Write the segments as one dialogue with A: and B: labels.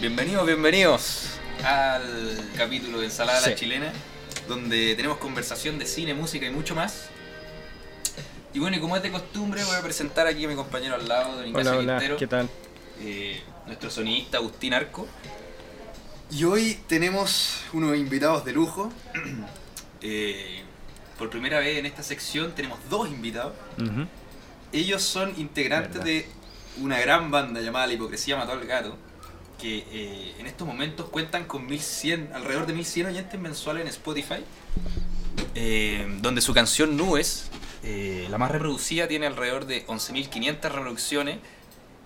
A: Bienvenidos, bienvenidos al capítulo de Ensalada a la
B: Sí.
A: Chilena, donde tenemos conversación de cine, música y mucho más. Y bueno, y como es de costumbre, voy a presentar aquí a mi compañero al lado, don Ignacio
B: Hola, hola,
A: Quintero,
B: ¿qué tal?
A: eh, nuestro sonidista Agustín Arco.
C: Y hoy tenemos unos invitados de lujo.
A: Eh, por primera vez en esta sección tenemos dos invitados.
B: Ujú.
A: Ellos son integrantes
B: Verdad.
A: de una gran banda llamada La Hipocresía Mató al Gato, que eh, en estos momentos cuentan con 1100, alrededor de 1100 oyentes mensuales en Spotify, eh, donde su canción Nubes, eh, la más reproducida, tiene alrededor de 11.500 reproducciones,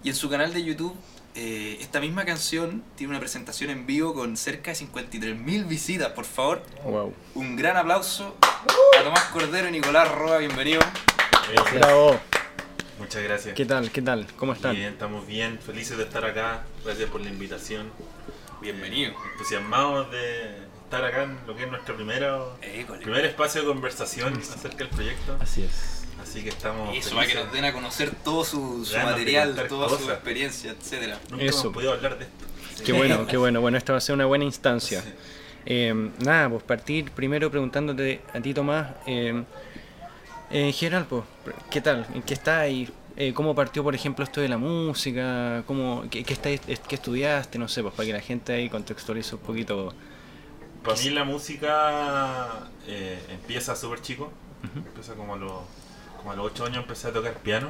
A: y en su canal de YouTube eh, esta misma canción tiene una presentación en vivo con cerca de 53.000 visitas. Por favor,
B: Wow.
A: un gran aplauso a Tomás Cordero y Nicolás Roa, bienvenido.
B: Bravo.
D: Muchas gracias.
B: ¿Qué tal? ¿Qué tal? ¿Cómo están?
D: Bien, estamos bien, felices de estar acá. Gracias por la invitación.
A: Bienvenido.
D: Entusiasmados de estar acá en lo que es nuestro primero,
A: École.
D: primer espacio de conversación acerca del proyecto.
E: Así es.
D: Así que estamos.
A: Eso, para que
D: felices.
A: nos den a conocer todo su, su
D: Ganas de
A: material,
D: contar
A: toda su
D: cosas.
A: experiencia, etcétera.
D: Nunca
B: Eso.
D: hemos podido hablar de esto. Así
B: Qué
D: que-
B: bueno, qué bueno. Bueno, esta va a ser una buena instancia.
D: Sí.
B: Eh, nada, pues partir primero preguntándote a ti, Tomás. eh, en general, pues, ¿qué tal? ¿En qué estáis? Eh, ¿Cómo partió, por ejemplo, esto de la música? ¿Cómo, qué, qué estáis- es- qué estudiaste? No sé, pues para que la gente ahí contextualice un poquito.
D: Para
B: Pues-
D: mí la música eh, empieza súper chico. Empieza como a, los, como a los 8 años empecé a tocar piano.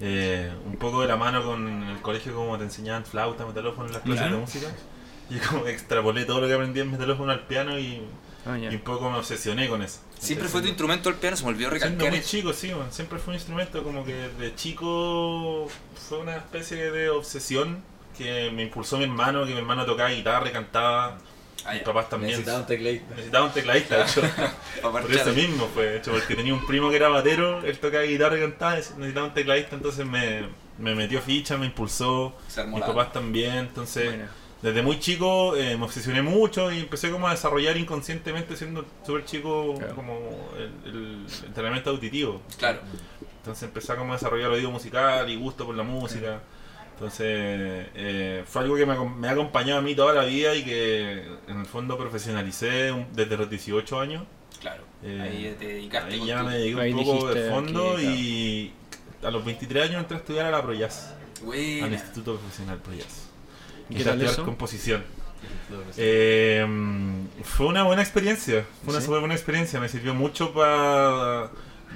D: Eh, un poco de la mano con el colegio como te enseñaban flauta, metalófono en las clases
B: Claro.
D: de música. Y como que extrapolé todo lo que aprendí en metalófono al piano y,
B: Ah, ya.
D: y un poco me obsesioné con eso.
A: Siempre
D: Entonces,
A: fue tu
D: siendo-
A: instrumento el piano, se me olvidó
D: Siendo
A: recalcar
D: muy
A: eso.
D: chico, sí, man, siempre fue un instrumento como que de chico fue una especie de obsesión que me impulsó mi hermano, que mi hermano tocaba guitarra y cantaba,
A: Ah,
D: mis
A: ya,
D: papás también.
E: Necesitaba un tecladista.
D: Necesitaba un tecladista, de hecho.
A: pa'
D: Por
A: parchar.
D: eso mismo fue, de hecho, porque tenía un primo que era batero, él tocaba guitarra y cantaba, necesitaba un tecladista, entonces me, me metió ficha, me impulsó,
A: Se armó
D: mis
A: la-
D: papás también, entonces
B: Bueno.
D: desde muy chico eh, me obsesioné mucho y empecé como a desarrollar inconscientemente siendo súper chico
B: Claro.
D: como el, el entrenamiento auditivo.
A: Claro.
D: Entonces empecé a como a desarrollar oído musical y gusto por la música. Entonces eh, fue algo que me, acom- me ha acompañado a mí toda la vida y que en el fondo profesionalicé un- desde los 18 años.
A: Claro.
D: Eh,
A: Ahí te dedicaste
D: Ahí
A: con
D: ya
A: tu-
D: me dediqué
B: Ahí
D: un poco
B: dijiste
D: de fondo
B: que, claro.
D: y a los 23 años entré a estudiar a la Proyas,
A: Buena.
D: al Instituto Profesional Proyas.
B: ¿Y
D: Entré
B: qué
D: a
B: tal
D: estudiar
B: eso?
D: composición. Eh, mm, fue una buena experiencia, fue una
B: ¿Sí?
D: súper buena experiencia, me sirvió mucho para...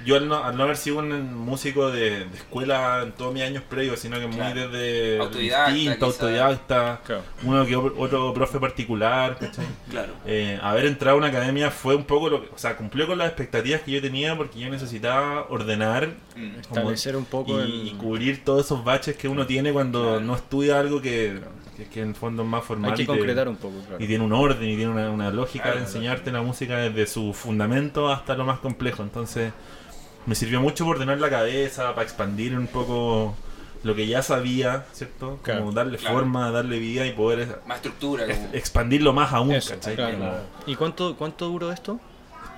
D: Yo al no, al no haber sido un músico de, de escuela en todos mis años previos, sino que muy
A: Claro.
D: desde el
A: Autodidacta,
D: instinto,
A: quizá.
D: autodidacta,
B: Claro.
D: uno que otro, otro profe particular, ¿cachai?
A: Claro.
D: Eh, haber entrado a una academia fue un poco lo que, o sea, cumplió con las expectativas que yo tenía porque yo necesitaba ordenar
A: Mm.
D: como-
B: Establecer un poco
D: y,
B: el-
D: y cubrir todos esos baches que uno tiene cuando
A: Claro.
D: no estudia algo que, que, que en el fondo es más formal.
B: Hay que
D: y te-
B: concretar un poco, claro.
D: y tiene un orden y tiene una, una lógica
A: Claro,
D: de enseñarte la música desde su fundamento hasta lo más complejo. Entonces, me sirvió mucho por ordenar la cabeza, para expandir un poco lo que ya sabía, ¿cierto?
B: Claro.
D: Como darle
A: Claro.
D: forma, darle vida y poder es-
A: Más estructura.
D: es-
A: como-
D: expandirlo más aún.
B: Eso,
D: ¿cachai?
B: claro.
D: Como-
B: ¿Y cuánto, cuánto duró esto?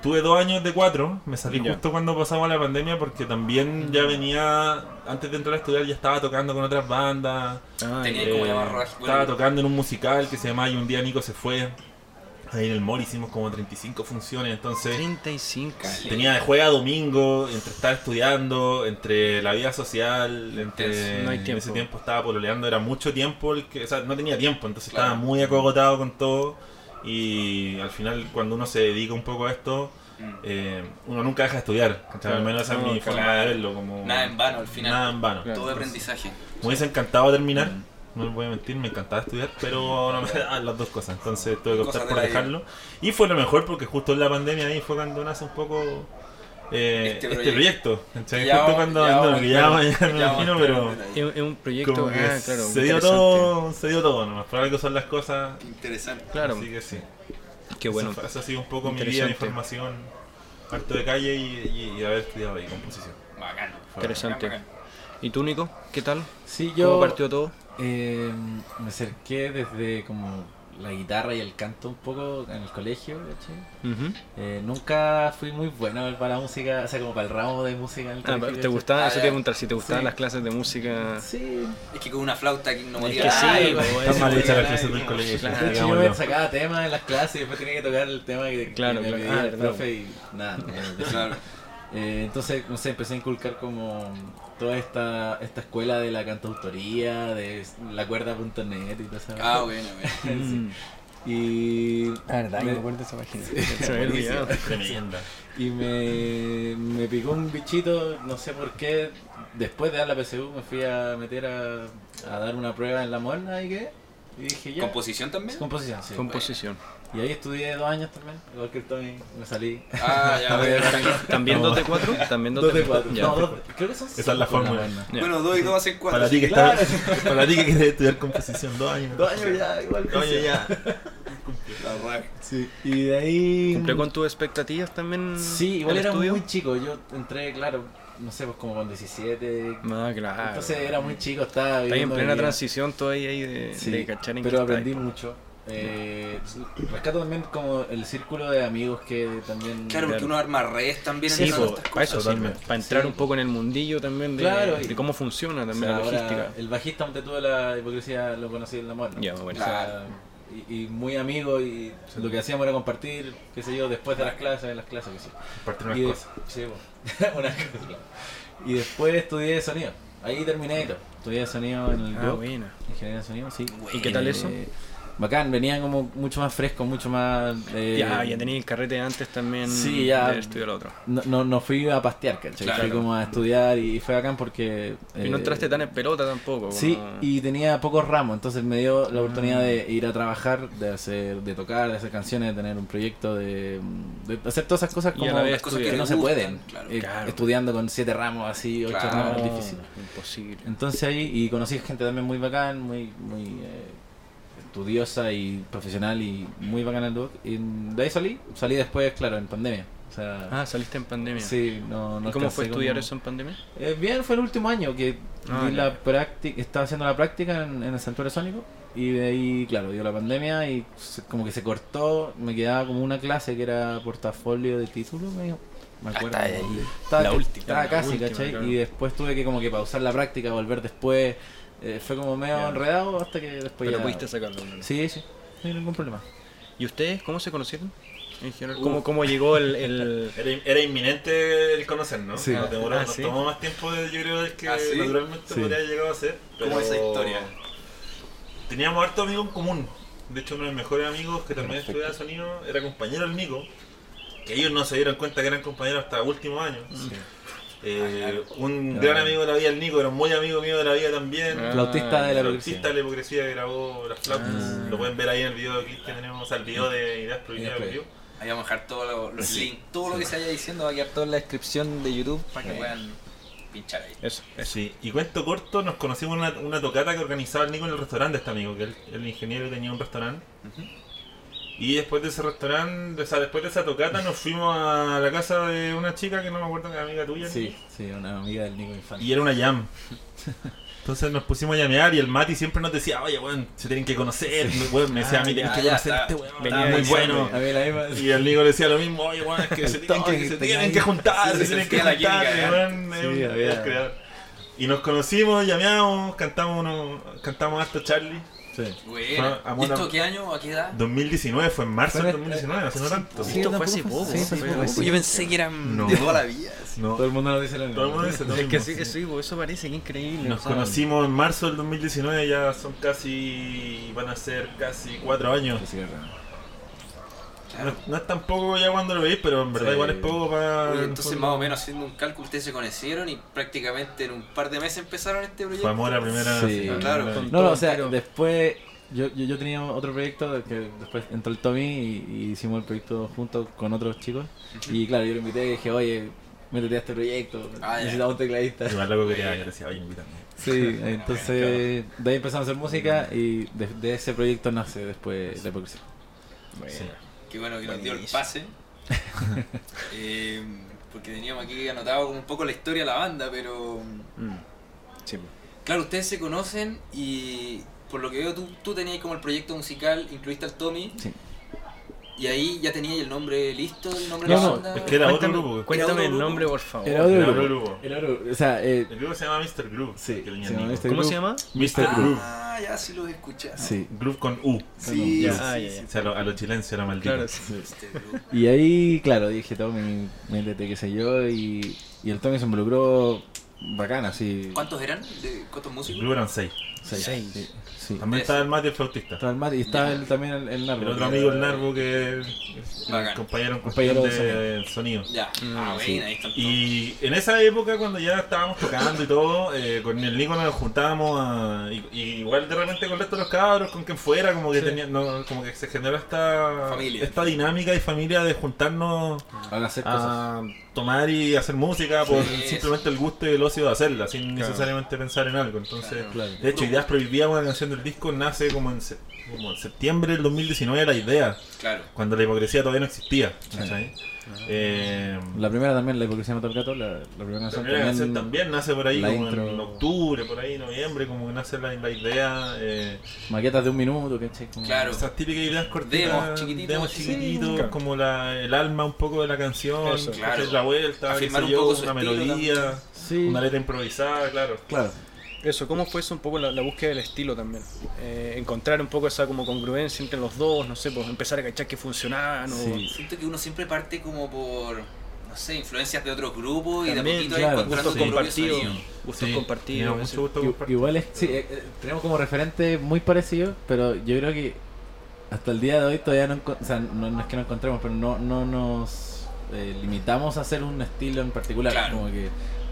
D: Tuve dos años de cuatro, me salí
B: Ya. Mm.
D: justo cuando pasaba la pandemia porque también ya venía, antes de entrar a estudiar ya estaba tocando con otras bandas,
B: Ah,
A: Tenía-
B: ya.
A: como
D: eh,
A: llamar rodaje.
D: estaba tocando en un musical que se llamaba Y un día Nico se fue, ahí en el Mall hicimos como 35 funciones, entonces
B: 35.
D: tenía de jueves a domingo, entre estar estudiando, entre la vida social,
A: Intenso,
D: entre
B: no hay tiempo.
D: en ese tiempo estaba pololeando, era mucho tiempo, el que, o sea, no tenía tiempo, entonces
A: Claro.
D: estaba muy acogotado con todo y al final cuando uno se dedica un poco a esto,
A: Mm.
D: eh, uno nunca deja de estudiar, ¿cachai? al menos esa es
B: No,
D: mi
B: claro.
D: forma de verlo, como
A: Nada en vano al final. Mm.
D: nada en vano.
B: Claro.
A: Todo aprendizaje.
D: Me hubiese encantado terminar, no les voy a mentir, me encantaba estudiar, pero no me daban las dos cosas, entonces tuve que
A: Cosas
D: optar
A: de
D: por
A: la vida.
D: dejarlo. Y fue lo mejor porque justo en la pandemia ahí fue cuando nace un poco eh,
A: Este
D: este,
A: proyecto.
D: proyecto. ¿cachai?
A: Ya
D: justo
A: vamos-
D: cuando
A: ya
D: no,
A: vamos
D: que
A: a
D: ya,
A: entrar-
D: ya me
A: ya vamos a entrar
D: imagino,
A: en
D: pero
A: detalle.
B: Es un- es un proyecto,
D: como que
B: ah, claro,
D: se dio
B: interesante.
D: todo, se dio todo nomás, para algo son las cosas.
A: Qué Interesante.
B: Claro,
D: Así que sí.
B: qué
D: Eso
B: bueno.
D: fue- Eso, ha sido un poco mi vida, mi
B: Interesante.
D: formación, harto de calle y, y- y haber estudiado ahí composición.
A: Bacán.
D: Fue
B: Interesante.
A: Bacán,
B: ¿Y tú, Nico? ¿Qué tal?
E: Sí,
B: ¿Cómo
E: yo
B: partió todo?
E: eh, me acerqué desde como la guitarra y el canto un poco en el colegio, ¿cachai?
B: Ujú.
E: Eh, nunca fui muy bueno para la música, o sea, como para el ramo de música en el
B: Ah,
E: colegio,
B: ¿Te
E: ¿cachai?
B: gustaba?
A: Ah,
B: Eso te
A: ya.
B: iba a preguntar, si te gustaban
E: Sí.
B: las clases de música.
E: Sí,
A: Es que con una flauta aquí no motiva
B: que sí,
A: nadie,
E: po,
A: pues.
E: bueno,
D: Están mal
E: sí,
D: hechas las
E: claro.
D: clases del colegio.
B: claro.
E: De hecho, yo
D: digámoslo.
E: me sacaba temas en las clases y después tenía que tocar el tema que, que
B: Claro,
E: me
B: claro.
E: pedía
B: Ah,
E: el
B: verdad,
E: profe y nada. no, no, no.
A: Claro.
E: Eh, entonces, no sé, empecé a inculcar como toda esta, esta escuela de la cantautoría, de la cuerda.net y todo eso.
A: Ah, bueno, bueno.
B: Mm.
E: Y
B: La Ah, verdad,
E: me-
B: me acuerdo de esa página. Se me había
E: Buenísimo.
B: olvidado.
D: Tremenda.
E: Y me, me picó un bichito, no sé por qué. Después de dar la PSU me fui a meter a, a dar una prueba en la morna y qué. Y dije ya.
A: ¿Composición también?
E: Composición, sí.
B: Composición.
E: y ahí estudié dos años también, igual que el Tommy, me salí.
A: Ah, ya, bueno.
B: ¿También 2D4? También 2D4.
E: Dos de cuatro.
B: Ya.
E: No, dos- creo que son
D: Esa es la
E: cinco en
D: fórmula.
E: Morna.
B: Ya.
A: Bueno, dos y dos hacen cuatro.
D: Para ti que está,
E: Claro.
D: para ti que quieres estudiar composición dos años.
E: Dos años ya, igual.
D: Dos años ya.
A: La raja.
D: Mm,
E: Sí. Y de ahí.
B: ¿Cumplió con tus expectativas también?
E: Sí, igual
B: el
E: era
B: estudio?
E: muy chico. Yo entré, claro, no sé, pues como con 17.
B: Ah, claro.
E: Entonces era muy chico,
B: Está
E: estaba
B: ahí en
E: viviendo mi
B: plena
E: vida.
B: transición todavía ahí de,
E: Sí,
B: de cachar en
E: pero
B: qué está
E: aprendí
B: ahí.
E: mucho. Eh, rescato también como el círculo de amigos que también...
A: Claro, porque uno arma redes también en
B: Sí,
A: eso,
B: po,
A: estas
B: para
A: cosas.
B: eso, sí,
D: totalmente.
B: para entrar
E: Sí,
B: un
E: po.
B: poco en el mundillo también de,
E: Claro, y-
B: de cómo funciona
E: O sea,
B: también la
E: ahora,
B: logística.
E: el bajista donde tuve la hipocresía lo conocí en la mano.
B: Ya, bueno.
E: O sea, y, y muy amigo y lo que hacíamos era compartir, qué sé yo, después de las clases, en las clases, qué sé yo.
D: Aparte
E: Y de-
D: unas cosas.
E: sí, bueno, unas cosas, claro. Y después estudié sonido. Ahí terminé y todo. Estudié sonido en el
B: Ah,
E: DOC,
B: buena.
E: ingeniería de sonido, sí.
B: ¿Y qué tal
E: Eh,
B: eso?
E: Bacán, venían como mucho más frescos, mucho más... eh,
B: ya, ya tenía el carrete antes también
E: sí, ya.
B: del estudio al otro.
E: No, no, no fui a pastear, ¿cachai?
A: Claro.
E: Fui como a estudiar y fue bacán porque...
B: y
E: eh,
B: no entraste tan en pelota tampoco.
E: Sí,
B: como- Ah.
E: y tenía pocos ramos, entonces me dio la oportunidad de ir a trabajar, de hacer, de tocar, de hacer canciones, de tener un proyecto, de, de hacer todas esas cosas
B: Y a
E: como
B: la vez
E: las cosas que,
B: estudiar.
E: no se
A: Te gustan,
E: pueden,
A: claro.
E: eh,
B: Claro.
E: estudiando con siete ramos así, ocho
A: Claro.
E: ramos,
B: No,
E: es difícil.
B: Ah, imposible.
E: Entonces ahí, y conocí gente también muy bacán, muy, muy eh, estudiosa y profesional y muy bacán el look. Y de ahí salí, salí después, claro, en pandemia. O sea,
B: Ah, saliste en pandemia.
E: sí, no, no
B: ¿Y cómo fue
E: alcancé
B: estudiar
E: como-
B: eso en pandemia?
E: eh, bien, fue el último año que
B: Ah,
E: di
B: ya.
E: la práctica, estaba haciendo la práctica en, en el Santuario Sónico y de ahí, claro, dio la pandemia y se- como que se cortó, me quedaba como una clase que era portafolio de título, me, me acuerdo. Estaba,
B: Ah, la
E: ca-
B: última,
E: estaba
B: la
E: casi,
B: última,
E: ¿cachai?
B: claro.
E: Y después tuve que como que pausar la práctica, volver después, eh, fue como medio
B: Ya.
E: enredado hasta que después
B: Pero
E: ya...
B: pudiste sacarlo.
E: Sí, sí, no hay ningún problema.
B: ¿Y ustedes cómo se conocieron? En general, ¿cómo, cómo llegó el, el-
D: Era, era inminente el conocer, ¿no?
E: Sí.
D: Nos, demoró-
B: Ah,
D: nos
B: sí.
D: tomó más tiempo de, yo creo, del que
A: Ah, ¿sí?
D: naturalmente
E: Sí.
D: podría haber llegado a ser.
A: ¿Cómo
D: pero
A: esa historia?
D: Teníamos harto amigos en común. De hecho, uno de mis mejores amigos que también estudiaba sonido era compañero del Nico. Que ellos no se dieron cuenta que eran compañeros hasta últimos años.
A: Ah,
D: Eh, un
E: Claro.
D: gran amigo de la vida, el Nico, era muy amigo mío de la vida también.
B: Ah,
E: Flautista de la
D: El
E: hipocresía.
D: artista de la hipocresía que grabó las flautas.
B: Ah.
D: Lo pueden ver ahí en el video clip que tenemos, o sea, el video de Ideas Prohibidas.
E: Ideas
D: que
E: Prohibidas.
D: yo.
A: Ahí vamos a dejar todos los- los links, todo lo que se vaya diciendo va a quedar todo en la descripción de YouTube para que puedan pinchar ahí.
B: Eso, eso.
D: Eh, Sí, y cuento corto, nos conocimos en una, una tocata que organizaba el Nico en el restaurante de este amigo, que él- el, ingeniero tenía un restaurante. Y después de ese restaurante, o sea, después de esa tocata nos fuimos a la casa de una chica que no me acuerdo que era amiga tuya.
E: Sí, sí, una amiga del Nico Infante.
D: Y era una jam. Entonces nos pusimos a llamear y el Mati siempre nos decía, oye, weón, se tienen que conocer, weón, me decía, a mí tenés
A: ya,
D: que
A: Ah, ya,
D: conocer a
A: está.
D: este weón,
B: Venía
D: está muy
B: diciendo,
D: bueno.
E: A mí la misma...
D: Y el Nico le decía lo mismo, oye, weón, es que se tienen
E: toque
D: que,
E: que
D: se
E: tenía
D: tienen
E: ahí.
D: que juntar,
A: Sí,
D: se
A: se
D: tienen que
A: sentía la química,
D: juntar,
A: ¿eh?
D: weón,
E: Sí,
D: es un-
E: había-
D: es creador. Y nos conocimos, llameamos, cantamos uno, cantamos harto Charlie.
E: Sí.
A: Bueno,
D: Ah,
A: ¿y
D: bueno.
A: esto qué año o a qué edad?
D: 2019, fue en marzo
E: Fue
D: del
E: en-
D: 2019, hace no tanto.
E: Sí,
B: Esto fue
E: tampoco
B: hace
E: fue-
B: poco.
E: sí, sí,
B: fue-
E: fue recién.
B: yo pensé que eran...
D: No,
A: De toda la vida. así.
D: no.
E: Todo el mundo nos dice lo mismo.
D: Todo el mundo dice lo
B: Es que
D: mismo,
B: sí,
D: sí.
B: sí, pues, eso parece que increíble.
D: Nos
B: o sea,
D: conocimos en marzo del 2019, ya son casi, van a ser casi cuatro años. No,
A: Claro.
D: no es tan poco ya cuando lo veis, pero en verdad
E: Sí.
D: igual es poco para...
A: Oye, entonces, más o menos haciendo un cálculo, ustedes se conocieron y prácticamente en un par de meses empezaron este proyecto.
D: Fue amor a primera...
E: Sí,
A: claro.
D: primera-
E: No, no, o sea,
B: Pero-
E: después yo, yo, yo tenía otro proyecto del que después entró el Tommy y, y hicimos el proyecto juntos con otros chicos. Y claro, yo lo invité y dije, oye, métete a este proyecto,
A: Ah, ya.
E: necesitamos un tecladista.
D: Igual loco quería, yo le decía, oye, invítame.
E: Sí, entonces de ahí empezamos a hacer música y de, de ese proyecto nace después la hipocresía.
B: bueno,
D: Sí.
A: Que bueno que nos dio el
B: Buenísimo.
A: pase. Eh, porque teníamos aquí anotado como un poco la historia de la banda, pero.
B: mm, sí, pues.
A: Claro, ustedes se conocen y por lo que veo, tú, tú tenías como el proyecto musical, incluiste al Tommy,
E: Sí.
A: y ahí ya tenías el nombre listo, el nombre
E: No,
A: de la
E: no,
A: banda.
D: es que era otro
B: Cuéntame-
D: grupo.
A: Era otro
B: Cuéntame Oh, el
A: grupo.
B: nombre, por favor.
E: Era otro
D: Era
E: grupo.
D: otro grupo.
E: Era otro grupo. O sea, eh,
D: El grupo se llama Mr. Groove.
E: sí,
D: que le
E: se llama
D: ñanico.
E: este
B: ¿Cómo
E: grupo.
B: se llama?
D: Mr. Groove.
A: Ah, ya sí lo he escuchado.
E: Sí.
D: Groove con U.
C: Sí,
E: Ya,
C: sí,
B: ah,
C: sí,
B: ya,
C: sí.
D: O sea, a lo- a los chilenos era maldito.
B: Claro, sí.
A: Este grupo.
E: Y ahí, claro, dije, Tommy, métete, qué sé yo, y, y el Tommy se involucró bacán, así.
A: ¿Cuántos eran? ¿De ¿Cuántos músicos?
D: Groove eran seis.
E: Seis.
B: Seis.
E: Sí. sí.
D: También estaba el Mati el flautista.
E: Estaba el Mati y estaba el- también el, el Narvo.
D: El otro amigo, el Narvo, que
A: Bacán.
D: compañero,
E: Compañero
D: compañero
E: de
D: de sonido.
A: Ya. Ah, bueno, ahí están todos.
D: Y en esa época, cuando ya estábamos tocando y todo, eh, con el Nico nos juntábamos a- y, y igual de repente con el resto de los cabros, con quien fuera, como que,
B: Sí.
D: tenía- no, como que se generó esta,
A: Familia.
D: esta dinámica y familia de juntarnos
E: Al hacer
D: Ah.
E: cosas.
D: a tomar y hacer música por
A: Sí.
D: simplemente el gusto y el ocio de hacerla, sin
B: Claro.
D: necesariamente pensar en algo. Entonces,
A: Claro.
E: Claro.
D: de hecho, Ideas Prohibidas, una canción del disco, nace como en, se- como en septiembre del 2019, la idea,
A: Claro.
D: cuando la hipocresía todavía no existía. ¿cachai?
A: Ah.
D: Eh,
E: La primera también, la hipocresía mató al gato, la, la primera
D: la
E: canción
D: primera canción también nace por ahí,
E: la
D: como
E: intro.
D: en octubre, por ahí, noviembre, como que nace la, la idea. Eh,
E: Maquetas de un minuto, ¿cachai? Como-
A: Claro.
D: esas típicas ideas cortitas,
A: Demos chiquititos,
D: demos
A: sí.
D: chiquititos, como la, el alma un poco de la canción,
B: Eso.
D: hacer
A: Claro.
D: la vuelta, qué
A: Afirmar
D: sé
A: un
D: yo,
A: poco su
D: una
A: estilo
D: melodía,
E: Sí.
D: una letra improvisada, claro.
E: Claro.
B: Eso, ¿cómo fue eso un poco la, la búsqueda del estilo también? Eh, encontrar un poco esa como congruencia entre los dos, no sé, pues empezar a cachar que funcionaban o...
E: Sí.
A: Siento que uno siempre parte como por, no sé, influencias de otros grupos y de a
B: También,
A: poquito
E: claro,
A: ahí encontrando tu
B: Gustos
D: sí.
A: propio
B: compartidos,
A: sonido.
B: gustos
D: Sí,
B: compartidos.
D: me da
B: ese-
D: mucho gusto
E: I-
D: compartir.
E: Igual es, sí, eh, eh, tenemos como referentes muy parecidos, pero yo creo que hasta el día de hoy todavía no, encon- o sea, no, no es que no encontremos, pero no, no nos eh, limitamos a hacer un estilo en particular.
A: Claro.
E: Como que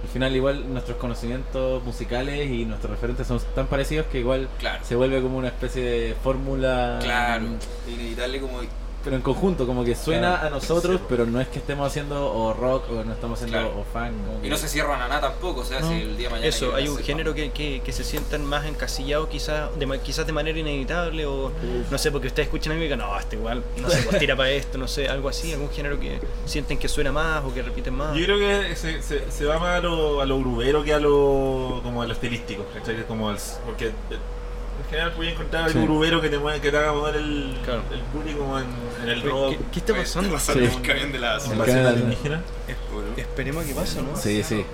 E: al final igual nuestros conocimientos musicales y nuestros referentes son tan parecidos que igual
A: Claro,
E: se vuelve como una especie de
B: Ah,
E: fórmula,
A: claro. Inevitable como...
E: pero en conjunto, como que suena
B: Claro.
E: a nosotros,
D: Sí, po.
E: pero no es que estemos haciendo o rock o no estamos haciendo
A: Claro.
E: o funk. como
A: Y no
E: que-
A: se cierran a nada tampoco, o sea,
E: No.
A: si el día de mañana...
B: Eso,
A: quieren
B: hay un
A: hacer-
B: género que, que, que se sientan más encasillados quizás de, ma- quizás de manera inevitable o no sé, porque ustedes escuchan algo y digan, no, este igual, no sé, pues tira para esto, no sé, algo así, algún género que sienten que suena más o que repiten más.
D: Yo creo que se, se, se va más a lo, a lo grubero que a lo, como a lo estilístico, ¿cachai? Como al- porque eh, en general puedes encontrar algo
E: Sí.
D: grubero que te, mueve, que te haga mover el,
B: Claro.
D: el público como en, en el
B: ¿Qué,
D: rock.
B: qué- qué está pasando?
C: Pasando
E: Sí.
C: el camión de la
E: El
D: Invasión
E: canal-
D: alienígena.
B: Esperemos a que pase, ¿no?
E: Sí, sí.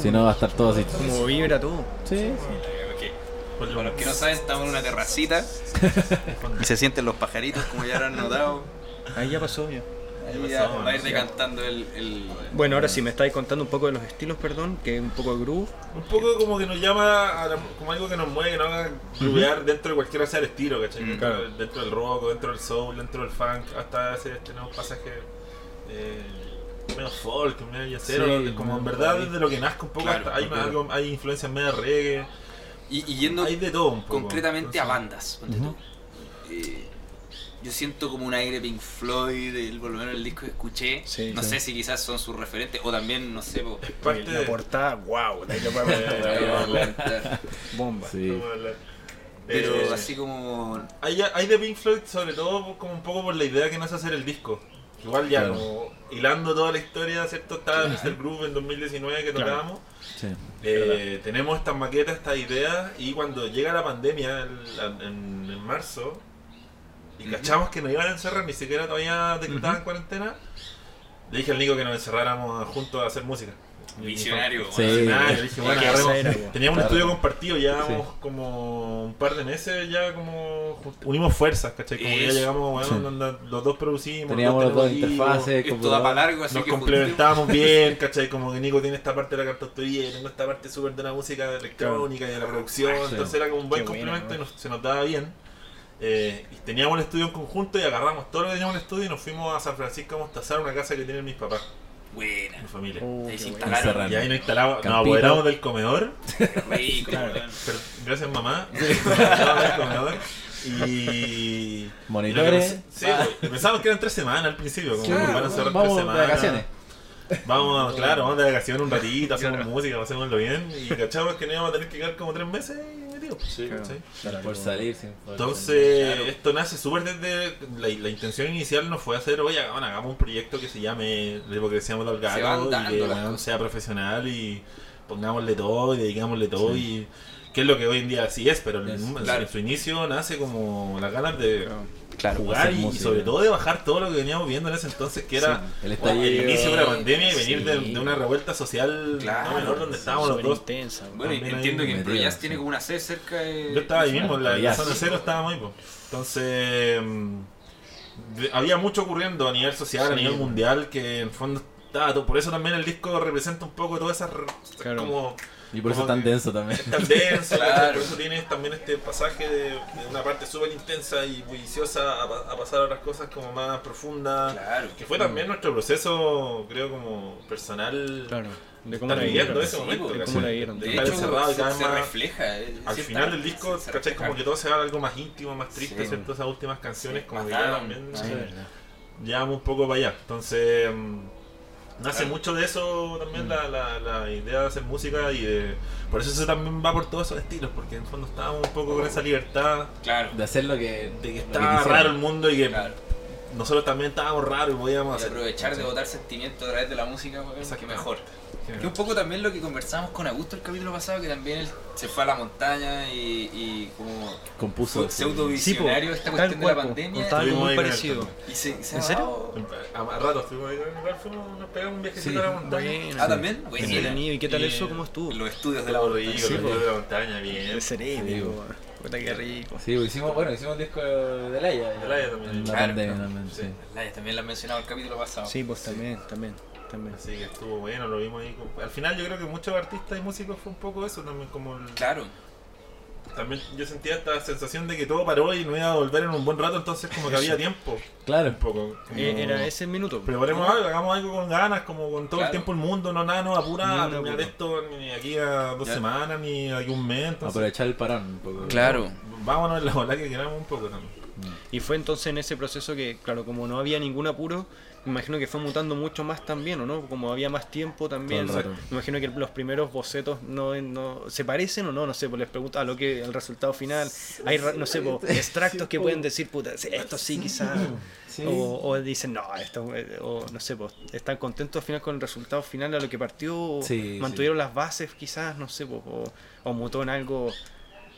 E: Si no, va a estar todo así.
B: Como vibra todo.
E: Sí,
A: Ok.
D: Por lo-
A: Para los que no saben, estamos en una terracita y se sienten los pajaritos, como ya habrán notado.
B: Ahí ya pasó ya.
A: Ahí ya va a ir decantando el... el...
B: Bueno, ahora sí, me estáis contando un poco de los estilos, perdón, que es un poco de groove.
D: Un poco como que nos llama a la- como algo que nos mueve, que nos haga grubear dentro de cualquiera sea el estilo, ¿cachai?
A: Mm,
D: Dentro-
B: claro.
D: Dentro del rock, dentro del soul, dentro del funk, hasta ese, tenemos pasajes eh, medio folk, medio yacero,
E: Sí,
D: como en
E: medio
D: verdad
E: por ahí.
D: desde lo que nazca un poco,
A: Claro,
D: hasta hay, más
A: claro.
D: algo- hay influencias medio reggae,
A: Y, y yendo
D: hay de todo un
B: Pues,
D: poco.
A: concretamente a bandas,
D: Entonces,
A: ponte tú. Eh, yo siento como un aire Pink Floyd, el, por lo menos el disco que escuché.
B: Sí,
A: no
B: sí.
A: sé si quizás son sus referentes o también, no sé. po-
D: Parte
B: La
D: de...
B: portada, wow, de ahí lo podemos
D: Eh,
A: ahí vamos a
D: vale.
A: comentar.
B: Bomba.
E: sí.
A: Pero
D: Eh,
A: así como.
D: Hay, hay de Pink Floyd sobre todo como un poco por la idea que nace hacer el disco. Igual ya
E: Claro.
D: como hilando toda la historia, ¿cierto? Estaba Mr. Groove en 2019 que
B: Claro.
D: tocábamos.
E: sí.
D: Eh, tenemos estas maquetas, estas ideas y cuando llega la pandemia el- en, en marzo y cachamos que nos iban a encerrar, ni siquiera todavía decretaban cuarentena, le dije al Nico que nos encerráramos juntos a hacer música.
A: Visionario.
E: Sí.
A: bueno.
D: Ah, yo dije, bueno,
A: Esa
D: agarremos-
B: era, bueno.
D: Teníamos un
E: Claro.
D: estudio compartido, llevábamos como un par de meses, ya como junt- unimos fuerzas, ¿cachai? Como que ya
A: Eso.
D: llegamos, bueno,
E: Sí.
D: onda, los dos producimos,
E: Teníamos los dos
D: tenemos
E: interfaces,
A: Esto da
E: computador.
A: para largo,
D: hijos,
A: así
D: Nos
A: que.
D: complementábamos bien, ¿cachai? Como que Nico tiene esta parte de la cartostería, yo tengo esta parte súper de la música electrónica y de la producción,
E: Sí.
D: entonces era como un buen
B: Qué buena,
D: complemento y
B: ¿no?
D: nos- se nos daba bien. Eh, y teníamos el estudio en conjunto y agarramos todo lo que teníamos en el estudio y nos fuimos a San Francisco a mostazar una casa que tienen mis papás, mi
A: Uh, Buena.
D: familia.
B: Oh,
A: Ahí sí está
B: qué bueno.
A: largo,
E: Encerrar.
D: Y ahí nos instalamos, nos
E: Campito.
D: apoderamos del comedor.
A: qué rico, bueno.
D: Pero gracias mamá. Estaba en el comedor y...
E: Monitores.
D: y lo que- Sí, güey. Pensábamos que eran tres semanas al principio, como
E: Claro,
D: que van a cerrar tres
E: vamos de
D: semanas.
E: vacaciones.
D: Vamos, claro, vamos de vacaciones un ratito, hacemos música, pasémoslo bien. Y cachamos que no íbamos a tener que quedar como tres meses metidos. pues,
B: Claro.
D: ¿cachai?
E: Por salir, sin poder
D: Entonces, esto nace súper desde. La, la intención inicial no fue hacer, oye, bueno, hagamos un proyecto que se llame La hipocresía mata al
A: Se van
D: gato y
A: dando
D: que
A: las
D: bueno,
A: cosas.
D: sea profesional y pongámosle todo y dedicámosle todo y. que es lo que hoy en día así es, pero en,
E: Es,
D: en su-
A: claro.
D: en su inicio nace como las ganas de
B: Claro.
D: jugar
E: hacer
D: y, y
E: música.
D: sobre todo de bajar todo lo que veníamos viendo en ese entonces, que era
E: Sí, el
D: bueno, el
E: estallido.
D: inicio de la pandemia y venir
B: Sí.
D: de, de una revuelta social
A: Claro,
D: no menor donde estábamos los
B: Súper
D: dos.
B: intensa, weón.
A: Bueno, y
D: También hay
A: entiendo que en
E: metido,
A: Proyas
E: sí.
A: tiene como una C cerca de.
D: Yo estaba ahí mismo, en la, en la
E: Ya,
D: zona
E: sí.
D: cero estábamos ahí. po. Entonces, mm, de- había mucho ocurriendo a nivel social, a
B: Sí,
D: nivel
B: bueno.
D: mundial, que en fondo estaba todo. Por eso también el disco representa un poco todas esas. r-
B: Claro.
D: como
E: Y por eso
D: Como
E: es tan
D: que-
E: denso también.
D: tan denso,
A: Claro.
D: ¿cachai? por eso tienes también este pasaje de, de una parte súper intensa y bulliciosa a, pa- a pasar a otras cosas como más profundas.
A: Claro.
D: Que fue también nuestro proceso, creo, como personal.
B: Claro. De cómo
D: Estar
B: la
D: viviendo
B: vieron.
D: ese
A: Sí,
D: momento.
A: de
D: ¿cachai?
B: cómo la vieron.
D: De
A: De
D: estar
A: hecho,
D: encerrado, cada
A: se,
D: vez
A: se
D: más-
A: refleja. eh,
D: al
A: cierta-
D: final del disco,
A: se- se
D: ¿cachai?
A: refleja.
D: Como que todo se va a algo más íntimo, más triste,
A: Sí.
D: ¿cierto? Esas últimas canciones, como que
A: más
D: ya
A: down,
D: también
A: más
B: Sí,
D: eh,
B: verdad.
D: llevamos un poco para allá. Entonces, mm, nace
A: Claro. Mm.
D: mucho de eso también la, la- la idea de hacer música y de. Por eso se también va por todos esos estilos, porque en el fondo estábamos un poco con esa libertad
A: Claro.
E: De hacer lo que,
D: de que
E: lo
D: estaba
E: quisiera.
D: raro el mundo y que
A: Claro.
D: nosotros también estábamos raros y podíamos
A: Y
D: hacer.
A: aprovechar de botar sentimiento a través de la música, weón, que
D: Exacto.
A: mejor.
D: Sí.
A: Que un poco también lo que conversamos con Augusto el capítulo pasado, que también él se fue a la montaña y, y como
E: compuso.
A: pseudo-visionario esta
B: tal
A: cuestión de
B: cual,
A: la
B: po,
A: pandemia.
B: contaba algo
D: Estuvimos
B: muy
D: ahí con el
B: parecido.
D: Tony.
A: Y se, se
B: ¿En
A: ha dado-
B: serio?
D: A, a rato estuvimos ahí, igual fuimos, nos pegamos un viajecito
E: Sí.
D: a la montaña.
B: Bueno,
A: Ah, también.
B: sí, entretenido. ¿Y qué tal
D: Y,
B: eso?
D: eh,
B: ¿Cómo estuvo?
A: Los estudios de
D: Del
A: la
D: aburrido,
A: montaña.
E: Sí,
D: el
E: po.
D: de la montaña, bien.
B: El cerebro,
E: Sí, po.
B: weón. Puta, qué rico.
E: Sí, pues hicimos, bueno, hicimos un disco de Laia.
D: De Laia también.
E: En la
A: Claro.
E: pandemia también, sí.
D: Sí.
A: La- También la has mencionado el capítulo pasado.
B: Sí, pues también, también, también.
D: Así que estuvo bueno, lo vimos ahí. con- Al final yo creo que muchos artistas y músicos fue un poco eso también, como el-
A: Claro.
D: también yo sentía esta sensación de que todo paró y no iba a volver en un buen rato, entonces como que había tiempo,
E: Claro.
D: un poco. como-
B: Eh, Era ese el minuto.
D: Preparemos algo, hagamos algo con ganas, como con todo
A: Claro.
D: el tiempo el mundo, no nada, no
B: Ni
D: apura
B: una
D: a terminar
B: apura.
D: esto ni aquí a dos
A: Ya.
D: semanas, ni aquí un mes, entonces
E: Aprovechar el parón un poco.
D: vámonos en la bola que queramos un poco también.
B: Y fue entonces en ese proceso que, claro, como no había ningún apuro, me imagino que fue mutando mucho más también, ¿o no? Como había más tiempo también.
E: Todo el rato.
B: Me imagino que los primeros bocetos no, no se parecen o no, no sé, pues les pregunto a lo que al resultado final. Hay, ra- no sé, pues, extractos que pueden decir, puta, esto sí quizás.
E: Sí.
B: O, o dicen, no, esto, eh, o no sé, pues, están contentos al final con el resultado final a lo que partió, o
E: Sí, sí.
B: mantuvieron las bases quizás, no sé, pues, o, o mutó en algo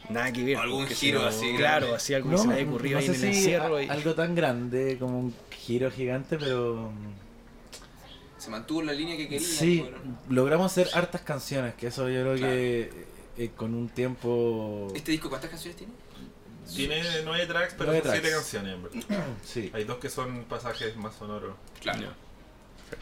B: nada que ver. pues,
A: Algún
B: porque
A: giro
B: si no-
A: así
B: Claro,
A: grande.
B: así algo que se me había ocurrido
E: no
B: ahí
E: sé
B: en el
E: si
B: encierro.
E: a-
B: y-
E: Algo tan grande, como un giro gigante, pero.
A: Se mantuvo en la línea que quería.
E: Sí,
A: weón.
E: logramos hacer hartas canciones, que eso yo creo que eh, con un tiempo.
A: ¿Este disco cuántas canciones tiene?
D: Tiene nueve tracks, pero
E: Nueve
D: son siete
E: tracks.
D: canciones, en verdad.
E: Sí.
D: Hay dos que son pasajes más sonoros.
A: Claro.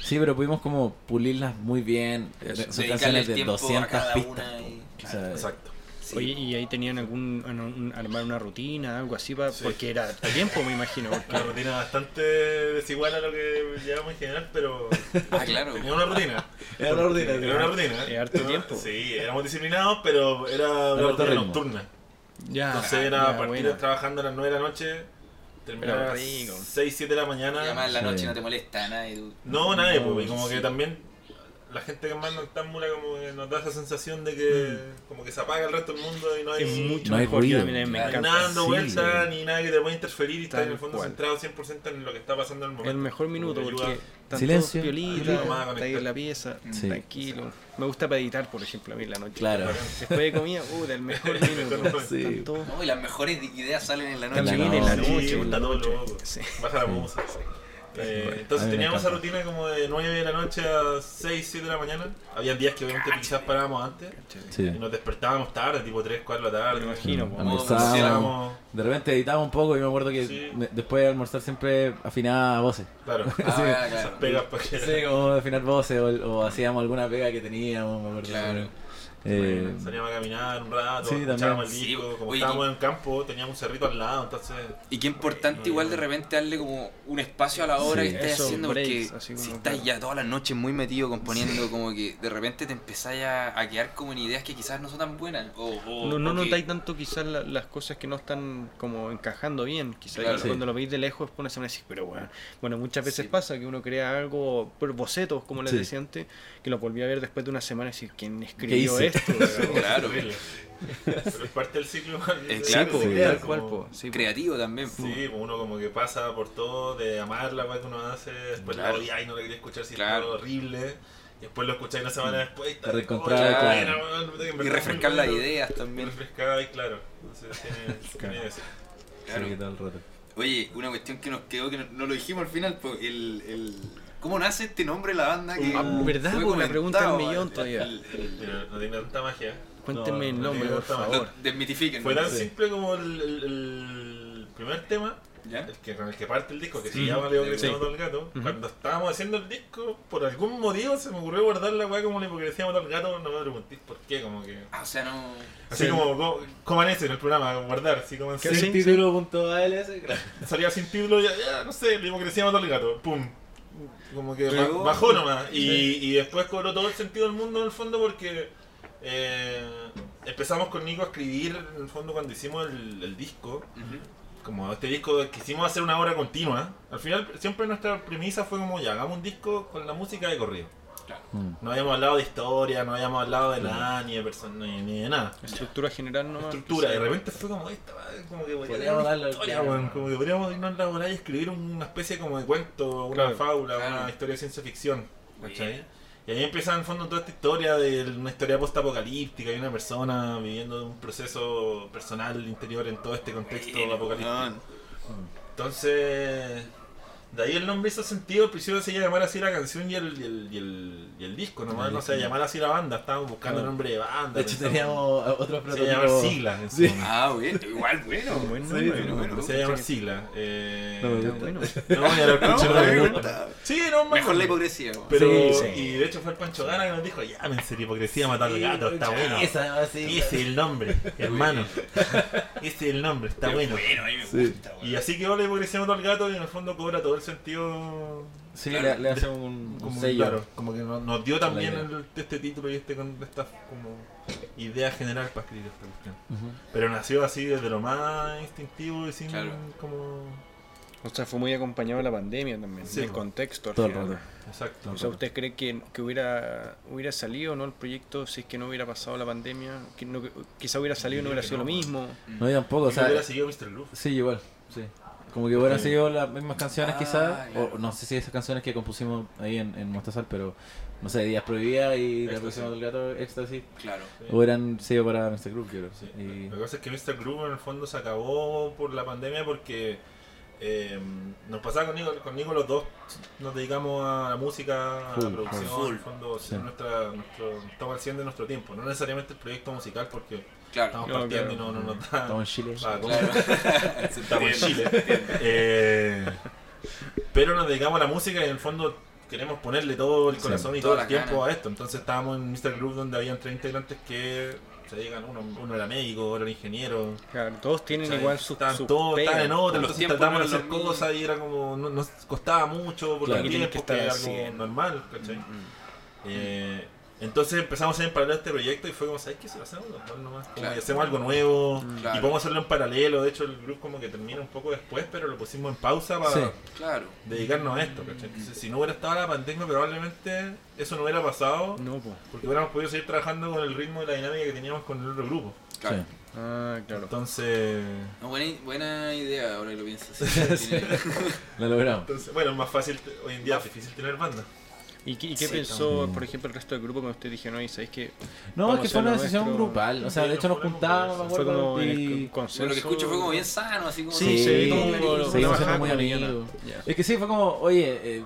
E: sí, pero pudimos como pulirlas muy bien. eh, Son
A: Dedicarle
E: canciones
A: el
E: de
A: tiempo
E: 200
A: a cada
E: pistas.
A: una. y-
E: o
A: Claro,
E: sea,
D: Exacto.
A: sí.
B: Oye, y ahí tenían algún, an- un- armar una rutina, algo así, pa-
D: Sí.
B: porque era a tiempo, me imagino. porque-
D: Una rutina bastante desigual a lo que llevamos en general, pero
A: Ah, claro.
D: tenía una rutina.
E: Era una rutina,
D: Era una rutina.
B: Era harto tiempo.
D: Sí, éramos disciplinados, pero era una
E: harto
D: rutina
E: ritmo.
D: nocturna.
B: ya,
D: Entonces era
B: Ah, ya,
D: partir
B: buena.
D: trabajando a las 9 de la noche, terminar
B: Pero
D: a las
B: rico.
D: 6, 7 de la
A: Y además
D: mañana.
A: en la noche
E: Sí.
A: no te molesta a nadie. tú.
D: No, nadie,
E: No,
D: pues, y como
E: sí.
D: que también la gente que más noctámbula como que nos da esa sensación de que como que se apaga el resto del mundo y no hay
B: Mm. Es mucho
E: No hay
B: mejor, yo
E: ruido.
B: también me
A: Claro.
B: encanta.
D: nada dando
E: Sí,
D: vueltas
E: güey.
D: ni nada que te pueda interferir y estar
B: Tal
D: en el fondo
B: cual.
D: centrado 100% en lo que está pasando en el momento.
B: El mejor minuto,
D: Como que
B: porque
D: ayuda-
B: están
E: Silencio. Mm.
B: todos piolitas,
D: Ayuda más a
B: está ahí en la pieza,
E: Sí.
B: tranquilo. Me gusta para editar, por ejemplo, a mí en la noche.
E: Claro.
B: Después de comida, puta, el mejor
D: El mejor
B: minuto.
E: Sí.
B: Están todos
A: No, y las mejores ideas salen en la noche.
E: la
B: también
E: noche.
B: en la
D: Sí,
B: noche, en la
D: está todo
B: noche.
D: loco.
B: Sí.
D: Baja la
E: Sí.
D: musa. Eh,
E: bueno. A mí
D: entonces
E: me
D: teníamos esa
E: encanta.
D: rutina como de 9 de la noche a 6, 7 de la mañana. Había días que obviamente quizás parábamos antes.
E: Sí.
D: Y nos despertábamos tarde, tipo 3, 4 de la tarde.
B: Me imagino, po.
E: Almorzábamos. De repente editaba un poco y me acuerdo que
D: Sí.
E: me- después de almorzar siempre afinaba voces.
D: Claro.
A: Ah, claro.
D: Esas pegas para que...
E: Sí, como afinar voces o, o hacíamos alguna pega que teníamos, me acuerdo.
A: Claro.
E: Eh,
D: Salíamos a caminar un rato,
E: Sí,
D: escuchábamos el
E: también.
D: disco,
A: Sí,
D: como
A: oye,
D: estábamos en el campo, teníamos un cerrito al lado, entonces...
A: Y qué importante igual de repente darle como un espacio a la hora
E: Sí,
A: que estés
B: eso,
A: haciendo,
B: breaks, así
A: porque
B: como,
A: si estás
B: claro.
A: ya todas las noches muy metido componiendo, como que de repente te empezás a, a quedar como en ideas que quizás no son tan buenas. O,
D: Oh,
A: o-
B: No, no
A: o que-
B: notáis tanto quizás la- las cosas que no están como encajando bien, quizás
A: Claro.
B: y
E: Sí.
B: cuando lo veis de lejos pones a decís, pero bueno, bueno muchas veces
A: Sí.
B: pasa que uno crea algo por bocetos, como les
E: Sí.
B: decía antes, que lo volví a ver después de una semana y decís, ¿quién escribió
E: hice?
B: esto?
A: Claro.
D: Horrible. Pero es parte del ciclo igual.
A: Eh,
D: de-
A: claro,
D: de-
E: sí,
D: de-
B: Tal
D: como-
B: cual, po, pues. sí, po.
A: creativo también. po.
D: Sí, pues uno como que pasa por todo, de amar la weá que uno hace, después
A: Claro.
D: la odia y no la quería escuchar si
A: Claro.
D: es horrible. Y después lo escucháis una semana después y
E: Te reencontrabas,
D: "Oh,
E: claro.
D: buena, weón, puta que en
A: Y
D: verdad
A: refrescar
D: me
A: las
D: acuerdo".
A: ideas
D: Me
A: también.
D: refrescaba y claro. Entonces tiene, tiene eso.
A: Claro.
E: Sí, todo el rato.
A: Oye, una cuestión que nos quedó, que no, no lo dijimos al final, pues, el, el- ¿cómo nace este nombre la banda? Que
B: Ah, ¿verdad?
A: fue
B: Pues, la
A: comentado,
B: pregunta del
A: el-
B: millón
A: el-
B: todavía.
A: el- el-
D: Mira, no tiene tanta magia.
B: Cuéntenme el
D: no
B: nombre,
D: digo
B: por
D: nada.
A: lo-
B: favor.
A: desmitifiquen.
D: Fue tan
A: ¿no?
D: simple como el, el- el primer tema,
A: ¿Ya?
D: el que, con el que parte el disco, que se
B: Sí.
D: llama Leo Crecía
B: Sí.
D: mató al gato. Cuando estábamos haciendo el disco, por algún motivo se me ocurrió guardar la weá como la hipocresía mató al gato, no me preguntéis por qué, como que.
A: Ah, o sea, no...
D: Así
E: Sí.
D: como, co- coman eso en el programa, guardar, así como en
E: ¿Qué
B: Sí,
E: es
B: sí.
E: título.als?
D: Salía sin título, ya, ya, no sé, la hipocresía mató al gato, pum. Como que ba-
A: Pegó.
D: bajó nomás. Y,
A: Sí.
D: y después cobró todo el sentido del mundo en el fondo porque eh, empezamos con Nico a escribir en el fondo cuando hicimos el, el disco.
A: Ujú.
D: Como este disco quisimos hacer una obra continua. Al final siempre nuestra premisa fue como ya, hagamos un disco con la música de corrido.
E: Mm.
D: No habíamos hablado de historia, no habíamos hablado de nada, ni de persona, ni, ni de nada
B: Estructura general nomás.
D: estructura.
B: Sí.
D: De repente fue como esta, madre, como que
E: Podríamos
D: podríamos
E: darle-
D: historia, weón, como que podríamos irnos a la bola y escribir una especie como de cuento, una
B: Claro,
D: fábula,
A: claro.
D: una historia de ciencia ficción.
A: Muy
D: ¿cachai?
A: bien.
D: Y ahí empieza en el fondo toda esta historia de una historia postapocalíptica y una persona viviendo un proceso personal interior en todo este contexto
A: Bueno,
D: apocalíptico.
A: weón.
D: Entonces, de ahí el nombre hizo sentido. Al principio se iba a llamar así la canción y el, y el, y el, y el disco, nomás
E: El
D: no se
E: disco.
D: llamar así la banda. Estábamos buscando
E: Claro.
D: nombre de banda.
E: De hecho,
D: pensamos-
E: teníamos otro
D: se iba a llamar
E: prototipo.
D: sigla. en su
E: Sí.
D: momento.
A: Ah, bien, igual, bueno.
B: Bueno,
A: bueno,
E: Sí,
A: bueno, bueno.
D: Se llama sigla. Eh,
E: No me
B: Está
E: gusta.
B: bueno.
D: no, ya lo
A: No,
D: escuché,
A: me
D: no,
A: gusta.
D: Sí, no,
A: Mejor la
D: mejor
A: hipocresía. weón.
D: Pero,
E: Sí, sí.
D: y de hecho fue el Pancho Gana que nos dijo, llámense la hipocresía matar al gato, está bueno. Ese
E: Esa, así.
D: es el nombre, hermano. Ese es el nombre, está
A: Qué
D: bueno.
A: Bueno, a mí me
E: Sí.
A: gusta, weón.
D: Y así quedó la hipocresía matar al gato y en el fondo cobra todo el sentido.
E: Sí,
A: Claro.
E: le, le hacemos un, un
D: Como,
E: sello.
D: claro, como que no- nos dio también
E: idea.
D: el- este título y este, con- esta como idea general para escribir esta cuestión.
E: Ujú.
D: Pero nació así desde lo más instintivo y sin
A: Claro.
D: como...
B: O sea, fue muy acompañado de la pandemia también,
D: Sí,
B: del
D: po.
B: contexto. al
E: Todo el
B: final.
E: rato.
D: Exacto.
B: O sea, ¿usted cree que, que hubiera, hubiera salido no el proyecto si es que no hubiera pasado la pandemia? Que no, que- quizá hubiera salido y no
D: Yo
B: hubiera sido
D: creo
B: lo
D: que no,
B: mismo.
E: No, yo tampoco, o
D: O sea,
E: sea.
D: hubiera seguido Mr. Luf.
E: Sí, igual, sí. Como que hubieran
D: Sí.
E: sido las mismas canciones
A: Ah,
E: quizás,
A: claro.
E: o no sé si esas canciones que compusimos ahí en, en Mostazal, pero no sé, Días Prohibidas y La
D: Éxtasis.
E: Próxima del Gato, Éxtasis,
A: Claro.
E: hubieran sido para Mr. Group, yo creo.
D: Sí.
E: Y-
D: Lo que pasa es que Mr. Groove en el fondo se acabó por la pandemia porque eh, nos pasaba con Nico, con Nico los dos, nos dedicamos a la música, a
E: Full,
D: la producción,
A: full.
D: en el fondo
E: Sí.
D: nuestra, nuestro, estamos al 100 de nuestro tiempo, no necesariamente el proyecto musical porque
A: Claro.
D: estamos
B: No,
D: partiendo
B: claro.
D: y no, no nos da...
E: Estamos en Chile.
D: Ah, ¿cómo?
A: Claro.
D: Estamos en Chile. Eh, pero nos dedicamos a la música y en el fondo queremos ponerle todo el
E: Sí,
D: corazón y todo
A: todas
D: el
A: las
D: tiempo
A: ganas.
D: a esto. Entonces estábamos en Mr. Group donde habían 30 integrantes que se dedican, uno, uno era médico, otro era ingeniero.
B: Claro, todos tienen
D: ¿cachai?
B: igual sus
D: estaban
B: sus
D: todos
B: pegas.
D: estaban en otra,
A: Los
D: entonces
A: tiempos
D: tratamos
A: no
D: de hacer
A: eran los
D: cosas y era como, no- nos costaba mucho por
E: Claro,
D: los
B: tienen que
D: tiempos, que era
B: estar
D: algo
B: así.
D: normal, ¿cachai?
A: Mm,
D: Eh, entonces empezamos a hacer en paralelo este proyecto y fue como, ¿sabes qué? Se lo hacemos nosotros nomás. Como
A: Claro. Mm,
D: que hacemos algo nuevo
A: Claro.
D: y podemos hacerlo en paralelo. De hecho, el grupo como que termina un poco después, pero lo pusimos en pausa para
E: Sí.
A: Claro.
D: dedicarnos a esto. ¿cachai? Entonces, si no hubiera estado la pandemia, probablemente eso no hubiera pasado
B: No, pues.
D: porque hubiéramos podido seguir trabajando con el ritmo y la dinámica que teníamos con el otro grupo.
A: Claro.
E: Sí.
B: Ah, claro.
D: Entonces,
A: No, buena, buena idea ahora que lo piensas. Sí, tiene-
E: Lo logramos.
D: entonces, bueno, es más fácil, te- hoy en día es difícil tener banda.
B: ¿Y qué, y qué
A: Sí,
B: pensó,
E: también.
B: por ejemplo, el resto del grupo cuando usted dijeron, oye, ¿sabéis que
E: No,
B: Vamos
E: es
B: a
E: que
B: hacer
E: fue una
B: lo
E: decisión
B: nuestro.
E: grupal, o sea,
D: Sí,
E: de hecho
D: nos
E: nos juntábamos, me
D: juntamos,
B: fue como
E: acuerdo,
B: en
E: y...
B: el consenso?
A: Bueno, lo que escucho fue como bien sano, así como.
B: Sí,
E: Sí,
B: se ve como-
E: seguimos
B: como
E: siendo
B: bajada
E: muy
B: como liviana.
E: amigos.
B: Ya.
E: Es que sí, fue como, oye, eh,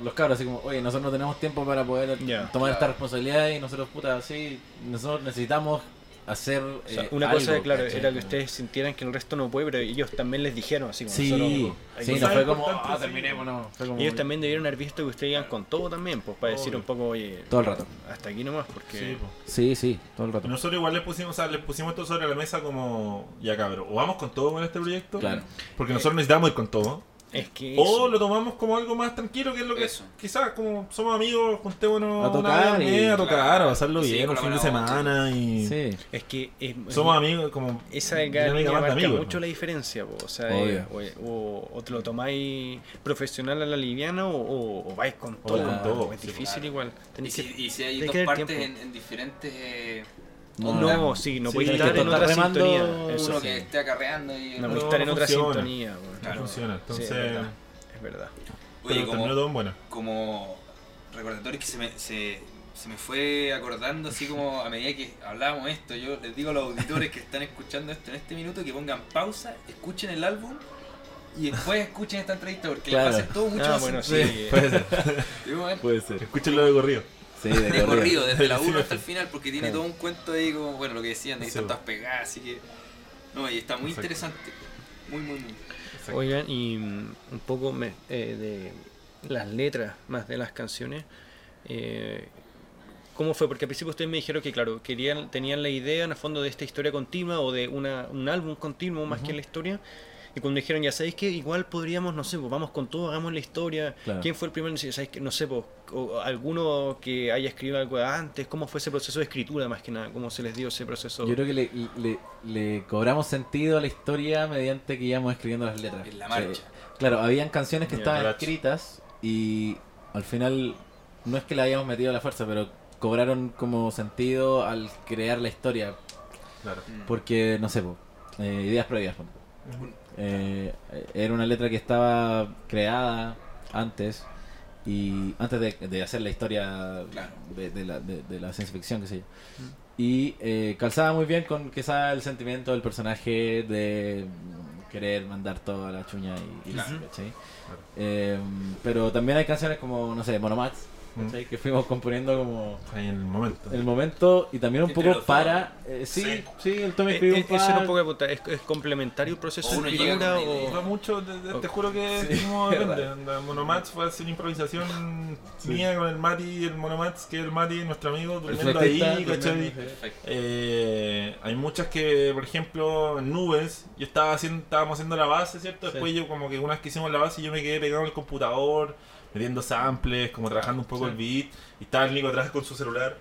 E: los cabros, así como, oye, nosotros no tenemos tiempo para poder
B: Ya.
E: tomar esta
A: Claro.
E: responsabilidad y nosotros, puta, así, nosotros necesitamos hacer.
B: O sea,
E: eh,
B: una
E: algo,
B: cosa, claro,
E: ¿cachai?
B: era que
E: Como-
B: ustedes sintieran que el resto no puede, pero ellos también les dijeron, así como
E: Sí,
B: nosotros- hay
E: sí,
B: cosas-
E: no fue
D: Algo
E: como,
D: importante,
E: ah,
D: sí.
E: terminemos, no. Fue como,
B: Ellos también debieron haber visto que ustedes iban con todo también, pues para decir
D: Obvio.
B: un poco, oye,
E: Todo el rato.
B: hasta aquí nomás, porque...
D: Sí, po.
E: Sí, sí, todo el rato.
D: Nosotros igual les pusimos, o sea, les pusimos esto sobre la mesa como, ya cabrón, o vamos con todo con este proyecto,
E: Claro.
D: porque nosotros necesitamos ir con todo,
B: Es que...
D: o
B: eso-
D: lo tomamos como algo más tranquilo, que es lo que
A: Eso.
D: quizás como somos amigos, juntémonos
E: A
D: una
E: tocar
D: vez al
E: y-
D: mes, a tocar,
A: Claro.
D: a pasarlo
A: Sí,
D: bien
A: con
D: el
A: la
D: fin de
A: buena onda.
D: semana y
E: Sí.
B: Es que es-
D: somos amigos como
B: esa delgada
D: dinámica
B: línea
D: más de
B: marca
D: amigos,
B: mucho
D: ¿no?
B: la diferencia, po. o sea, eh, o, o te lo tomáis profesional a la liviana o, o, o vais con todo,
E: con
B: po.
D: todo,
B: es
D: sí,
B: difícil
A: claro.
B: igual.
A: Y
B: Tenéis
A: si,
B: que-
A: y si hay
B: tenés
A: dos
B: que dar
A: partes
B: tiempo.
A: en, en diferentes. eh,
E: No,
A: ondas,
B: no, sí, no
D: Sí,
B: podéis
D: tenés
B: estar
D: que
B: en otra
E: estar remando
B: sintonía. eso
A: uno
B: sí.
A: que esté acarreando y.
B: No
D: no
B: podéis estar en otra
D: funciona.
B: sintonía. po.
A: Claro.
D: funciona,
B: Sí, es
D: entonces,
B: verdad, es verdad.
D: pero
A: Oye,
D: terminó
A: como,
D: todo en buena.
A: como recordatorios que se me, se, se me fue acordando así como a medida que hablábamos esto. Yo les digo a los auditores que están escuchando esto en este minuto que pongan pausa, escuchen el álbum y después escuchen esta entrevista porque
E: Claro.
A: les va a hacer todo mucho
B: Ah,
A: más
B: bueno,
A: sentido.
B: sí.
E: Puede ser.
A: De un momento
E: Puede ser.
D: Escúchenlo de corrido.
E: Sí, de,
A: de
E: corrido.
A: corrido, desde la
D: Sí,
A: 1
D: sí.
A: hasta el final, porque tiene
E: Claro.
A: todo un cuento ahí como, bueno, lo que decían, de que
D: Sí,
A: están
D: bueno.
A: todas pegadas, así que... No, y está muy
D: Perfecto.
A: interesante. Muy, muy, muy.
B: Oigan, y mm, un poco me- eh, de las letras más de las canciones. eh, ¿Cómo fue? Porque al principio ustedes me dijeron que, claro, querían, tenían la idea en el fondo de esta historia continua o de una, un álbum continuo más que la historia. Y cuando dijeron, ya sabéis que igual podríamos, no sé, pues vamos con todo, hagamos la historia.
E: Claro.
B: ¿Quién fue el primero? Sí, ¿Sabéis que, no sé, pues, o alguno que haya escrito algo antes? ¿Cómo fue ese proceso de escritura más que nada? ¿Cómo se les dio ese proceso?
E: Yo creo que le, le- le cobramos sentido a la historia mediante que íbamos escribiendo las letras.
A: En la marcha.
E: Claro, habían canciones que
B: Ya,
E: estaban
D: relax.
E: escritas y al final no es que la hayamos metido a la fuerza, pero cobraron como sentido al crear la historia.
D: Claro.
A: Mm.
E: Porque, no sé, po, eh, ideas previas. po. Eh, era una letra que estaba creada antes y antes de, de hacer la historia
A: Claro.
E: de, de la, de- de la ciencia ficción, qué sé yo. Y eh, calzaba muy bien con quizá el sentimiento del personaje de mm, querer mandar toda la chuña y, y la-
A: Claro.
E: ¿cachai?
D: Claro.
E: Eh, pero también hay canciones como, no sé, Monomax,
D: Mm.
E: ¿cachai? que fuimos componiendo como
D: Ahí en el momento.
E: el momento y también un
A: Entre
E: poco
A: los dos.
E: para... eh, sí, sí,
D: Sí.
E: el Tommy
B: Eh,
E: escribió un
B: eh, eso era
E: par.
B: un poco de puta, ¿Es, es complementario el
A: O
B: proceso
A: uno
B: de
A: llega
B: escritura
A: con una
B: o...?
A: idea.
D: Fue mucho, te, te- te
E: Oh.
D: juro que
E: Sí,
D: como
E: es
D: depende.
E: verdad.
D: onda, Monomats fue hacer una improvisación mía con el Mati, el Monomats, que es el Mati, nuestro amigo, durmiendo ahí,
E: flautista,
D: ¿cachai?
E: durmiendo, sí.
A: Perfecto.
D: Eh, hay muchas que, por ejemplo, en nubes, yo estaba haciendo, estábamos haciendo la base, ¿cierto?
E: Sí.
D: Después yo como que una vez que hicimos la base yo me quedé pegado en el computador, metiendo samples, como trabajando un poco el beat, y estaba el Nico atrás con su celular.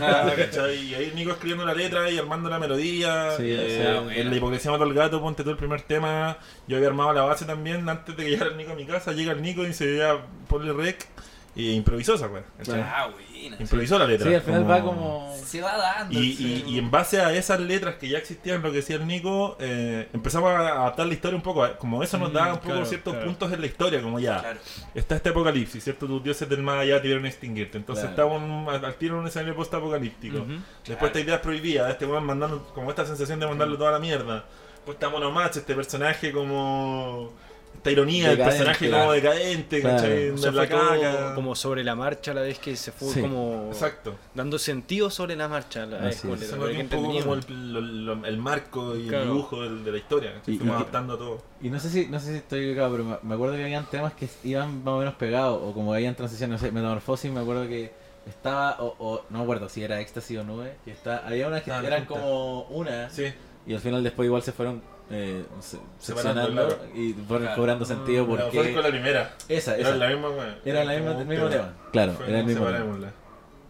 E: Ah,
D: ¿cachai? y ahí el Nico escribiendo la letra y armando la melodía.
E: Sí,
D: eh,
E: o sea,
D: en la hipocresía mató al gato, ponte tú el primer tema. Yo había armado la base también antes de que llegara el Nico a mi casa. Llega el Nico y se veía ponle rec y improvisó esa weá, ¿cachai?
E: Claro.
A: Ah, buena.
D: Improvisó la letra.
E: Sí, al final
D: como-
E: va como...
A: Se va dando.
D: y,
A: sí.
D: y- y en base a esas letras que ya existían, lo que decía el Nico, eh, empezamos a adaptar la historia un poco. eh, Como eso nos
B: Mm,
D: da un poco
B: claro,
D: ciertos
B: claro.
D: puntos en la historia, como ya
A: Claro.
D: está este apocalipsis, ¿cierto? Tus dioses del más allá tuvieron que extinguirte. Entonces
E: Claro.
D: estamos al- al tiro en un escenario post-apocalíptico.
B: Ujú.
D: Después esta idea prohibida, este weón mandando, como esta sensación de mandarlo
B: Mm.
D: toda la mierda. Después está Monomach, este personaje como. Esta ironía del
E: Decadente,
D: personaje
E: claro.
D: como decadente,
E: Claro.
D: ¿cachai?
B: O sea,
D: la
B: fue todo
D: caga.
B: como sobre la marcha a la vez que se fue
E: Sí,
B: como
D: Exacto.
B: dando sentido sobre la marcha a la vez.
E: Así
B: como
E: es.
B: le-
D: Se
B: lo que
D: volvió un poco como
B: entendíamos.
D: el, lo- lo- el marco y
B: Claro.
D: el dibujo del- de la historia. ¿cachai?
E: Y-
D: Fuimos
E: y-
D: adaptando todo.
E: Y no sé si, no sé si estoy equivocado, pero me- me acuerdo que habían temas que iban más o menos pegados, o como habían transiciones, no sé, metamorfosis, me acuerdo que estaba, o, o no me acuerdo si era éxtasis o nube, que está, había unas que
D: Ah,
E: eran
D: juntas.
E: como una,
D: Sí,
E: y al final después igual se fueron eh, se-
D: Separando,
E: seccionando
D: claro.
E: y fueron
A: Claro.
E: cobrando sentido
D: Pero fue con
E: porque...
D: la primera.
E: Esa,
D: Era la
E: esa.
D: misma, weón.
E: Era la misma,
D: Como
E: el
D: un
E: mismo tema. Claro,
D: Fue
E: era el
D: como
E: mismo tema.
D: separémosla.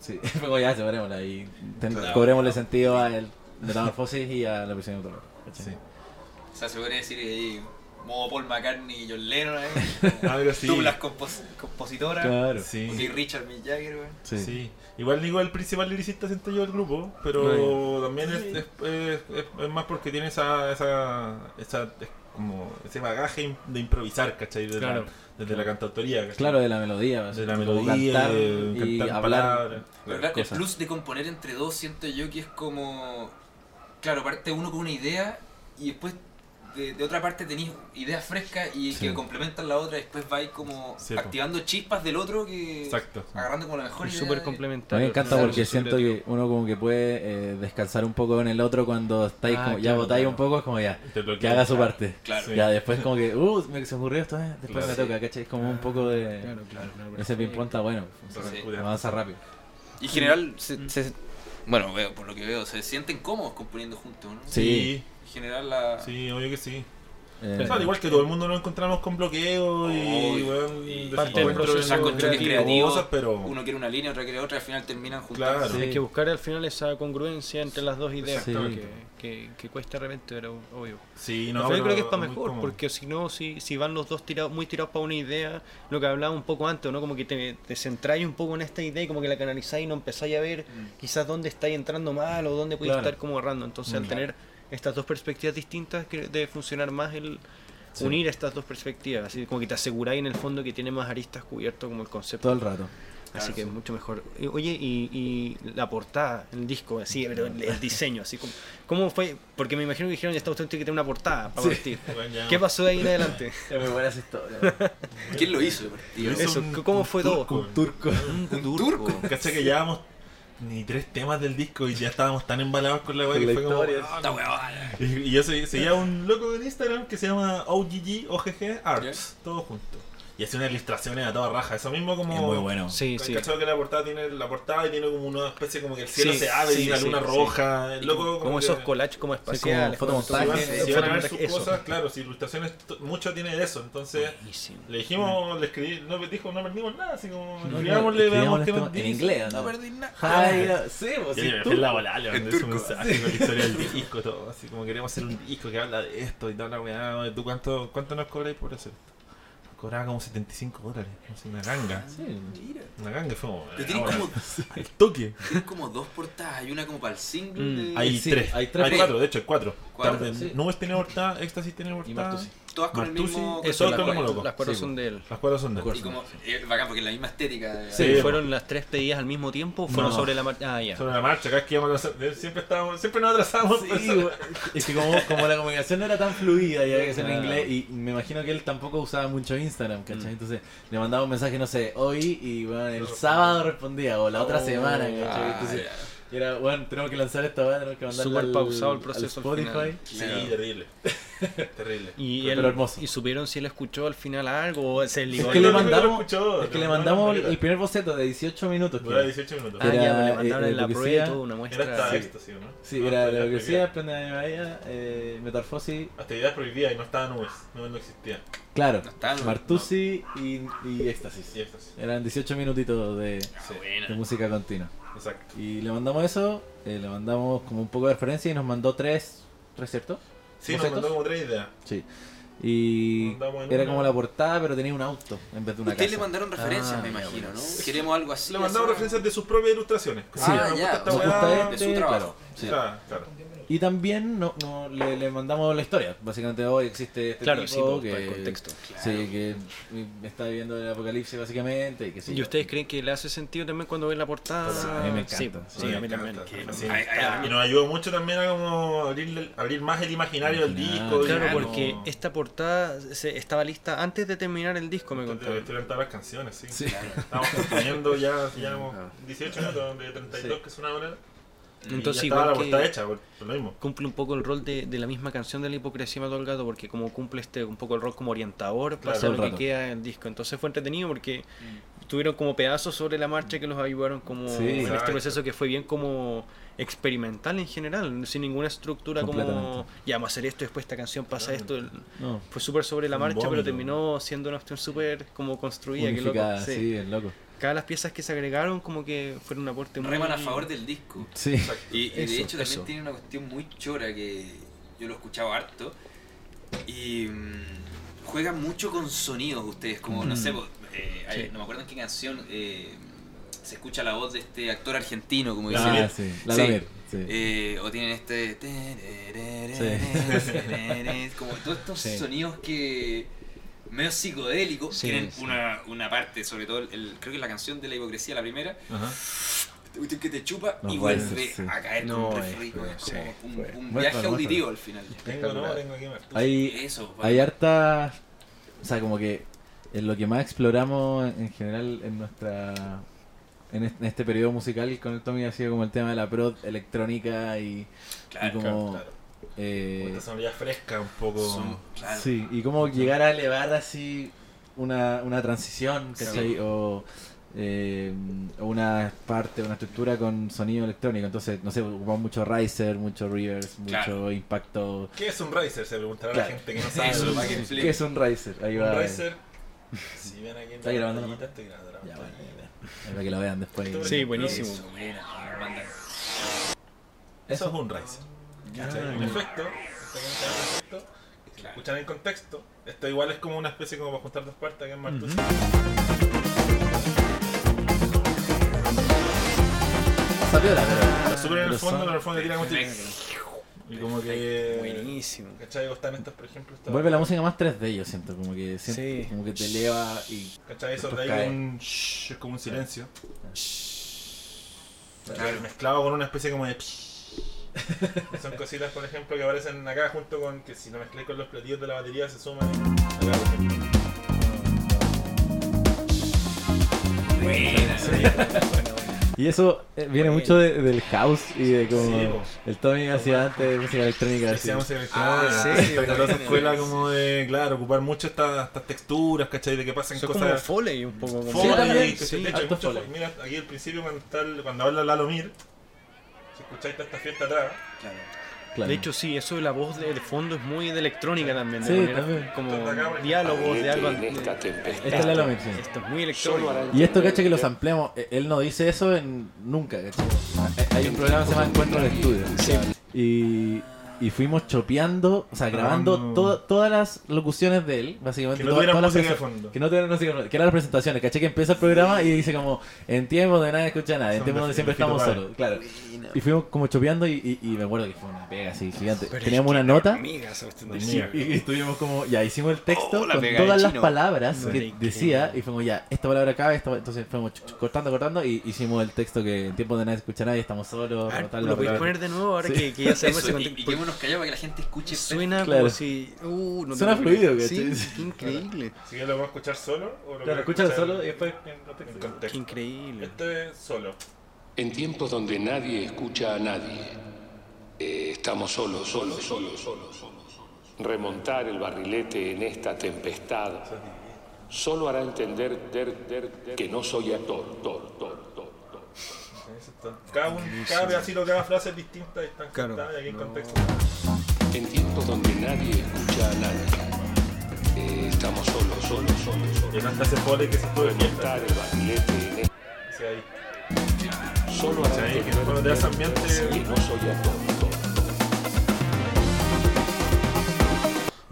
E: Sí, fue como ya separémosla y ten-
A: Claro.
E: cobrémosle sentido a el metamorfosis y a la prisión de autor.
D: Sí.
A: O sea, se podría decir que ahí, modo Paul McCartney y John Lennon ahí.
D: Algo así.
A: Tú, las compos- compositoras.
E: Claro.
D: Sí.
A: Y Richard Mick Jagger, güey.
E: Sí.
D: Sí. Igual digo el principal liricista siento yo del grupo, pero
B: No,
D: también es, es- es- es- es más porque tiene esa, esa, esa es como ese bagaje de improvisar, ¿cachai? Desde,
B: Claro.
D: la, desde la cantautoría, ¿cachai?
E: Claro, de la melodía.
D: de la
E: como
D: melodía,
E: cantar
D: de
E: y
D: cantar
E: hablar.
D: palabras.
A: Pero claro, el
E: Cosa.
A: plus de componer entre dos siento yo que es como. Claro, parte uno con una idea y después de, de otra parte tenéis ideas frescas y
E: Sí.
A: que complementan la otra y después vais como
D: Sí, po.
A: activando chispas del otro que.
D: Exacto.
A: Agarrando como la mejor
B: Es
A: idea.
B: súper
A: de-
E: A mí
B: complementario.
E: me encanta
B: Claro,
E: porque
B: sí, sobre
E: siento
B: todo.
E: que uno como que puede eh, descansar un poco en el otro cuando estáis
B: Ah,
E: como, ya
B: claro,
E: votáis
B: claro.
E: un poco, es como ya,
D: Te bloquea.
E: que haga su parte.
A: Claro.
D: Sí.
E: Ya después como que, uh, me se me ocurrió esto, eh, después
D: Claro,
E: me
A: sí.
E: toca, ¿cachai? Es como un poco de...
B: Claro, claro, claro,
E: Ese
B: perfecto.
E: ping-pong está bueno,
D: Entonces,
A: Sí.
D: puta,
E: avanza rápido.
A: Y en general, se, se- bueno, veo, por lo que veo, se sienten cómodos componiendo juntos, ¿no?
E: Sí.
D: Sí,
A: En general, la.
D: sí, obvio que sí.
E: Eh,
D: O sea, al igual que todo el mundo nos encontramos con bloqueos y,
A: Obvio.
D: weón,
A: Y
B: parte del
D: desencuentros
B: proceso
D: en-
A: esas cuestiones
D: creativas,
A: creativas,
D: cosas, pero
A: uno quiere una línea, otra quiere otra, y al final terminan
D: Claro.
A: juntándose.
E: Sí.
B: Hay que buscar al final esa congruencia entre las dos ideas
E: Sí.
B: porque- que, que cuesta de repente, pero obvio.
D: sí,
B: Al
D: no,
B: final
D: pero
B: creo que es para
D: muy
B: mejor,
D: cómodo.
B: porque si no, si, si van los dos tirados, muy tirados para una idea, lo que hablaba un poco antes, ¿no? Como que te, te centráis un poco en esta idea y como que la canalizáis y no empezáis a ver
D: Mm.
B: quizás dónde estáis entrando mal o dónde podéis
E: Claro.
B: estar como errando. Entonces,
D: Mm.
B: al tener estas dos perspectivas distintas, que debe funcionar más el
E: Sí.
B: unir estas dos perspectivas. Así como que te aseguráis en el fondo que tiene más aristas cubierto como el concepto.
E: Todo el rato.
B: Así
A: Claro,
B: que es
A: sí.
B: mucho mejor. Y- Oye, y, y la portada, el disco, así, pero el, el diseño, así como. ¿Cómo fue? Porque me imagino que dijeron, ya está usted tiene que tener una portada para partir.
D: Bueno, ya-
B: ¿Qué pasó de ahí en adelante?
E: Es muy buena esa historia. weón.
A: ¿Quién lo hizo?
D: Lo hizo
B: Eso,
D: un-
B: ¿cómo
D: un
B: fue
D: turco,
B: todo?
D: weón.
E: Turco.
B: Un
C: turco.
D: Cacha que llevábamos ni tres temas del disco y ya estábamos tan embalados con la weá
E: Con
D: que
E: la
D: fue
E: historia.
D: como. "Ah,
A: Esta huevona.
D: Y, y yo se- seguía un loco en Instagram que se llama OGG OGG Arts, todo junto. Y hace unas ilustraciones a toda raja, eso mismo como...
E: Es muy bueno.
B: Sí,
D: ¿Cachai
B: sí.
D: que la portada tiene la portada y tiene como una especie como que el cielo
B: Sí,
D: se abre
B: sí,
D: y la
B: sí,
D: luna
B: sí.
D: roja. El loco
B: Como,
D: que-
B: esos collages como espaciales.
E: como
B: como
D: Si van,
E: fotomontajes.
D: si van a ver sus
B: eso.
D: cosas, eh. claro, si ilustraciones, t- mucho tiene de eso. Entonces
B: Buenísimo.
D: le dijimos, le escribí, no me dijo, no perdimos nada, así como
E: No, no,
D: escribámosle,
E: escribamos
D: veamos
E: esto
D: qué nos
E: en
D: dice.
E: inglés, ¿no? Ah,
D: No perdí nada.
E: Ay, no, sí, vos,
D: Yo
E: sí,
D: me
E: tú.
D: fui en la volada, le
C: En
D: mandé su
C: turco.
D: mensaje con la historia del disco, todo. Así como queremos hacer un disco que habla de esto y toda la weá. ¿Tú cuánto, cuánto nos cobráis por hacer esto? Nos cobraba como 75 dólares. No sé, una ganga.
C: Mira.
D: Una ganga y fuimos.
A: Pero tienen como,
D: El toque.
A: tienen como dos portadas. Hay una como para el single.
B: Mm.
A: de-
D: Hay
E: eh, Sí,
D: tres.
E: hay tres.
D: cuatro, de hecho, hay cuatro.
A: Cuatro,
D: Tarde,
E: sí.
D: Nubes tiene horta, Éxtasis tiene horta.
E: Y Martusi.
A: Todas con
D: Martusi,
A: el mismo.
D: eso,
B: Eso,
A: concepto.
D: todo
B: las,
D: como loco.
B: las cuerdas
E: Sí,
B: son de él.
D: Las cuatro son de
A: Y como, eh, bacán, porque es la misma estética. eh,
D: Sí.
B: ¿Y
D: bueno.
B: ¿Fueron las tres pedidas al mismo tiempo o fueron
D: No.
B: sobre la marcha? Ah, ya.
D: Sobre la marcha, cada vez que íbamos a hacer- eh, siempre estábamos, siempre nos atrasábamos.
E: Sí,
D: por eso.
E: güey. es que como, como la comunicación no era tan fluida y había que hacerlo en
B: Claro.
E: inglés, y me imagino que él tampoco usaba mucho Instagram, ¿cachai? Entonces le mandaba un mensaje, no sé, hoy y bueno, el sábado respondía, o la otra
B: Oh,
E: semana, ¿cachai?
A: ah,
E: Entonces
A: ya.
E: era, bueno, tenemos que lanzar esta weá, tenemos que mandarla
B: Súper
E: al-
B: pausado el
E: al
B: proceso al
E: Spotify.
B: final.
D: Sí,
A: Claro.
D: terrible. terrible.
B: Y,
E: Pero
B: él,
E: hermoso.
B: ¿Y supieron si él escuchó al final algo o se
E: Es
B: ligó?
E: que
D: no,
E: le
D: no, no, no
E: mandamos,
D: lo escuchó,
E: es que
D: no,
E: le
D: no, no,
E: mandamos
D: no, no.
E: el primer boceto de 18 minutos.
D: Dura
E: creo.
D: 18 minutos.
B: Ah, ya,
E: Era,
B: pues le mandaron
E: eh,
B: en la
E: lo que
B: prueba
E: sea-
B: toda una
D: Era hasta
B: muestra.
D: éxtasis, ¿no?
E: Sí,
D: No, hasta
E: era la
D: actividad prohibida.
E: biografía, Prenda de Bahía, eh, Metamorfosis,
D: Actividad prohibida y no estaba nubes, nubes no existía.
E: claro,
A: No está, no.
E: Martusi y, y Éxtasis.
D: Y éxtasis.
E: Eran 18 minutitos de,
A: Ah,
E: de
A: buena.
E: música continua.
D: Exacto.
E: Y le mandamos eso, eh, le mandamos como un poco de referencia y nos mandó tres, ¿tres cierto?
D: Sí, nos
E: ¿Bocetos?
D: mandó como tres ideas.
E: Sí. Y
D: Mandamos en
E: era
D: una.
E: como la portada, pero tenía un auto en vez de una
A: Ustedes le
E: casa.
A: mandaron referencias,
E: Ah,
A: me
E: mira,
A: imagino, ¿no?
E: bueno.
A: Queremos algo así.
D: Le mandamos
A: así,
D: referencias de sus propias ilustraciones.
E: Sí.
D: Ah,
A: Ah,
D: me
A: ya,
D: gusta esta
E: Nos
A: o sea,
D: weá.
E: gusta
A: de
E: este,
A: su trabajo.
E: claro. sí.
D: Claro, claro.
E: Y también no, no, le, le mandamos la historia. Básicamente hoy existe este
B: Claro,
E: tipo
B: sí, por,
E: que,
B: por el contexto.
E: Sí, que mm, está viviendo el apocalipsis básicamente. Y, que sí,
B: ¿Y ustedes creen que le hace sentido también cuando ven la portada?
E: Sí, a mí me
B: Sí,
E: encanta.
B: sí, a mí también.
A: Que-
D: Sí.
A: ay, ay, ay.
D: Y nos ayudó mucho también a como abrir, abrir más el imaginario del
E: Imaginario.
D: disco. y
B: Claro,
D: como-
B: porque esta portada se- estaba lista antes de terminar el disco, me
D: Te
B: contaron.
D: metieron todas las canciones, sí.
E: Sí.
D: Estábamos componiendo ya, ya llevamos 18 minutos de 32
E: Sí.
D: que es una hora. y
B: Entonces,
D: ya estaba la
B: igual
D: portada
B: que
D: hecha, por, por lo mismo.
B: cumple un poco el rol de, de la misma canción de la hipocresía mató al gato, porque como cumple este un poco el rol como orientador
D: Claro.
B: para hacer
E: Todo el
B: lo que
E: rato.
B: queda en el disco. Entonces fue entretenido porque tuvieron como pedazos sobre la marcha que los ayudaron como
E: Sí.
B: en este
D: Exacto.
B: proceso que fue bien como experimental en general, sin ninguna estructura como
E: Completamente.
B: ya vamos a hacer esto, después esta canción pasa esto. el-
E: No,
B: Fue súper sobre la
D: Un
B: marcha, pero
D: vómito.
B: terminó siendo una cuestión súper como construida. Que loco.
E: unificada,
B: sí.
E: sí, es loco.
B: Cada las piezas que se agregaron como que fueron un aporte muy...
A: Reman a favor del disco.
E: Sí.
A: Y, y
B: Eso,
A: de hecho también
B: eso.
A: tiene una cuestión muy chora que yo lo he escuchado harto. Y mm, juegan mucho con sonidos ustedes, como no sé, po- eh, hay-
B: Sí.
A: no me acuerdo en qué canción eh, se escucha la voz de este actor argentino, como
D: La
A: dicen.
E: Ah, sí. La
A: Sí.
E: Lamir, sí.
A: Eh, o tienen este...
E: Sí.
A: Como todos estos
B: Sí.
A: sonidos que... medio psicodélicos.
B: Sí,
A: tienen
B: sí.
A: Una, una parte, sobre todo, el- el- creo que es la canción de la hipocresía, la primera,
D: Ajá.
A: este cuestión que te chupa
E: No
A: y
E: puede
A: vuelve
E: ser, sí.
A: a caer
B: No,
A: como un
B: es
A: rico.
B: feo,
A: Es
B: sí,
A: como un, un
E: Muéstralo,
A: viaje
E: muéstralo.
A: auditivo al final.
D: Tengo, no,
E: Espectacular.
D: tengo aquí Martín.
E: Hay,
A: Eso, pa.
E: hay harta. O sea, como que en lo que más exploramos en general en nuestra. En es- en este periodo musical con el Tommy ha sido como el tema de la prod electrónica y, y
A: Claro,
E: como.
D: claro.
E: eh,
D: Esta sonoridad fresca, un poco.
A: son- claro.
E: Sí, y como llegar a elevar así una, una transición, ¿cachai?
A: Sí.
E: O eh, o una parte, una estructura con sonido electrónico. Entonces, no sé, ocupamos mucho riser, mucho reverse, mucho
A: Claro.
E: impacto.
D: ¿Qué es un riser? Se preguntará
E: Claro.
D: la gente que no sabe
A: Eso,
D: lo
A: para
D: que
A: que
D: es.
A: explique.
E: ¿Qué es un riser? Ahí va.
D: Un riser. Si ven aquí en
E: ¿Está grabando la
D: pantallita,
E: mano?
D: Estoy grabando la
E: Ya, bueno,
D: pantalla.
E: ahí para que lo vean después.
D: Esto, por
B: Sí,
D: ejemplo,
B: buenísimo.
A: Eso, buena, banda.
D: Eso es un riser. ¿Cachai? Un Ah, efecto. está conectado a un efecto. Si lo
A: Claro.
D: escuchan en contexto, esto igual es como una especie como para juntar dos partes que es Martusi.
E: Está piola, pero-
D: La super en el fondo,
E: pero son-
D: pero en el fondo tira como este-
A: Perfecto.
D: Y como que.
B: Buenísimo.
D: ¿Cachai? O están estas, por ejemplo. estas-
E: Vuelve la música más 3D, yo siento, como que, siento-
B: Sí.
E: como que te eleva y...
D: ¿Cachai? Eso
E: Después
D: de ahí
E: cae. Ah.
D: un shhh, es como un silencio. Claro, mezclado con una especie como de psh. Son cositas, por ejemplo, que aparecen acá junto con que si lo mezcláis con los platillos de la batería se suman. Acá, por ejemplo.
E: Y eso eh, viene mucho de- del house y de como
D: Sí, po.
E: el Tommy hacía antes de música electrónica. así.
D: Esa música
A: Ah,
D: electrónica.
A: sí,
D: Esta
A: bueno,
D: cosa
A: bien.
D: escuela como de, claro, ocupar mucho estas estas texturas, ¿cachai? De que pasen
B: Son como
D: cosas.
B: foley un poco. como-
E: Sí,
D: Foley,
E: también,
D: que se-
E: sí,
D: de hecho, hay
E: harto
D: mucho
E: Foley.
D: Mira, aquí al principio cuando, está el- cuando habla Lalo Mir, si escucháis toda esta fiesta atrás,
A: Claro.
E: Claro.
B: De hecho, sí, eso de la voz de, de fondo es muy de electrónica también. De
E: Sí,
B: poner
E: también. este,
B: Como diálogos de algo.
F: en esta tempestad.
E: Esta es la Lomix, sí.
B: Esto es muy
F: Solo hará
B: electrónico.
E: Y esto, caché, que los ampliamos. Eh, Él no dice eso en nunca, caché. Eh, Hay un programa que se llama Encuentro de Estudio. Y, y fuimos chopeando, o sea, grabando
D: Grabando.
E: to- todas las locuciones de él, básicamente.
D: Ah. Que no
E: todas-
D: tuviera
E: todas las
D: música de
E: presen-
D: fondo.
E: Que no tuvieran música de fondo, que eran las presentaciones, caché, que empieza el programa y dice como, en tiempo de nada escucha nada, en
D: Son
E: tiempo donde
D: de-
E: siempre
D: de Fito
E: estamos
D: Páez.
E: solos, claro. Y fuimos como chopeando y, y- y me acuerdo que fue una pega así gigante.
B: Pero
E: Teníamos
B: es que Este,
E: una nota.
B: Amigas, esto es
E: Sí,
D: Mierda.
E: y, y estuvimos como, ya hicimos el texto
A: Oh, la
E: con
A: pega de
E: todas las
A: chino.
E: palabras
B: No
E: que
B: te
E: decía
B: creo.
E: y fuimos ya, esta palabra cabe, esta, entonces fuimos ch- ch- cortando, cortando y hicimos el texto que en tiempo de nadie escucha nadie, estamos solos,
B: Ah,
E: tal,
B: ¿Lo podéis
E: tal.
B: poner de nuevo ahora
E: Sí.
B: que, que ya sabemos ese
A: Eso, y,
B: contexto?
E: pues.
A: y quedémonos callados para que la gente escuche.
B: Suena
E: Claro.
B: como si. Uh, no te
E: Suena
B: lo creo.
E: fluido,
B: Sí,
E: ¿cachai?
B: qué increíble.
D: si yo lo voy a escuchar solo o lo voy
E: Claro,
D: a
E: escuchan
D: escuchar
E: solo y después en
D: en
E: contexto.
B: Qué
D: contexto.
B: increíble.
D: Este es solo.
F: En tiempos donde nadie escucha a nadie, eh, estamos solos, solos, solos, solos, solos. Remontar el barrilete en esta tempestad solo hará entender der- der- der- que no soy actor, tor, tor, tor, tor.
D: Cada, un, cada pedacito, cada frase es distinta y están
B: Claro.
D: cantadas y aquí en contexto.
F: En tiempos donde nadie escucha a nadie, eh, estamos solos, solos, solos,
D: Y
F: solos.
D: en esta se pone que se estuvo en fiesta.
F: Remontar el barrilete en esta
D: O sea, ahí.
F: solo hará
D: ¿Cachai? Que
F: entender
D: cuando te das ambiente.
F: que no soy actor, tor, tor.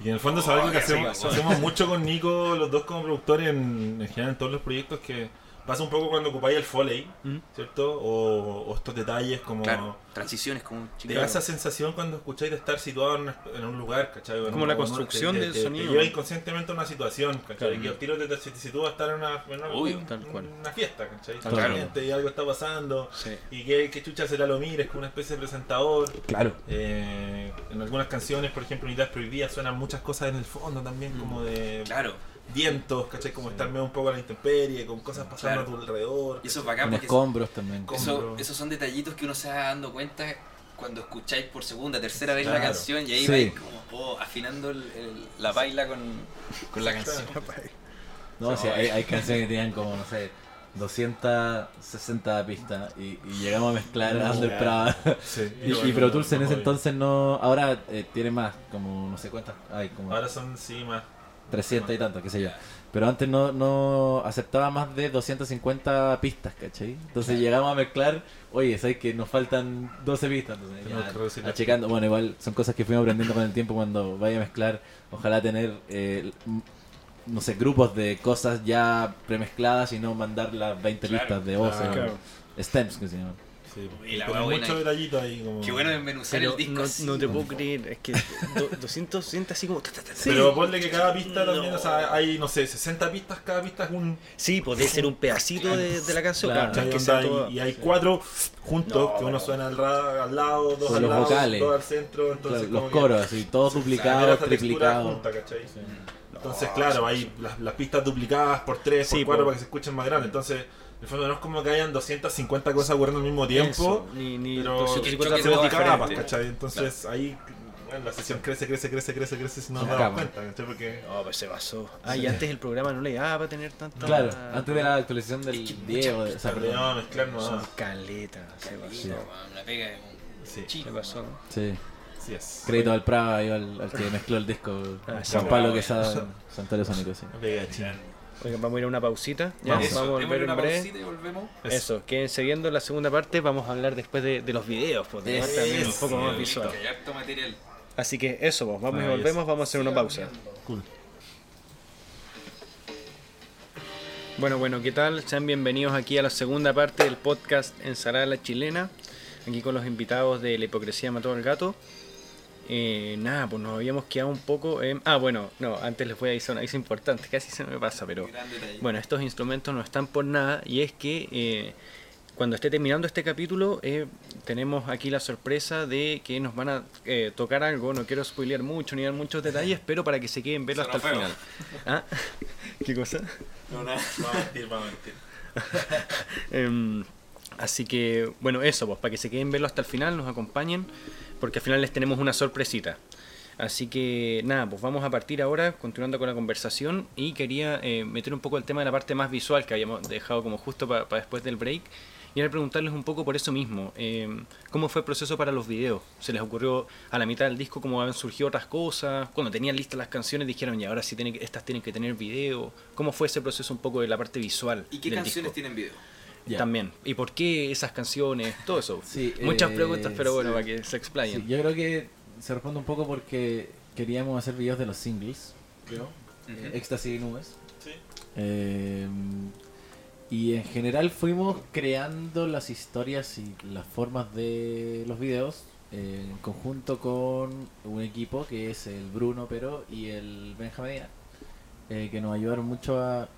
D: Y en el fondo es algo que
A: Oh, sí,
D: hacemos,
A: sí.
D: hacemos mucho con Nico, los dos como productores en, en general en todos los proyectos que pasa un poco cuando ocupáis el foley,
E: ¿Mm?
D: ¿cierto? O, o estos detalles como
A: Claro, transiciones como un
D: Te da esa sensación cuando escucháis de estar situado en, un esp- en un lugar, ¿cachai? En
B: Como
D: un-
B: la
D: en un-
B: construcción
D: te-
B: del
D: te- te
B: sonido.
D: lleva inconscientemente a una situación, ¿cachai?
B: Claro.
D: Que al tiro te, te, te sitúa a estar en una, en una-
A: Obvio,
D: un-
B: tal cual.
D: una fiesta, ¿cachai?
B: Tal
D: Con
B: cual.
D: gente y algo está pasando.
B: Sí.
D: Y que, que chucha será lo mires, como una especie de presentador.
E: Claro.
D: Eh, en algunas canciones, por ejemplo, Unidades Prohibidas suenan muchas cosas en el fondo también,
E: Mm.
D: como de
A: Claro,
D: vientos, ¿cachai? Como estar medio un poco a la intemperie, con cosas
A: Claro.
D: pasando a tu alrededor.
A: y eso es
D: ¿cachai?
A: bacán
E: Con
A: porque
E: escombros también.
D: con-
A: eso- esos son detallitos que uno se va dando cuenta cuando escucháis por segunda, tercera vez la
D: Claro.
A: canción y ahí
E: Sí.
A: vais como oh, afinando el- el- la baila con, con la canción.
E: No, o sea, hay, hay canciones que tenían como, no sé, 260 pistas y, y llegamos a mezclar a Ander Prada.
D: Sí.
E: Y, y Pro Tools en ese entonces no. Ahora eh, tiene más, como no sé cuántas. Hay como
D: Ahora son, sí, más.
E: 300 y tanto, qué sé yo. Pero antes no, no aceptaba más de 250 pistas, ¿cachai? Entonces llegamos a mezclar, oye, ¿sabes que nos faltan 12 pistas? Entonces,
D: Tenemos
E: ya,
D: que reducir las
E: achicando. Bueno, igual son cosas que fuimos aprendiendo con el tiempo cuando vaya a mezclar. Ojalá tener, eh, m- no sé, grupos de cosas ya premezcladas y no mandar las 20
A: Claro,
E: listas de voces.
B: claro.
E: Stems, que se llaman.
D: Sí,
A: Y la
D: pero
A: buena
D: mucho
A: ahí.
D: detallito ahí. Como...
A: Qué bueno desmenuzar
B: Pero
A: el disco.
B: no,
A: así.
B: no te puedo creer, es que do- 200, 200 así como. ta, ta, ta, ta.
D: Pero ponle que cada pista también, o sea, hay, no sé, 60 pistas, cada pista es un...
B: Sí, podría ser un pedacito de, de la canción.
E: Claro.
B: claro,
D: ¿cachai?
B: es que
D: Onda,
B: sea toda-
D: y, y hay cuatro juntos, que uno suena al, ra- al lado, dos
E: Con
D: al
E: los
D: lado,
E: vocales.
D: dos al centro, entonces
E: Claro, los
D: como que-
E: coros, así, todos
D: Era
E: duplicados,
D: esa textura
E: triplicados.
D: junta, ¿cachai? Entonces, claro, hay las, las pistas duplicadas por 3, por
B: Sí,
D: 4
B: po.
D: para que se escuchen más grandes. Entonces, en el fondo no es como que hayan 250 cosas ocurriendo al mismo
B: Eso,
D: tiempo,
B: Ni, ni
D: pero se
B: 250
A: choque
B: cosas
A: todo
D: multicapas,
B: diferentes.
D: ¿cachai? Entonces, ahí bueno, la sesión crece, crece, crece, crece, crece, si no nos
E: Se
D: damos
E: acaba.
D: cuenta, ¿cachai? Porque...
B: No, pues se basó. Ah, y antes el programa no le daba para tener tanto.
E: Claro,
D: Ah.
E: antes de la actualización del Diego, de, o sea,
D: Pero
E: perdón.
D: no, mezclar no
B: Son
D: da.
B: caletas, se
A: Sí,
B: basó.
A: weón, Una pega de un
D: Sí,
A: chino.
B: Se basó.
E: Sí.
D: sí es.
E: Crédito al Prada y al, al que mezcló el disco.
B: Ah, sí.
E: Juan Pablo Quesada, Santuario Sónico, sí.
D: Una pega de chino.
B: Oigan, vamos a ir a una pausita. Ya,
A: Eso,
B: vamos, a volver
A: démosle
B: en
A: una
B: breve.
A: pausita y volvemos.
B: Eso, quédense viendo la segunda parte. Vamos a hablar después de, de los videos, pues, de también un
D: Eso.
B: poco más
D: Listo.
B: visual.
A: Que hay harto material.
B: Así que eso, pues, vamos y
D: Maravilloso.
B: volvemos, vamos a hacer una pausa. Bueno, bueno, ¿qué tal? Sean bienvenidos aquí a la segunda parte del podcast Ensalada Chilena, aquí con los invitados de La Hipocresía Mató al Gato. Eh, nada, pues nos habíamos quedado un poco. en- ah, bueno, no, antes les voy a decir una cosa importante, casi se me pasa, pero.
A: Gran detalle.
B: Bueno, estos instrumentos no están por nada y es que eh, cuando esté terminando este capítulo eh, tenemos aquí la sorpresa de que nos van a eh, tocar algo, no quiero spoilear mucho ni dar muchos detalles, pero para que se queden verlo hasta
A: Suena
B: el final. ¿Ah? ¿Qué cosa?
A: No, nada.
D: Va a mentir, va a mentir.
B: Em, así que, bueno, eso, pues, para que se queden verlo hasta el final, nos acompañen, porque al final les tenemos una sorpresita. Así que, nada, pues vamos a partir ahora, continuando con la conversación, y quería eh, meter un poco el tema de la parte más visual que habíamos dejado como justo para después del break, y era preguntarles un poco por eso mismo, em, ¿cómo fue el proceso para los videos? ¿Se les ocurrió a la mitad del disco cómo habían surgido otras cosas? Cuando tenían listas las canciones dijeron, y ahora sí tienen que- estas tienen que tener video. ¿Cómo fue ese proceso un poco de la parte visual?
A: ¿Y qué
B: del
A: canciones
B: disco?
A: tienen video?
E: Ya.
B: También. ¿Y por qué esas canciones? Todo eso.
E: Sí,
B: Muchas
E: eh,
B: preguntas, pero bueno,
E: sí.
B: para que se explayen.
E: Sí, yo creo que se responde un poco porque queríamos hacer videos de los singles, creo. Eh, Éxtasis y nubes.
D: Sí.
E: Eh, y en general fuimos creando las historias y las formas de los videos eh, en conjunto con un equipo que es el Bruno Pero y el Benja Medina, eh, que nos ayudaron mucho a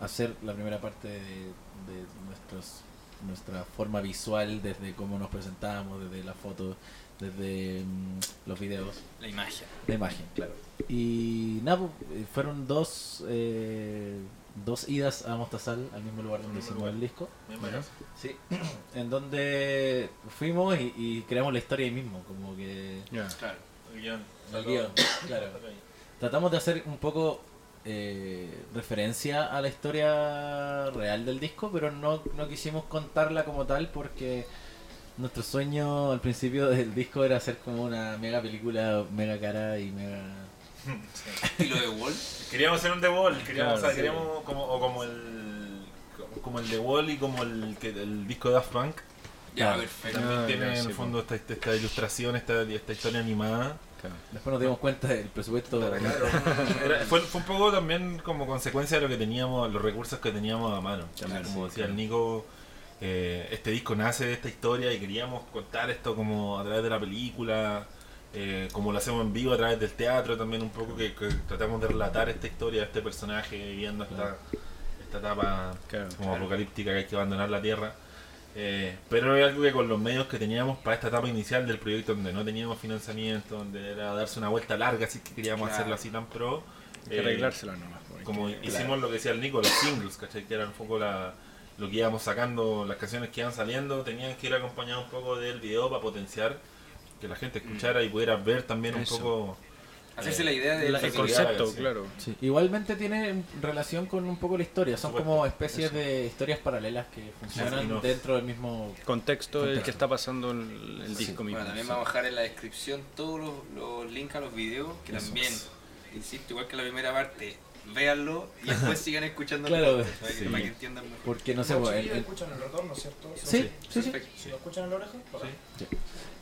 E: hacer la primera parte de, de nuestros nuestra forma visual desde cómo nos presentábamos, desde las fotos, desde mm, los videos.
A: La imagen.
E: La imagen, claro. Y nada, pues, eh, fueron dos, eh, dos idas a Mostazal, al mismo lugar donde hicimos el disco.
D: Mismo lugar.
E: Sí. en donde fuimos y, y creamos la historia ahí mismo, como que...
B: Ya.
A: Claro.
D: El guión.
E: El guión, claro. Tratamos de hacer un poco eh, referencia a la historia real del disco, pero no, no quisimos contarla como tal porque nuestro sueño al principio del disco era hacer como una mega película, mega cara y mega...
A: Estilo de Wall.
D: Queríamos hacer un The Wall, queríamos,
B: Claro,
D: o sea,
B: sí.
D: queríamos como, o como el como- como el The Wall y como el, que, el disco de Daft Punk.
A: Ya,
E: Claro.
A: perfecto.
D: También
B: Ah,
D: tiene
B: ya,
D: en
B: sí,
D: el fondo esta, esta, esta ilustración, esta, esta historia animada.
E: Después nos dimos cuenta del presupuesto.
D: Era- fue, fue un poco también como consecuencia de lo que teníamos, los recursos que teníamos a mano. También, como decía el Nico, eh, este disco nace de esta historia y queríamos contar esto como a través de la película, eh, como lo hacemos en vivo a través del teatro también un poco, que, que tratamos de relatar esta historia, este personaje viviendo esta, esta etapa
B: Claro,
D: como apocalíptica que hay que abandonar la Tierra. Eh, pero es algo que con los medios que teníamos para esta etapa inicial del proyecto, donde no teníamos financiamiento, donde era darse una vuelta larga, así que queríamos
A: Claro.
D: hacerlo así tan pro.
B: Hay que
D: eh,
B: arreglárselo nomás. porque-
D: como hicimos lo que decía el Nico, los singles, ¿cachai? Que eran un poco la, lo que íbamos sacando, las canciones que iban saliendo, tenían que ir acompañado un poco del video para potenciar que la gente escuchara y pudiera ver también
B: Eso.
D: un poco.
A: Hacerse la idea de
B: La- el
D: Eso que
B: concepto,
D: haga, sí.
B: claro.
E: Sí, Igualmente tiene relación con un poco la historia. Son
D: Supuesto.
E: como especies de historias paralelas que
D: Sí,
E: funcionan
D: no.
E: dentro del mismo.
B: Contexto del que
E: Contexto.
B: está pasando el, el disco mismo.
A: Bueno, también vamos a dejar en la descripción todos los, los links a los videos, que
E: Eso.
A: también, insisto, igual que la primera parte, véanlo y después sigan escuchando el
E: Claro,
A: podcast, para, que,
D: sí.
A: para que entiendan mejor.
E: Porque no sé,
G: Los
E: pues, el,
G: chiquillos
E: el-
G: escuchan el retorno, ¿cierto?
E: sí, sí, sí.
A: Perfecto.
G: ¿Lo escuchan en la oreja? Para.
D: Sí.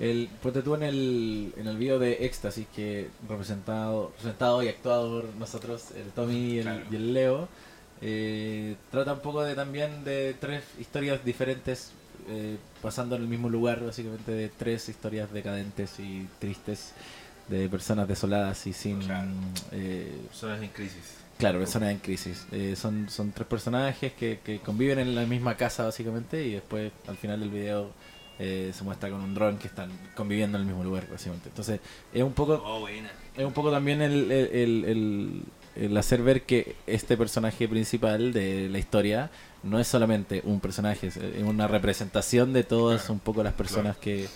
E: El, ponte tú en el, en el video de Éxtasis que representado, representado y actuado por nosotros, el Tommy y el,
A: Claro.
E: y el Leo, eh, trata un poco de también de tres historias diferentes eh, pasando en el mismo lugar, básicamente de tres historias decadentes y tristes de personas desoladas y sin
A: Claro.
E: eh,
D: Personas en crisis.
E: Claro, personas en crisis. Eh, son, son tres personajes que, que conviven en la misma casa básicamente y después al final del video eh, se muestra con un dron que están conviviendo en el mismo lugar básicamente. Entonces es un poco,
A: Oh, buena.
E: es un poco también el, el- el- el- el hacer ver que este personaje principal de la historia no es solamente un personaje, es es una representación de todas un poco las personas que,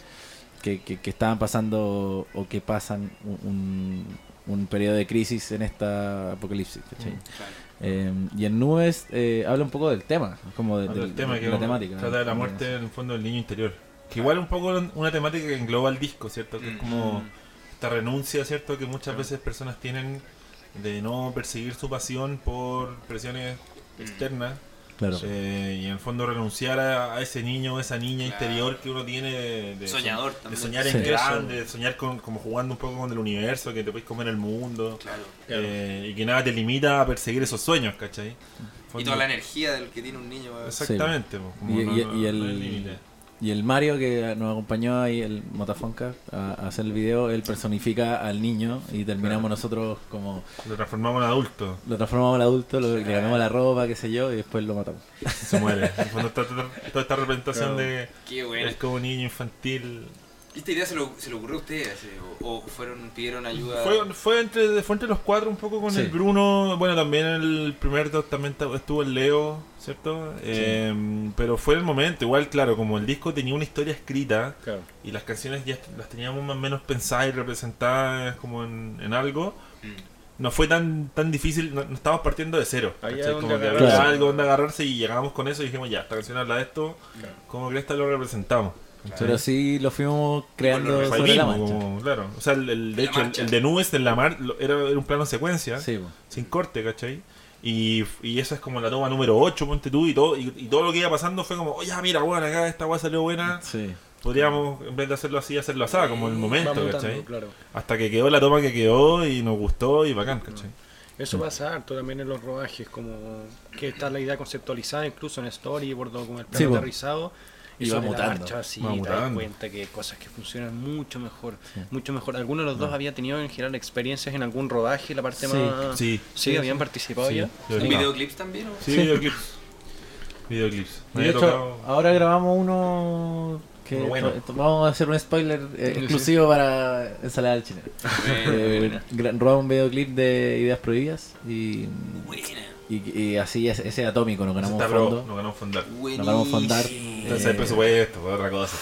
E: que, que- que estaban pasando o que pasan un, un- un periodo de crisis en esta apocalipsis.
D: Mm.
E: ¿cachai?
A: Claro.
E: Eh, y en Nubes eh, habla un poco del tema, como de,
D: Otro
E: del-
D: tema
E: de
D: que
E: la
D: vamos-
E: temática.
D: trata de la muerte en el fondo del niño interior. Que igual un poco una temática que engloba el disco, ¿cierto? Que es como esta renuncia, ¿cierto? Que muchas veces personas tienen de no perseguir su pasión por presiones externas.
E: Claro.
D: Eh, y en el fondo renunciar a, a ese niño o esa niña
A: Claro.
D: interior que uno tiene de, de-
A: Soñador
D: de
A: también.
D: soñar en
E: Sí.
D: grande, de soñar con, como jugando un poco con el universo, que te puedes comer el mundo.
A: Claro.
D: eh, y que nada te limita a perseguir esos sueños, ¿cachai?
A: Y
D: Fondo-
A: toda la energía del que tiene un niño. va-
D: Exactamente, po, como
E: Y-
D: no-
E: y-
D: no-
E: y el-
D: no hay límite.
E: Y el Mario que nos acompañó ahí, el Motafonca, a, a hacer el video, él personifica al niño y terminamos nosotros como
D: Lo transformamos en adulto.
E: lo transformamos al adulto, lo- le cambiamos la ropa, qué sé yo, y después lo matamos.
D: Se muere. En el fondo está- está- toda esta representación de.
A: Qué bueno.
D: Es como un niño infantil.
A: ¿Esta idea se, lo, se le ocurrió a ustedes? así, ¿O, o fueron, pidieron ayuda?
D: Fue, fue entre, fue entre los cuatro un poco con
E: Sí.
D: el Bruno. Bueno, también el primer doc- también ta- estuvo el Leo, ¿cierto? Eh, pero fue el momento. Igual, claro, como el disco tenía una historia escrita
B: Claro.
D: y las canciones ya las teníamos más o menos pensadas y representadas como en, en algo.
A: Mm.
D: No fue tan tan difícil, no, no estábamos partiendo de cero.
B: Había
D: ¿cachai?
B: donde
D: Como que
B: agarrarse.
D: había algo donde agarrarse y llegábamos con eso y dijimos, ya, esta canción habla de esto, como que esta lo representamos.
E: Pero sí lo fuimos creando
D: Fue ahí
E: sobre la
D: mismo,
E: marcha.
D: como- claro. O sea, el, el- de
A: La
D: hecho, el,
A: marcha.
D: el de Nubes en la mar lo- era, era un plano secuencia,
E: Sí, po.
D: sin corte, ¿cachai? Y, y esa es como la toma número 8, ponte tú, y todo, y, y todo lo que iba pasando fue como, oye, ya, mira, bueno, acá esta weá salió buena,
E: sí.
D: podríamos, en vez de hacerlo así, hacerlo asada, como en el
B: Va
D: momento,
B: mutando,
D: ¿cachai?
B: claro.
D: Hasta que quedó la toma que quedó y nos gustó y bacán, ¿cachai?
B: Eso pasa harto también en los rodajes, como que está la idea conceptualizada incluso en storyboard o como el plano
E: Sí, po.
B: aterrizado.
E: Y
B: Y
E: va
B: sobre la
E: mutando,
B: marcha, sí,
D: va
B: te das
D: mutando.
B: cuenta que hay cosas que funcionan mucho mejor, mucho mejor. Alguno de los dos había tenido en general experiencias en algún rodaje, la parte
E: Sí.
B: más...
D: Sí.
B: Sí, habían participado
E: Sí.
B: ya.
D: Yo-
A: ¿En
D: Sí,
A: videoclips también? o?
D: videoclips. Videoclips.
E: Y
D: Me
E: de
D: había
E: hecho, ah,
D: tocado-
E: ahora grabamos uno que
D: Uno bueno.
E: to- vamos a hacer un spoiler eh, exclusivo para Ensalada del Chileno. Eh, gra- Robamos un videoclip de Ideas Prohibidas y,
A: Buena.
E: y, y así es- ese atómico nos ganamos
D: Está pro,
E: fondo.
D: nos ganamos fondar.
E: Nos ganamos fondar.
D: Entonces, el
E: eh,
D: presupuesto, fue otra cosa.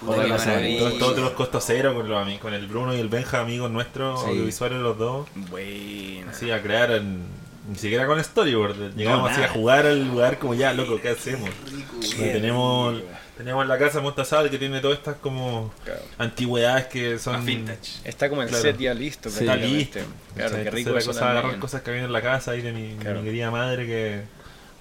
A: Puta,
E: Otra
A: qué
E: cosa,
A: maravilla.
D: Todos todo los costos cero con, los, ami- con el Bruno y el Benja, amigos nuestros,
E: Sí.
D: audiovisuales los dos.
A: Buena.
D: Así a crear, en- ni siquiera con storyboard. Llegamos
E: No,
D: así a
E: nada.
D: jugar al lugar como ya, loco, ¿qué hacemos?
A: Rico.
D: Y tenemos, tenemos en la casa Mostazal que tiene todas estas como antigüedades que son...
B: Mm.
A: Más vintage.
B: Está como el
D: Claro.
B: set ya listo.
E: Sí.
D: Está
B: prácticamente.
D: Ah, listo.
B: Claro,
D: ¿cachai?
B: qué
D: Entonces
B: rico
D: era
B: eso
D: cosa de agarrar
B: también.
D: cosas que había en la casa ahí de mi, de mi
B: Claro.
D: querida madre que...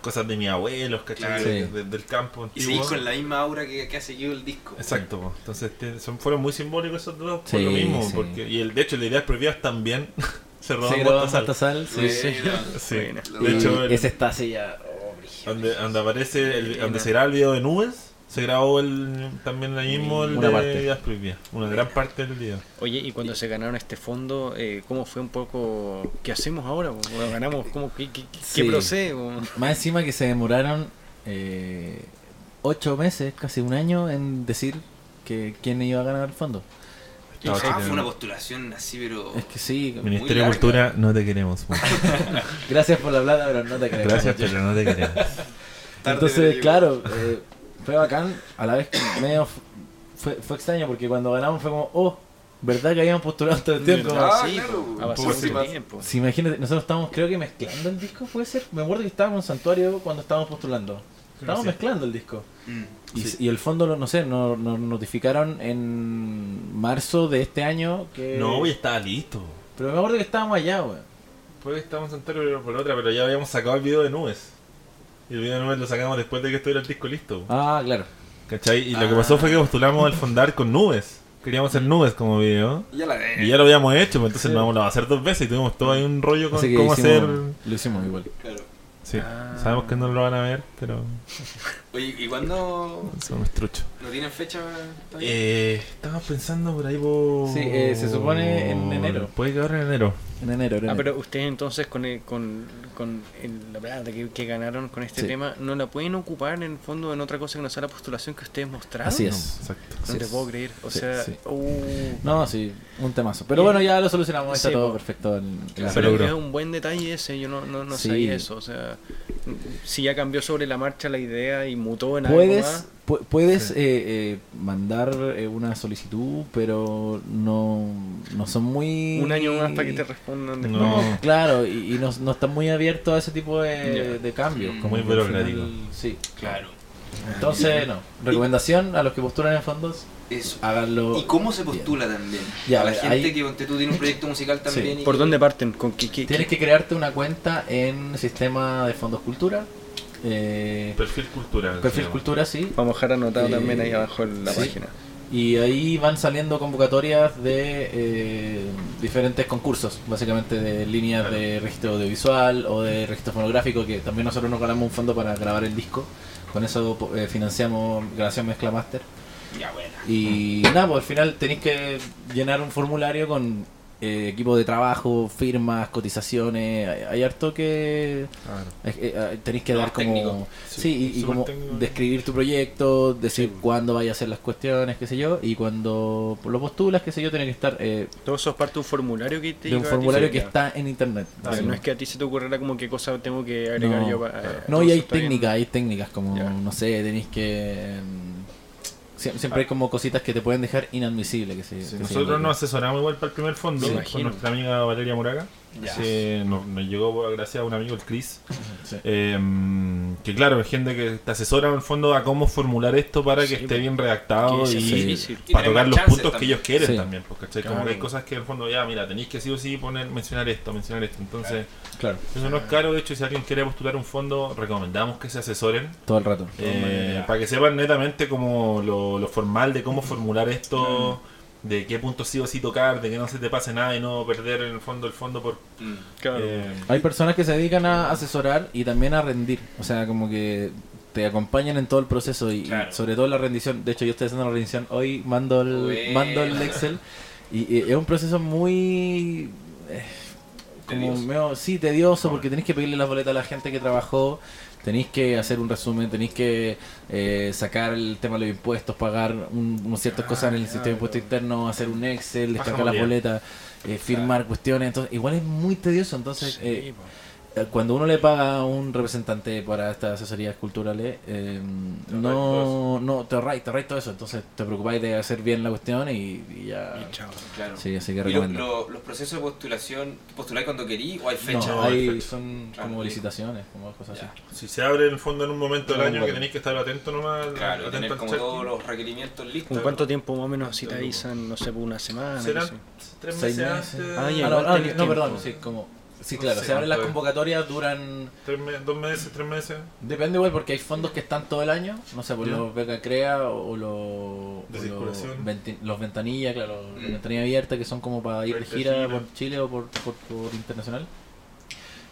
D: Cosas de mis abuelos, ¿cachai?
A: Claro.
D: De-
E: Sí.
D: de- del campo
A: Y
D: antiguo.
A: seguís con la misma aura que, que ha seguido el disco.
D: Exacto, po. entonces te- son, fueron muy simbólicos esos dos por
E: Sí,
D: lo mismo.
E: sí.
D: Porque, y el, de hecho, el de ideas prohibidas también se rodó
E: se
D: en
E: grabó en
D: Baltasar.
E: Baltasar, sí.
A: Buena.
D: Sí.
B: Buena.
E: Y
D: De hecho, el-
E: ese está así ya. oh, brígido.
D: donde, donde aparece, el, donde se graba el video de nubes, se grabó el, también ahí mismo el
E: Una
D: de
E: parte.
D: ideas prohibidas. Una gran parte del video.
B: Oye, y cuando se ganaron este fondo, eh, ¿cómo fue un poco? ¿Qué hacemos ahora? po? ¿Lo ganamos? ¿Cómo, ¿Qué, qué, qué
E: Sí.
B: procede? po?
E: Más encima que se demoraron eh, ocho meses, casi un año, en decir que quién iba a ganar el fondo.
A: Ah,
D: Estaba
A: fue
D: chico.
A: una postulación así, pero.
E: Es que sí,
A: Muy
D: Ministerio de
A: larga.
D: Cultura, no te queremos. mucho.
E: gracias por la plata, pero no te crees.
D: Gracias, pero no te queremos.
A: Tarde, pero
E: Entonces,
A: llegó.
E: claro, eh, fue bacán, a la vez que medio f- fue, fue extraño porque cuando ganamos fue como, oh, ¿verdad que habíamos postulado todo el tiempo?
B: Ah,
C: Ah,
B: sí,
C: claro.
B: Ha pasado
D: Pues sí,
B: mucho
D: pasa.
B: tiempo.
E: Sí, imagínate, nosotros estábamos creo que mezclando el disco, puede ser. Me acuerdo que estábamos en Santuario cuando estábamos postulando. Estábamos
D: sí.
E: mezclando el disco.
A: Mm.
E: Y, y el fondo, lo- no sé, nos, nos notificaron en marzo de este año que...
D: No, hoy estaba listo.
E: Pero me acuerdo que estábamos allá, weón.
D: Pues estamos en Ontario por otra, pero ya habíamos sacado el video de nubes. Y el video de nubes lo sacamos después de que estuviera el disco listo.
E: Ah, claro.
D: ¿Cachai? Y lo que pasó fue que postulamos al fondar con nubes. Queríamos hacer nubes como video.
A: Ya la
D: Y ya lo habíamos hecho, pues entonces lo vamos a hacer dos veces y tuvimos todo ahí un rollo con
E: Así que
D: cómo
E: hicimos-
D: hacer.
E: lo hicimos igual.
A: Claro.
D: Sí, sabemos que no lo van a ver, pero
A: Oye, ¿y cuándo
D: son un estrucho.
A: no tienen fecha todavía?
D: Eh, estaba pensando por ahí por.
E: Sí, eh, se supone en enero.
D: Puede que ahora en enero.
E: En enero, en
B: Ah,
E: enero.
B: pero ustedes entonces con, el- con, con el- la verdad que, que ganaron con este
E: Sí.
B: tema, ¿no la pueden ocupar en el fondo en otra cosa que no sea la postulación que ustedes mostraron?
E: Así
D: Ah, No,
E: es.
D: exacto.
B: No
E: así
B: te
E: es.
B: puedo creer. O
E: Sí,
B: sea,
E: sí.
B: uh,
E: No, sí, un temazo. Pero bueno, ya lo solucionamos, está
B: Sí,
E: todo
B: po.
E: perfecto. en- en la-
D: Se
B: Pero
D: logró.
B: es un buen detalle ese, yo no, no, no
E: Sí.
B: sabía eso. O sea, si ya cambió sobre la marcha la idea y mutó en algo
E: Puedes,
B: más.
E: pu- puedes eh, eh, mandar eh, una solicitud, pero no, no son muy...
B: Un año más para que te respondan después.
E: No,
D: No.
E: claro, y, y no, no están muy abiertos a ese tipo de,
B: Ya.
E: de cambios.
A: Mm,
E: como
D: muy
E: que al
D: burocrático.
E: final- Sí.
A: Claro.
E: Entonces, no. Recomendación a los que postulan en fondos,
A: Eso.
E: háganlo.
A: Ah, ¿Y cómo se postula también?
E: Ya,
A: a la
E: ahí-
A: gente que ponte tú tiene un proyecto musical también. y
B: ¿Por
A: que-
B: dónde parten? ¿Con qué, qué-
E: Tienes que crearte una cuenta en sistema de fondos cultura. eh,
D: Perfil cultural. se
E: perfil
D: llama.
E: cultura, sí.
B: Vamos a dejar anotado
E: Eh,
B: también ahí abajo en la
E: sí.
B: página.
E: Y ahí van saliendo convocatorias de eh, diferentes concursos, básicamente de líneas de registro audiovisual o de registro fonográfico, que también nosotros nos ganamos un fondo para grabar el disco. Con eso po- eh, financiamos grabación mezcla master
A: Ya, buena.
E: Y nada, pues al final tenéis que llenar un formulario con eh, equipo de trabajo, firmas, cotizaciones. Hay, hay harto que eh, eh, tenéis que
A: Súper
E: dar como.
A: técnico.
E: Sí,
D: Sí,
E: y- y,
D: súper
E: como
D: técnico.
E: describir tu proyecto, decir cuándo vaya a hacer las cuestiones, qué sé yo. Y cuando lo postulas, qué sé yo, tiene que estar eh,
B: Todo eso es parte de un formulario que te
E: de un
B: llega a ti,
E: formulario
B: sí,
E: que
B: ya.
E: está en internet.
B: Pero
E: Sí.
B: no es que a ti se te ocurriera como qué cosa tengo que agregar
E: No,
B: yo para... eh,
E: No,
B: todo
E: y
B: eso
E: hay
B: está bien.
E: técnicas, hay técnicas como,
B: Ya.
E: no sé, tenéis que... mm, sie- Siempre
B: Ah.
E: hay como cositas que te pueden dejar inadmisible. Que se, que se
D: Nosotros
E: llaman.
D: nos asesoramos igual para el primer fondo
B: Me
D: con
B: imagino.
D: nuestra amiga Valeria Moraga.
A: Ya.
D: que nos, nos llegó por- gracias a un amigo, el Chris.
E: Sí.
D: Eh, que claro, hay gente que te asesora en el fondo a cómo formular esto para que
B: Sí,
D: esté
B: po.
D: bien
B: Que
D: redactado
B: ese
D: y,
B: es difícil.
A: Y
D: para
A: tener
D: tocar
A: más
D: los
A: chances
D: puntos que
A: también.
D: ellos quieren
E: Sí.
D: también. Porque como
B: Claro.
D: que hay cosas que en el fondo ya, mira, tenéis que sí o sí poner, mencionar esto, mencionar esto. Entonces,
E: Claro,
D: eso no es caro. De hecho, si alguien quiere postular un fondo, recomendamos que se asesoren.
E: todo el rato.
D: Eh, para que sepan netamente como lo, lo formal de cómo formular esto, de qué punto sí o sí tocar, de que no se te pase nada y no perder en el fondo el fondo por...
A: Mm.
B: Claro.
D: eh,
E: Hay personas que se dedican a asesorar y también a rendir. O sea, como que te acompañan en todo el proceso y, y
A: Claro.
E: sobre todo en la rendición. De hecho, yo estoy haciendo la rendición hoy, mando el,
A: Buena.
E: mando el Excel. Y, eh, es un proceso muy... eh, como
A: Tedioso.
E: medio, sí, tedioso porque tenéis que pedirle las boletas a la gente que trabajó, tenéis que hacer un resumen, tenéis que eh, sacar el tema de los impuestos, pagar un, un ciertas cosas
A: Ah,
E: en el sistema de impuestos interno, hacer un Excel,
D: Baja
E: descargar las
D: movilidad.
E: boletas, eh, firmar cuestiones. Entonces, igual es muy tedioso. Entonces, eh, eh, cuando uno le paga a un representante para estas asesorías culturales, eh, no, no te ahorráis, te ahorráis todo eso. Entonces, te preocupáis de hacer bien la cuestión y, y ya.
A: Claro.
E: Sí, así que
A: ¿Y lo-
E: recomiendo.
A: lo- los procesos de postulación, ¿postuláis cuando querí o hay
E: No,
A: fecha?
E: ahí
A: Perfecto.
E: son
A: Claro,
E: como
A: listo.
E: licitaciones, como cosas
A: Ya.
E: así.
D: si se abre en el fondo en un momento del
E: No,
D: año
E: bueno.
D: que tenéis que estar atento nomás,
A: Claro, y
D: atento
A: tener
D: al
A: como
D: check.
A: todos los requerimientos listos.
B: ¿Con cuánto tiempo más o menos si te avisan? No sé, por una semana.
D: Serán
B: no sé.
D: tres
E: Seis
D: meses,
E: meses.
D: antes,
B: Ah, ya.
E: Ah,
B: igual
E: no, ah,
B: tenés
E: no,
B: tiempo.
E: perdón, sí, como. Sí, claro,
D: Sí,
E: se abren las
D: pues.
E: convocatorias, duran.
D: tres me- dos meses, tres meses.
E: Depende, igual, porque hay fondos que están todo el año. No sé, por los Beca Crea o los. o
D: De
E: los
D: circulación.
E: venti- los Ventanilla, claro, los
A: Mm.
E: Ventanilla Abierta, que son como para ir de
D: Venta
E: gira
D: gira.
E: por Chile o por, por, por internacional.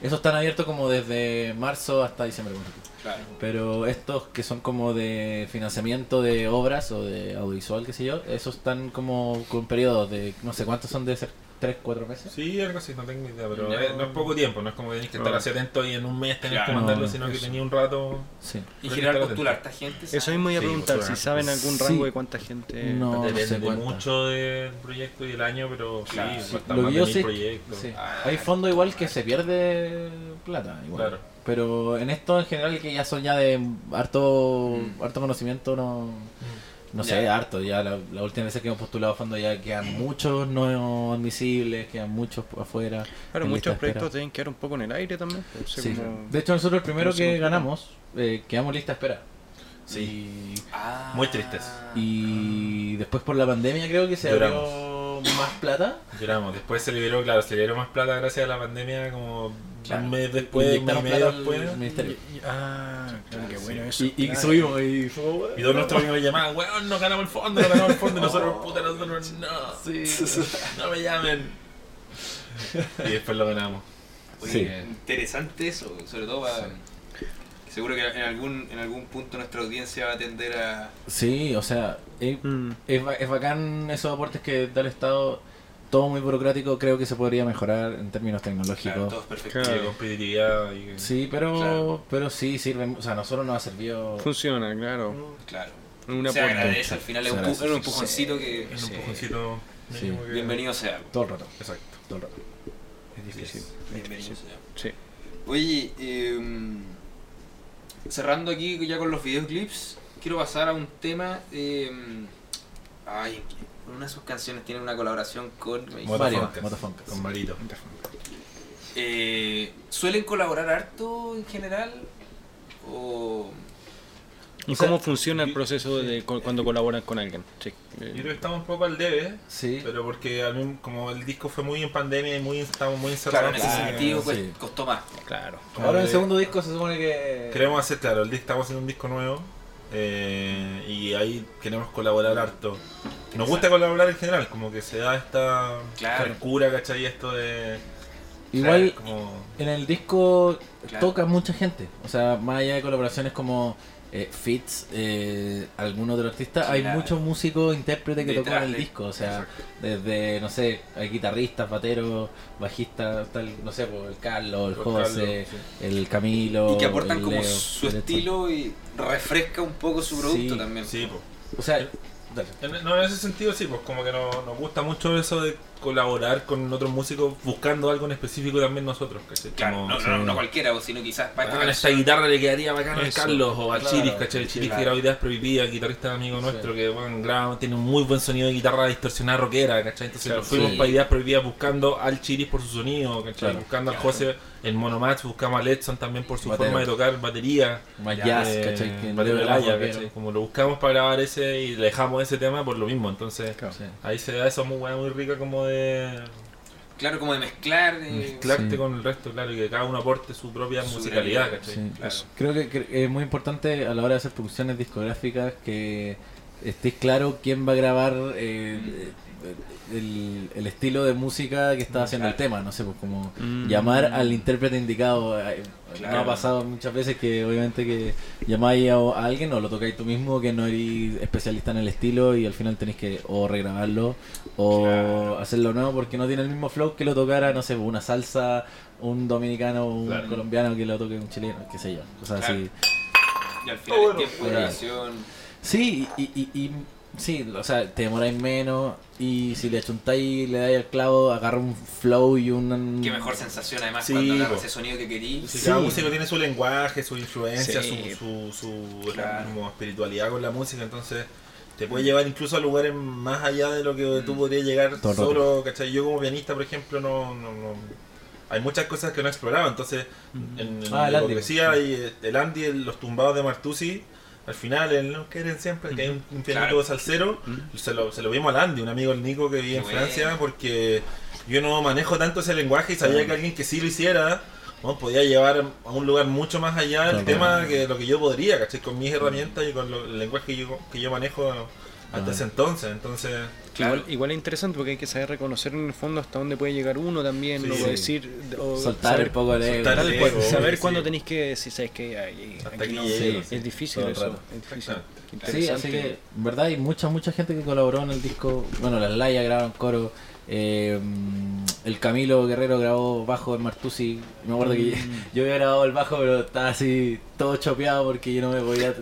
E: Esos están abiertos como desde marzo hasta diciembre. por ejemplo.
A: Claro.
E: Pero estos que son como de financiamiento de obras o de audiovisual, qué sé yo, esos están como con periodos de. No sé cuántos son, de ser 3, 4 meses.
D: Sí, algo así, no tengo idea, pero
A: Ya.
D: eh, no es poco tiempo, no es como que tenéis que estar así atento y en un mes tenéis que
A: Claro.
D: mandarlo,
E: No,
D: sino que
B: eso.
D: tenía un rato...
E: Sí.
A: Y
D: Creo que
A: generar
D: está
A: postular,
D: atento.
A: ¿esta gente? sabe?
B: Eso mismo iba a
D: Sí,
B: preguntar, si
D: postularon.
B: saben algún
E: Sí.
B: rango de cuánta gente...
E: No. se
D: Depende
E: cuenta.
D: mucho del proyecto y del año, pero sí,
A: Claro.
D: sí.
E: Lo que yo sé-
D: proyectos.
E: Sí.
A: Ah,
E: Hay fondo igual que se pierde plata, igual.
D: Claro.
E: Pero en esto en general que ya son ya de harto harto conocimiento no no sé,
A: Ya.
E: harto, ya la, la última vez que hemos postulado a fondo ya quedan muchos no admisibles, quedan muchos afuera.
B: Claro, muchos
E: en lista de espera.
B: proyectos deben quedar un poco en el aire también. pues, no sé
E: Sí.
B: cómo-
E: De hecho nosotros el primero
B: no sé
E: que
B: cómo-
E: ganamos, eh, quedamos lista de espera.
D: Sí.
A: Ah.
D: Muy tristes.
E: Y, y después por la pandemia creo que se abrió más plata.
D: Lloramos. Después se liberó, claro, se liberó más plata gracias a la pandemia, como
E: Claro.
D: un mes después, un mes y
E: Inyectaron
D: medio
E: plata al
D: después.
E: ministerio.
B: Y- y- ah, claro, qué bueno eso.
E: Y, y subimos y fue como,
D: Y todos nuestros amigos llamaban, weón, no ganamos el fondo, no ganamos el fondo, y nosotros, puta, nosotros, no, no me llamen. Y después lo ganamos.
A: Oye,
E: Sí.
A: Interesante eso, sobre todo para... Seguro que en algún, en algún punto nuestra audiencia va a tender a...
E: Sí, o sea, es,
B: Mm.
E: es, ba- es bacán esos aportes que da el Estado. Todo muy burocrático, creo que se podría mejorar en términos
A: Claro,
E: tecnológicos.
A: todos perfectos.
D: Y
B: Claro.
D: de competitividad. Y...
E: Sí, pero
A: Claro.
E: pero sí sirve. mu- O sea, a nosotros nos ha servido.
B: Funciona,
D: Mm.
B: claro.
A: Claro.
B: Una
A: se
B: aporte.
A: agradece, al final es
E: Se
A: un,
E: agradece,
A: pu- un
E: sí.
A: empujoncito
D: En
A: que...
D: un empujoncito
E: Sí.
D: mínimo que-
A: Bienvenido sea.
E: Todo el rato,
D: Exacto.
E: todo el rato.
D: Es difícil.
A: Bienvenido sea.
B: Sí.
A: Oye, em, cerrando aquí ya con los videoclips, quiero pasar a un tema. em, ay, una de sus canciones tiene una colaboración con.
E: Varios,
D: Motofoncas.
E: motofoncas.
D: Con Marito.
A: Eh, ¿Suelen colaborar harto en general? ¿O
B: ¿Y
E: O sea,
B: cómo funciona el
D: yo-
B: proceso de co- cuando colaboran con alguien? Sí. eh,
D: Yo creo que estamos un poco al debe,
E: Sí,
D: pero porque al mismo- como el disco fue muy en pandemia y muy, estábamos muy
A: claro,
D: encerrados,
A: en ese
E: claro,
A: sentido pues,
E: sí.
A: costó más?
B: Claro.
D: como
E: ahora en el
D: que
E: segundo disco se supone que.
D: Queremos hacer, claro, el disco, estamos haciendo un disco nuevo eh, y ahí queremos colaborar harto. Nos gusta colaborar en general, como que se da esta
A: Claro.
D: frescura, ¿cachai? Esto de...
E: Igual
D: claro, como-
E: en el disco
A: Claro.
E: toca mucha gente. O sea, más allá de colaboraciones como eh, Fitz, eh, algún otro artista. Hay
A: Claro.
E: muchos músicos, intérpretes que
A: Detrás
E: tocan el
A: de-
E: disco, o sea, desde, no sé, hay guitarristas, bateros, bajistas, tal, no sé, pues, el Carlos, el
D: Por Carlos,
E: José,
D: sí.
E: el Camilo.
A: Y que aportan
E: el
A: como
E: Oh, Leo,
A: su
E: el Edson.
A: estilo y refresca un poco su producto
E: Sí,
A: también.
D: Sí, pues.
E: O sea, dale.
D: En- No, en ese sentido sí, pues como que no- nos gusta mucho eso de colaborar con otros músicos buscando algo en específico también nosotros, ¿cachai?
A: Claro,
D: Como,
A: no, no, no cualquiera, pues, sino quizás para este
D: "Ah,
A: esta
D: en esta
A: canción-
D: guitarra le quedaría bacán al
B: Eso.
D: Carlos o al
E: Claro,
D: Chiris, ¿cachai? El Chiris
A: claro.
D: que graba ideas prohibidas, guitarrista amigo nuestro que bueno, graba, tiene un muy buen sonido de guitarra distorsionada rockera, ¿cachai? Entonces nos fuimos
E: sí.
D: para ideas prohibidas buscando al Chiris por su sonido, ¿cachai?
E: Claro.
D: buscando al José el Monomatch, buscamos al Edson también por su
E: Batero.
D: forma de tocar batería.
E: más
D: Ya,
E: jazz,
D: eh,
E: ¿cachai? Que
D: Mateo
E: no
D: Velaya,
E: lo
D: ¿cachai? Como lo buscamos para grabar ese y le dejamos ese tema por lo mismo, entonces
E: vieron. Sí.
D: ahí se da esa muy buena, muy rica como de
A: Claro, como de mezclar. eh,
D: mezclarte
E: Sí.
D: con el resto, claro, y que cada uno aporte su propia
A: Su
D: musicalidad,
A: granito,
D: ¿cachai?
E: Sí,
A: claro.
E: eso. Creo que, cre- es muy importante a la hora de hacer producciones discográficas que estés claro quién va a grabar eh, el, el estilo de música que está haciendo el tema, no sé, pues como
B: Mm.
E: llamar al intérprete indicado. Eh,
A: Claro.
E: Me ha pasado muchas veces que obviamente que llamáis a, a alguien o lo tocáis tú mismo que no eres especialista en el estilo y al final tenéis que o regrabarlo o hacerlo nuevo porque no tiene el mismo flow que lo tocara, no sé, pues, una salsa, un dominicano, un
D: Claro.
E: colombiano que lo toque un chileno, qué sé yo, cosas
A: Claro.
E: así.
A: Y al final el tiempo de
E: Claro.
A: edición.
E: Sí, y, y, y- sí, o sea, te demoráis menos y si le achuntáis y le dais al clavo, agarra un flow y un...
A: Qué mejor sensación además
D: Sí,
A: cuando agarras
D: po.
A: ese sonido que querí.
D: Sí,
E: Sí.
D: Cada músico tiene su lenguaje, su influencia,
A: Sí.
D: su, su, su
A: Claro.
D: como espiritualidad con la música, entonces te puede llevar incluso a lugares más allá de lo que tú podrías llegar
E: Mm. Todo el rato.
D: solo, ¿cachai? Yo como pianista, por ejemplo, no... no, no- hay muchas cosas que no exploraba, entonces en, en
E: Ah, el
D: la
E: Andy.
D: hipocresía y eh, el Andy, el- los tumbados de Martusi, al final, el no quieren siempre, que hay un, un pianito
A: Claro.
D: salsero,
E: Mm.
D: se lo, se lo vimos al Andy, un amigo el Nico que vive en
A: Qué
D: Francia,
A: bueno.
D: porque yo no manejo tanto ese lenguaje y sabía que alguien que sí lo hiciera, bueno, podía llevar a un lugar mucho más allá el
E: Claro.
D: tema que lo que yo podría, ¿cachai? Con mis herramientas y con lo- el lenguaje que yo, que yo manejo hasta ese entonces, entonces...
B: Igual, igual es interesante porque hay que saber reconocer en el fondo hasta dónde puede llegar uno también,
D: Sí.
B: no
D: Sí.
B: decir o
E: Soltar
B: saber-
E: un poco el ego.
D: soltar el
B: Tal
D: ego,
B: cual,
D: obvio,
B: saber
D: sí.
B: cuándo tenéis que si sabes que ay,
D: Hasta
B: aquí
D: aquí
B: no.
D: llego,
E: sí.
B: es difícil
E: Todo el
B: eso,
E: rato.
B: es difícil.
D: Exacto.
B: Qué
E: Sí, así
B: interesante.
E: que, en verdad, hay mucha, mucha gente que colaboró en el disco. Bueno, las Laya grabaron coro. eh, el Camilo Guerrero grabó bajo en Martusi. Me acuerdo que yo había grabado el bajo, pero estaba así todo chopeado porque yo no me podía t-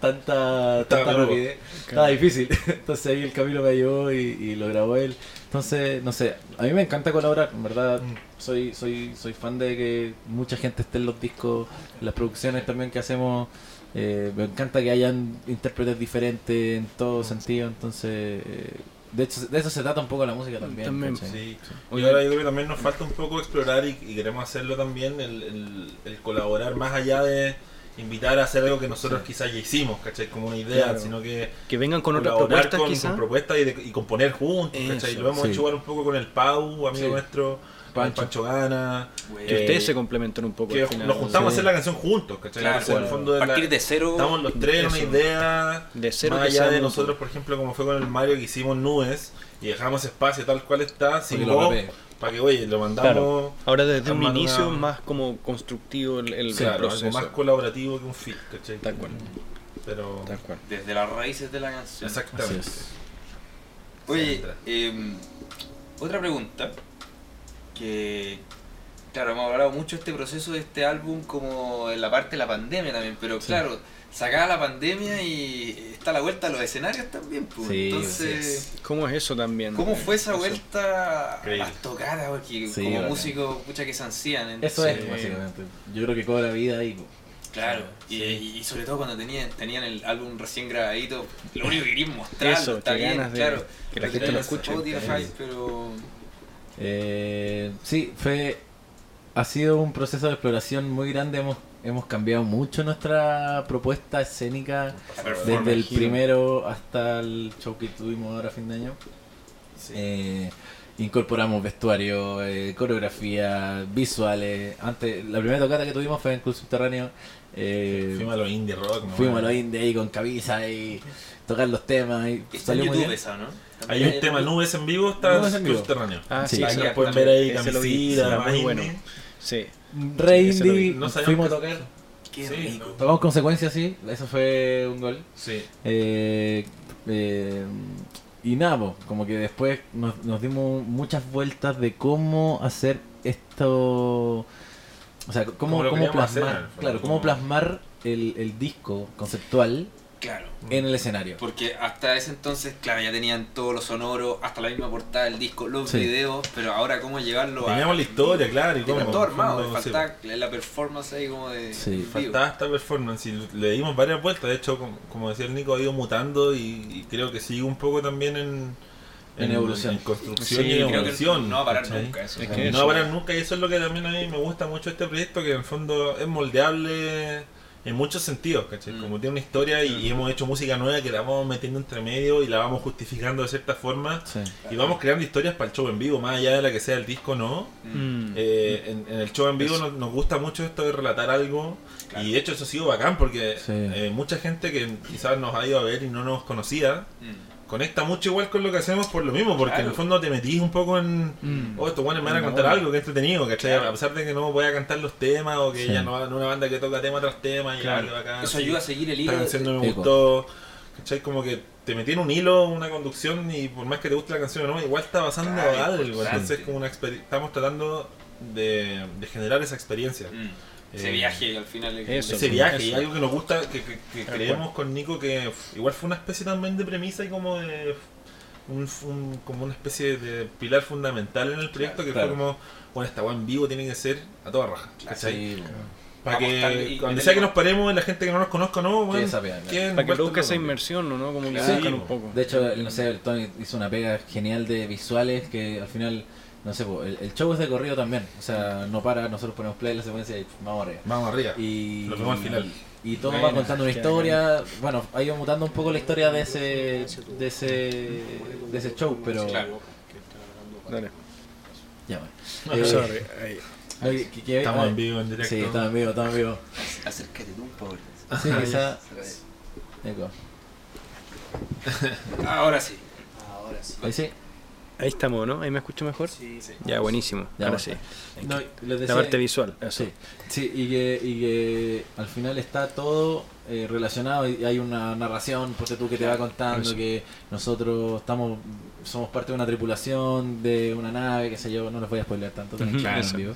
E: tanta, tanta
D: bravo.
E: rapidez. Estaba difícil. Entonces ahí el Camilo me ayudó y, y lo grabó él. Entonces, no sé, a mí me encanta colaborar. En verdad,
D: Mm.
E: soy, soy, soy fan de que mucha gente esté en los discos, en las producciones también que hacemos. Eh, me encanta que hayan intérpretes diferentes en todo sentido, entonces... eh, de hecho, de eso se trata un poco la música también.
B: También,
E: ¿cachai?
D: Sí. Y
B: Oye,
D: ahora yo creo que también nos falta un poco explorar y, y queremos hacerlo también, el, el- el colaborar más allá de invitar a hacer algo que nosotros quizás ya hicimos, ¿cachai? Como una idea,
B: Claro.
D: sino que
B: que vengan con otras
D: colaborar
B: propuestas
D: con,
B: quizás.
D: con propuestas y, de- y componer juntos, ¿cachai?
B: Eso,
D: Lo hemos
E: sí.
D: hecho igual un poco con el Pau, amigo
E: Sí.
D: nuestro, Pancho, Pancho
E: Pancho.
D: Gana.
A: Güey,
B: que
D: eh,
B: ustedes se complementan un poco
D: que
B: al final.
D: nos juntamos a hacer
E: Sí.
D: la canción juntos, ¿cachai?
A: Claro,
D: Entonces, en el
A: bueno,
D: fondo de la-
A: partir de cero.
D: Estamos los tres en una
A: eso.
D: idea.
B: De cero
D: más
B: que sea
D: allá de
B: mutuo.
D: nosotros, por ejemplo, como fue con el Mario que hicimos nubes y dejamos espacio tal cual está, sin
E: Porque lo
D: voz,
E: rapee.
D: para que, oye, lo mandamos.
B: Claro. Ahora desde un
D: armando
B: inicio
D: una-
B: más como constructivo el, el- el
D: Claro, algo
B: proceso.
D: más colaborativo que un fit, ¿cachai?
B: Tal cual,
D: Pero.
B: tal cual.
A: Desde las raíces de la canción.
E: Así
D: Exactamente.
E: es.
A: Oye,
D: Centra.
A: em, otra pregunta. Que, claro, hemos hablado mucho de este proceso de este álbum como en la parte de la pandemia también, pero claro, sacada la pandemia y está la vuelta a los escenarios también. Pues.
E: Sí,
A: Entonces,
B: ¿Cómo es eso también?
A: ¿cómo fue esa
B: Eso.
A: vuelta a
D: Increíble.
A: las tocadas? Porque
E: Sí,
A: como
E: bacán.
A: músicos, pucha que se ansían.
E: Eso
A: entonces,
E: es, básicamente. Yo creo que cobra vida y...
A: Claro, y, y sobre todo cuando tenían, tenían el álbum recién grabadito, lo único que querían mostrar,
B: Eso,
A: está
B: qué
A: bien,
B: ganas de
A: claro.
B: que la
A: Lo
B: gente lo
A: tenían en
B: escuche.
A: Spotify, pero
E: Eh, sí, fue. Ha sido un proceso de exploración muy grande. Hemos, hemos cambiado mucho nuestra propuesta escénica desde el
B: imagino.
E: primero hasta el show que tuvimos ahora a fin de año. Eh, incorporamos vestuario, eh, coreografía, visuales. Antes, la primera tocata que tuvimos fue en Club Subterráneo. eh,
D: Fuimos a los indie rock. ¿no?
E: fuimos a los indies ahí con camisa y tocar los temas. Y
A: está en
E: salió muy
A: YouTube
E: bien.
A: esa, ¿no?
D: Hay
A: También
D: un tema nubes en vivo, está
E: Nubes en
D: en
E: vivo.
D: Club Subterráneo.
B: Ah,
E: Sí,
B: sí,
D: Ahí
B: sí,
D: la
B: sí,
D: pueden ver ahí,
B: ese lo vi,
D: camisita,
B: sí,
D: más
B: muy
D: indie.
B: bueno. Sí.
E: Re
B: Sí, ese lo vi.
E: indie,
D: No sabíamos
E: fuimos a
D: que-
E: tocar.
A: Qué
D: Sí,
A: rico.
E: Tomamos consecuencias, sí. Eso fue un gol.
D: Sí.
E: Eh, eh, y nada, po, como que después nos, nos dimos muchas vueltas de cómo hacer esto. O sea,
D: Como
E: cómo,
D: lo
E: cómo
D: queríamos hacer,
E: plasmar,
D: al fondo,
E: claro,
D: como-
E: cómo plasmar el, el disco conceptual
A: Claro.
E: en el escenario.
A: Porque hasta ese entonces, claro, ya tenían todo lo sonoro, hasta la misma portada del disco, los
E: Sí.
A: videos, pero ahora cómo llevarlo a...
D: Teníamos la historia, claro. Y
A: Tenían
D: cómo,
A: todo armado,
D: cómo- sí,
A: faltaba la performance ahí como de...
E: Sí,
A: en vivo.
D: pues, Faltaba esta performance y le dimos varias vueltas. De hecho, com- como decía el Nico, ha ido mutando y, y creo que sigue un poco también en,
E: En evolución.
D: en construcción
B: Sí,
D: y
B: creo
A: Creo que
D: evolución.
A: no va a parar
D: ¿cachai?
A: nunca eso.
B: Es
D: No
B: que
D: va a
B: eso.
D: parar nunca y eso es lo que también a mí me gusta mucho de este proyecto, que en el fondo es moldeable en muchos sentidos, ¿cachai?
A: Mm.
D: Como tiene una historia y, y hemos hecho música nueva que la vamos metiendo entre medio y la vamos justificando de cierta forma
E: Sí.
D: y vamos creando historias para el show en vivo, más allá de la que sea el disco no.
B: Mm.
D: Eh, en, en el show en vivo nos, nos gusta mucho esto de relatar algo
A: Claro.
D: y de hecho eso ha sido bacán porque
E: Sí.
D: eh, mucha gente que quizás nos ha ido a ver y no nos conocía
A: Mm.
D: conecta mucho igual con lo que hacemos por lo mismo porque en
A: Claro.
D: el fondo te metís un poco en
B: Mm.
D: oh estos buenos me van a
E: En la
D: contar
E: onda.
D: algo que es entretenido ¿cachai?
A: Claro.
D: a pesar de que no voy a cantar los temas o que
E: Sí.
D: ya no hagan una banda que toca tema tras tema y
B: Claro.
D: ah, qué bacán,
A: Eso
D: sí,
A: ayuda a seguir el
D: esta
A: hilo.
D: canción
A: de-
D: no me
E: Eco.
D: gustó ¿cachai? como que te metí en un hilo una conducción y por más que te guste la canción o no igual está pasando
A: Claro,
D: algo
A: importante.
D: entonces es como una exper- estamos tratando de, de generar esa experiencia
A: Mm. Ese
D: Eh,
A: viaje al final. es-
B: eso.
D: ese viaje y
B: eso.
D: algo que nos gusta que, que- que
B: Tal
D: creemos con Nico que f- igual fue una especie también de premisa y como de f- un, f- un- como una especie de pilar fundamental en el proyecto que
E: Claro.
D: fue como bueno esta weá en vivo tiene que ser a toda raja ¿cachai?
E: Sí, bueno.
D: para
A: Vamos a estar-
D: que
A: y-
D: cuando
A: y
D: sea que
A: tenemos-
D: nos paremos la gente que no nos conozca no
E: Sí,
D: bueno,
E: esa pega, claro.
D: queden
B: Para que
D: vueltos
B: produzca esa
D: locos.
B: inmersión, ¿no? Como que
D: Sí,
B: buscan
D: po.
B: un poco.
E: De hecho, el- no sé, el Tony hizo una pega genial de visuales que al final, no sé, po, el, el show es de corrido también. O sea, no para, nosotros ponemos play la secuencia y pff, vamos arriba.
D: vamos arriba
E: Y,
D: Lo vemos al final.
E: Y, todo va
B: Buena,
E: contando una
B: qué
E: historia. Bueno, ha ido mutando un poco la historia de ese, de ese, de ese show, pero.
A: Claro.
B: Dale.
E: Ya, bueno. Eh,
B: Sorry. Ahí.
E: no, que- que- que-
D: estamos
E: ah,
D: en vivo en directo
E: Sí, estamos en vivo, estamos en vivo.
A: Acércate tú un poco.
E: Sí, quizá. Eco.
A: Ahora sí.
G: Ahora sí.
E: Ahí sí.
B: Ahí estamos, ¿no? Ahí me escucho mejor.
G: Sí, sí.
B: Ya, buenísimo.
E: Ya,
B: Ahora
E: basta.
B: sí.
E: No, les
B: La
E: decía-
B: parte visual. Eso.
E: Sí, sí y, que, y que al final está todo eh, relacionado y hay una narración, porque tú que te va contando
B: Eso.
E: que nosotros estamos somos parte de una tripulación de una nave, qué sé yo, no les voy a spoiler tanto, tienen que
B: Claro.
E: verlo en vivo.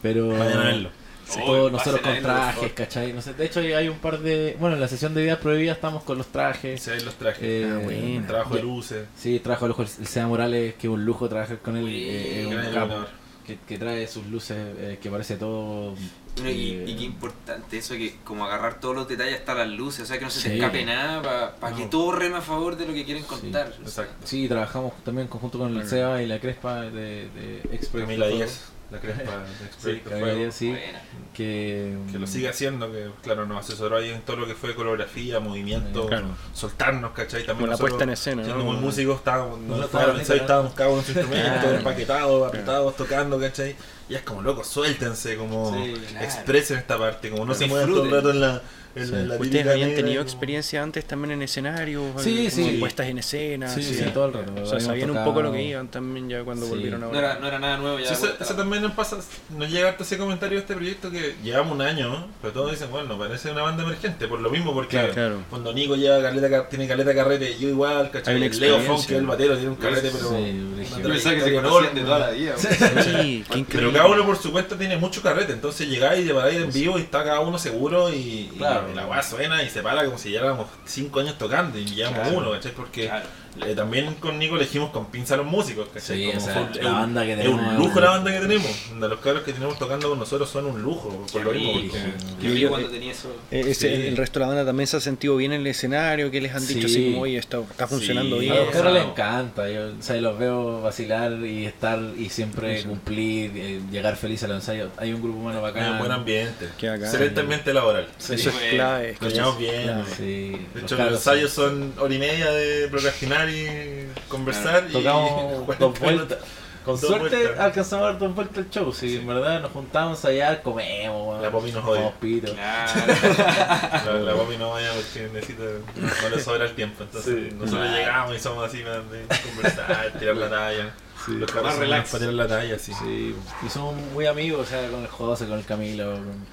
E: pero
D: vayan a verlo
A: Sí.
E: todos
A: Oh, pasen
E: nosotros
A: a
E: con
A: verlo, por
E: trajes,
A: favor.
E: ¿cachai? No sé, de hecho hay un par de, bueno, en la sesión de ideas prohibidas estamos con los trajes.
D: se ven los trajes
E: eh,
B: Ah, bueno.
D: el trabajo de
E: ya.
D: luces
E: Sí, trajo el ojo el Sea Morales, que es un lujo trabajar con él, eh,
D: gran
E: es un
D: iluminador.
E: capo, que, que trae sus luces, eh, que parece todo...
A: Bueno, y,
E: eh,
A: y qué importante eso que como agarrar todos los detalles hasta las luces, o sea que no se te
E: Sí.
A: escape nada para que
E: No.
A: todo reme a favor de lo que quieren contar.
D: exacto
E: Sí, trabajamos también en conjunto con el SEBA y la Crespa de, de Ex Proyecto
D: Camila
E: Fuego.
D: Díaz la crespa de
E: Sí,
D: Expedito
E: Camila
D: Fuego.
E: Díaz, sí.
A: Buena.
E: Que, mm,
D: que
B: Mm.
D: lo siga haciendo, que claro, nos asesoró ahí en todo lo que fue coreografía, movimiento,
B: Claro.
D: soltarnos, ¿cachai? También
B: Como la
D: nosotros,
B: puesta en escena,
D: siendo
B: ¿no?
D: muy
B: Como-
D: músicos, estábamos,
E: No lo
D: nosotros
E: estaba
D: pensáis,
E: ni
D: estábamos cada uno en su
E: Claro.
D: instrumento,
B: Ah.
D: empaquetados, apretados, tocando, ¿cachai? Y es como, loco, suéltense, como
A: Sí, claro.
D: expresen esta parte, como no se muevan todo
A: Disfruten.
D: el rato en la... En la- en la
B: ¿Ustedes
D: típica
B: habían
D: negra,
B: tenido
D: como-
B: experiencia antes también en escenarios?
E: Sí,
B: eh,
E: sí.
B: como puestas en escena.
E: Sí, sí,
B: así?
E: todo el rato.
B: O sea,
E: Habíamos
B: sabían un
E: tocado-
B: poco lo que iban también ya cuando
E: Sí.
B: volvieron
A: No era,
B: ahora.
A: no era nada nuevo ya.
D: Sí, Eso,
A: vuelta
D: eso
A: la-
D: también nos pasa, nos llega harto ese comentario de este proyecto que llevamos un año, ¿no? pero todos dicen, bueno, parece una banda emergente, por lo mismo, porque
B: Claro, claro.
D: cuando Nico lleva caleta, car- tiene caleta carrete, yo igual, ¿cachai?
B: Hay una
D: El Leo
B: experiencia,
D: Funk, que es el
B: ¿no?
D: batero, tiene un carrete,
E: Sí,
D: pero...
E: brígido.
D: una
E: Yo
C: pensaba que se
D: trayectoria
C: conocían de
D: enorme.
C: toda la vida. güey.
B: Sí, qué increíble.
D: Pero cada uno por su cuenta tiene mucho carrete, entonces llegáis y te paráis en vivo y está cada uno seguro y, y
E: Claro.
D: la weá suena y se para como si lleváramos cinco años tocando y llevamos uno, ¿cachai? Porque
A: Claro.
D: eh, también con Nico elegimos con pinza a los músicos, ¿cachai?
E: Sí,
D: Como
E: o sea,
D: fue-
E: la
D: es un-
E: banda que
D: es
E: tenemos
D: un
E: es
D: lujo
E: un-
D: la banda que tenemos. Onda, Los cabros que tenemos tocando con nosotros son un lujo, por lo mismo.
A: rico.
D: porque-
A: Yo vi cuando tenía eso.
B: Eh, ese-
D: Sí.
B: El resto de la banda también se ha sentido bien en el escenario, que les han dicho
E: Sí.
B: así como, oye, está, está funcionando
D: Sí.
E: A los
B: bien.
E: cabros les
D: Claro.
E: encanta, yo o sea, los veo vacilar y estar y siempre cumplir, eh, llegar feliz al ensayo. Hay un grupo humano
D: Hay un
E: bacán.
D: buen ambiente.
B: Qué bacán.
D: Excelente ambiente laboral.
B: Eso es
A: Sí.
B: clave.
D: Lo
B: escucha.
D: llevamos bien.
B: Claro.
E: Sí,
D: De
E: los
D: hecho, los
E: cabros-
D: ensayos son hora y media de procrastinar y conversar. y
E: Tocamos
D: jugar
E: dos
D: pelota.
E: vueltas. Con
D: Dos
E: suerte
D: vueltas.
E: alcanzamos a dar dos vueltas al show. Si en verdad nos juntamos allá, comemos, weón.
D: La Poppy nos
E: Tomamos
D: odia.
E: pito.
A: Claro.
D: La, la papi no vaya porque necesita, no le sobra el tiempo. Entonces, nosotros llegamos y somos así, man, de conversar, tirar la talla. Los cabros
A: Más
D: son
A: relax.
D: buenos para tirar la talla, sí.
E: Sí, y somos muy amigos, o sea, con el José, con el Camilo, con,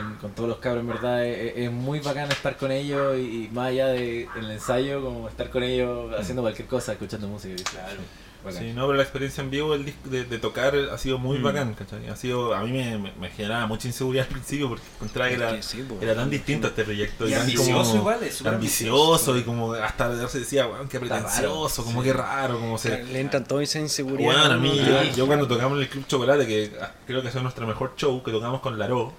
E: con, con todos los cabros, en verdad es, es muy bacán estar con ellos y, y más allá del ensayo, como estar con ellos haciendo cualquier cosa, escuchando música. Claro.
D: Mm. Sí, no, pero la experiencia en vivo del disc- de, de tocar ha sido muy bacán, ¿cachai? Ha sido, a mí me, me- me generaba mucha inseguridad al principio porque encontraba que
B: Es
D: era,
B: que sí, pues. po.
D: era tan distinto este proyecto.
A: Y
D: tan
A: ambicioso igual, es súper
D: ambicioso y como hasta se decía, weón, qué pretencioso, como que raro, como se...
B: Le entra toda esa inseguridad.
D: Bueno, a mí,
B: ¿no?
D: yo, yo cuando tocamos en el Club Chocolate, que ah, creo que fue nuestro mejor show, que tocamos con Laró,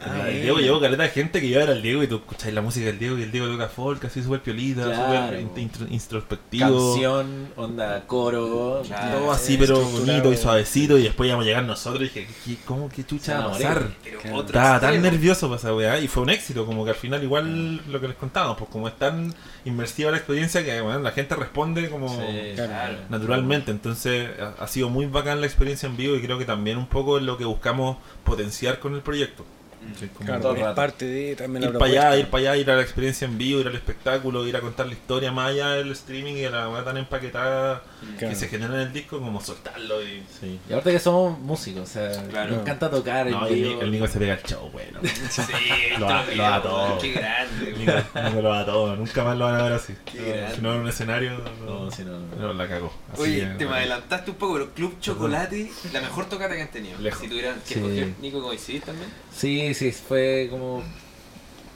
B: Ah,
D: el Diego llevó caleta de gente que yo era el Diego y tú escucháis la música del Diego y el Diego toca folk, así súper piolita,
E: Claro.
D: súper in- intro- introspectivo.
E: Canción, eh, onda, coro,
D: Todo así,
B: sí,
D: pero
B: estructurado.
D: bonito y suavecito. Y después íbamos a llegar nosotros y dije, ¿qué, ¿cómo que chucha va a
E: Amor,
D: pasar?
A: Pero
B: Claro.
A: otro
D: Estaba tan
A: extremo.
D: nervioso para esa weá y fue un éxito. Como que al final, igual lo que les contábamos, pues como es tan inmersiva la experiencia que bueno, la gente responde como
E: Sí,
B: Claro.
D: naturalmente. Entonces, ha- ha sido muy bacán la experiencia en vivo y creo que también un poco es lo que buscamos potenciar con el proyecto. Sí, como-
B: Claro,
E: Todo el
B: es
E: rato.
B: parte de también la
D: ir para allá,
B: propuesta.
D: ir para allá, ir a la experiencia en vivo, ir al espectáculo, ir a contar la historia más allá del streaming y de la weá tan empaquetada
B: Claro.
D: que se genera en el disco, como soltarlo y. Sí.
E: Y aparte que somos músicos, o sea,
A: Claro.
E: nos encanta tocar
D: No,
E: en
D: el,
E: vivo.
D: Nico- el Nico se pega el show, bueno.
A: Sí, esto
D: Lo da- lo da todo.
A: Qué grande,
D: El
A: güey.
D: Nico, el Nico lo da todo, nunca más lo van a ver así.
A: grande.
D: Si no en un escenario, no,
E: No, si no, no.
D: pero la cagó. Así
A: Oye,
D: que,
A: te me
D: bueno.
A: adelantaste un poco, pero Club Chocolate, la mejor tocata que han tenido.
D: Lejos.
A: Si tuvieran que
E: Sí.
A: escoger, Nico, coincidís también.
E: Sí, sí, fue como,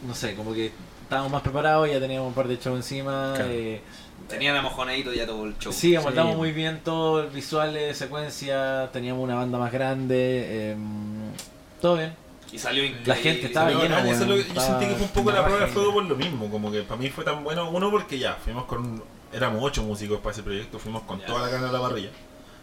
E: no sé, como que estábamos más preparados, ya teníamos un par de shows encima.
B: Claro.
E: eh,
A: Tenían a mojonadito ya todo el show.
E: sí, aguantamos muy bien todo, visuales, secuencias, teníamos una banda más grande, eh, todo bien.
A: Y salió increíble.
E: La gente estaba
D: Pero,
E: llena,
D: no, eso es lo que- yo
E: estaba-
D: sentí que fue un poco la
E: estaba
D: prueba de
E: llena.
D: fuego por lo mismo, como que para mí fue tan bueno, uno porque ya, fuimos con, éramos ocho músicos para ese proyecto, fuimos con
A: Ya.
D: toda la gana de la parrilla,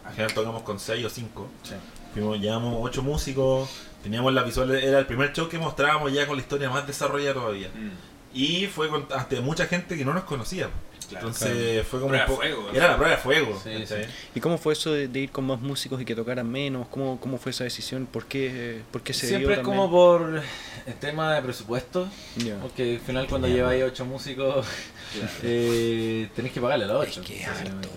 D: al final tocamos con seis o cinco,
E: Sí.
D: fuimos, llevamos ocho músicos, teníamos la visual, era el primer show que mostrábamos ya con la historia más desarrollada todavía,
A: Mm.
D: y fue con, hasta mucha gente que no nos conocía, pues.
A: Claro.
D: entonces fue como
A: Prueba
D: un
A: de
D: poco,
A: fuego,
D: era la prueba de fuego,
E: Sí,
D: ¿cachai?
B: ¿Y cómo fue eso de, de ir con más músicos y que tocaran menos? ¿Cómo, cómo fue esa decisión? ¿Por qué, eh, por qué se
E: Siempre es
B: dio
E: como por el tema de presupuesto,
B: también? Ya.
E: porque al final cuando lleváis ocho músicos eh, tenéis que pagarle a los ocho.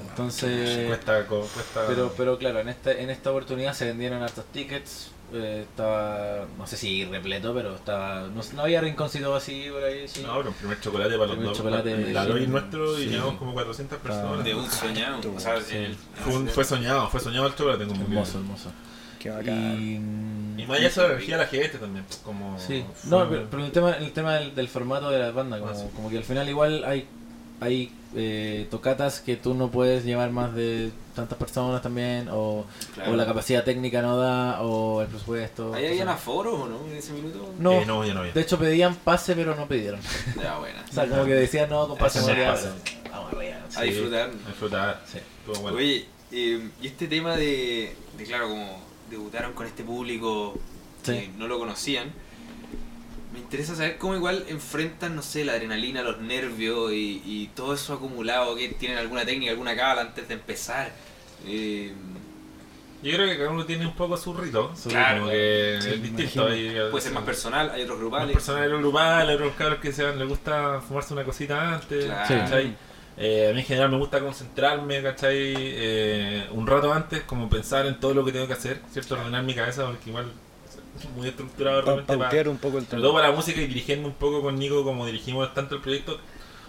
E: Entonces,
D: cuesta, co- cuesta,
E: Pero, pero claro, en, este, en esta oportunidad se vendieron hartos tickets. eh, estaba, no sé si repleto, pero estaba. No, no había rinconcito vacío por ahí. Sí.
D: no, pero el primer chocolate para los
E: Primer
D: dos,
E: chocolate,
D: la Lori
E: sí.
D: nuestro y
E: Sí.
D: llevamos como 400 personas.
A: De un soñado. O sea,
E: Sí.
A: el-
D: Fue, un- fue soñado, fue soñado el chocolate. Como que-
E: hermoso, hermoso.
B: Qué bacán.
E: Y,
D: Y más allá de eso, la energía de la gente también. pues, Como,
E: sí,
D: fue-
E: no, pero, pero el tema, el tema del, del formato de la banda, como,
D: Ah, sí.
E: como que al final igual hay, hay eh, tocatas que tú no puedes llevar más de tantas personas también, o,
A: Claro.
E: o la capacidad técnica no da, o el presupuesto.
A: ¿Ahí habían
E: entonces-
A: aforos o no en ese minuto?
E: no,
D: Eh, no, ya no había.
E: de hecho pedían pase, pero no pidieron.
A: Ya, buena.
E: O sea, como que decía, no, compadre,
D: Eso
E: se
D: se
E: muere.
D: pasa.
E: Vamos arriba.
A: A disfrutar.
D: A disfrutar.
E: Sí.
D: Estuvo bueno.
A: Oye, eh, y este tema de, de, claro, como debutaron con este público que
E: Sí.
A: no lo conocían, me interesa saber cómo igual enfrentan, no sé, la adrenalina, los nervios y, y todo eso acumulado, que tienen alguna técnica, alguna cábala antes de empezar. Eh,
D: Yo creo que cada uno tiene un poco su rito. su
A: Claro.
D: ritmo, que es distinto. hay- eh,
A: puede ser más personal, hay otros
D: Más
A: grupales.
D: personal, hay grupal, hay otros cabros que se, les gusta fumarse una cosita antes.
A: Claro.
D: ¿cachai? Eh, a mí en general me gusta concentrarme, ¿cachai? Eh, un rato antes, como pensar en todo lo que tengo que hacer, ¿cierto? Ordenar mi cabeza, porque igual es muy estructurado de
B: Pa-
D: repente para-
B: pautear un poco el
D: Sobre todo
B: tema.
D: para la música y dirigiendo un poco con Nico, como dirigimos tanto el proyecto,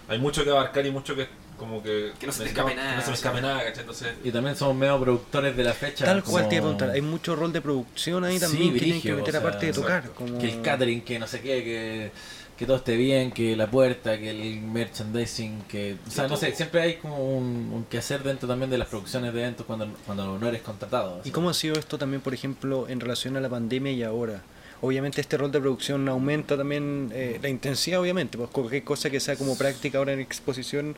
D: hay mucho que abarcar y mucho que como que...
A: Que no se te
D: necesitamos-
A: escape nada,
D: que no se me
A: o sea.
D: escape nada, ¿cachai? Entonces,
E: Y también somos medio productores de la fecha.
B: Tal cual te iba a
E: como
B: preguntar, hay mucho rol de producción ahí
E: Sí,
B: también que tienen que
E: brígido,
B: meter
E: o sea,
B: aparte de tocar.
D: exacto.
B: Como...
E: Que el catering, que no sé qué, que, que todo esté bien, que la puerta, que el merchandising, que... O sea, no sé, siempre hay como un, un quehacer dentro también de las producciones de eventos cuando, cuando no eres contratado. o
B: ¿Y
E: sea.
B: cómo ha sido esto también, por ejemplo, en relación a la pandemia y ahora? Obviamente este rol de producción aumenta también eh, la intensidad, obviamente, pues cualquier cosa que sea como práctica ahora en exposición,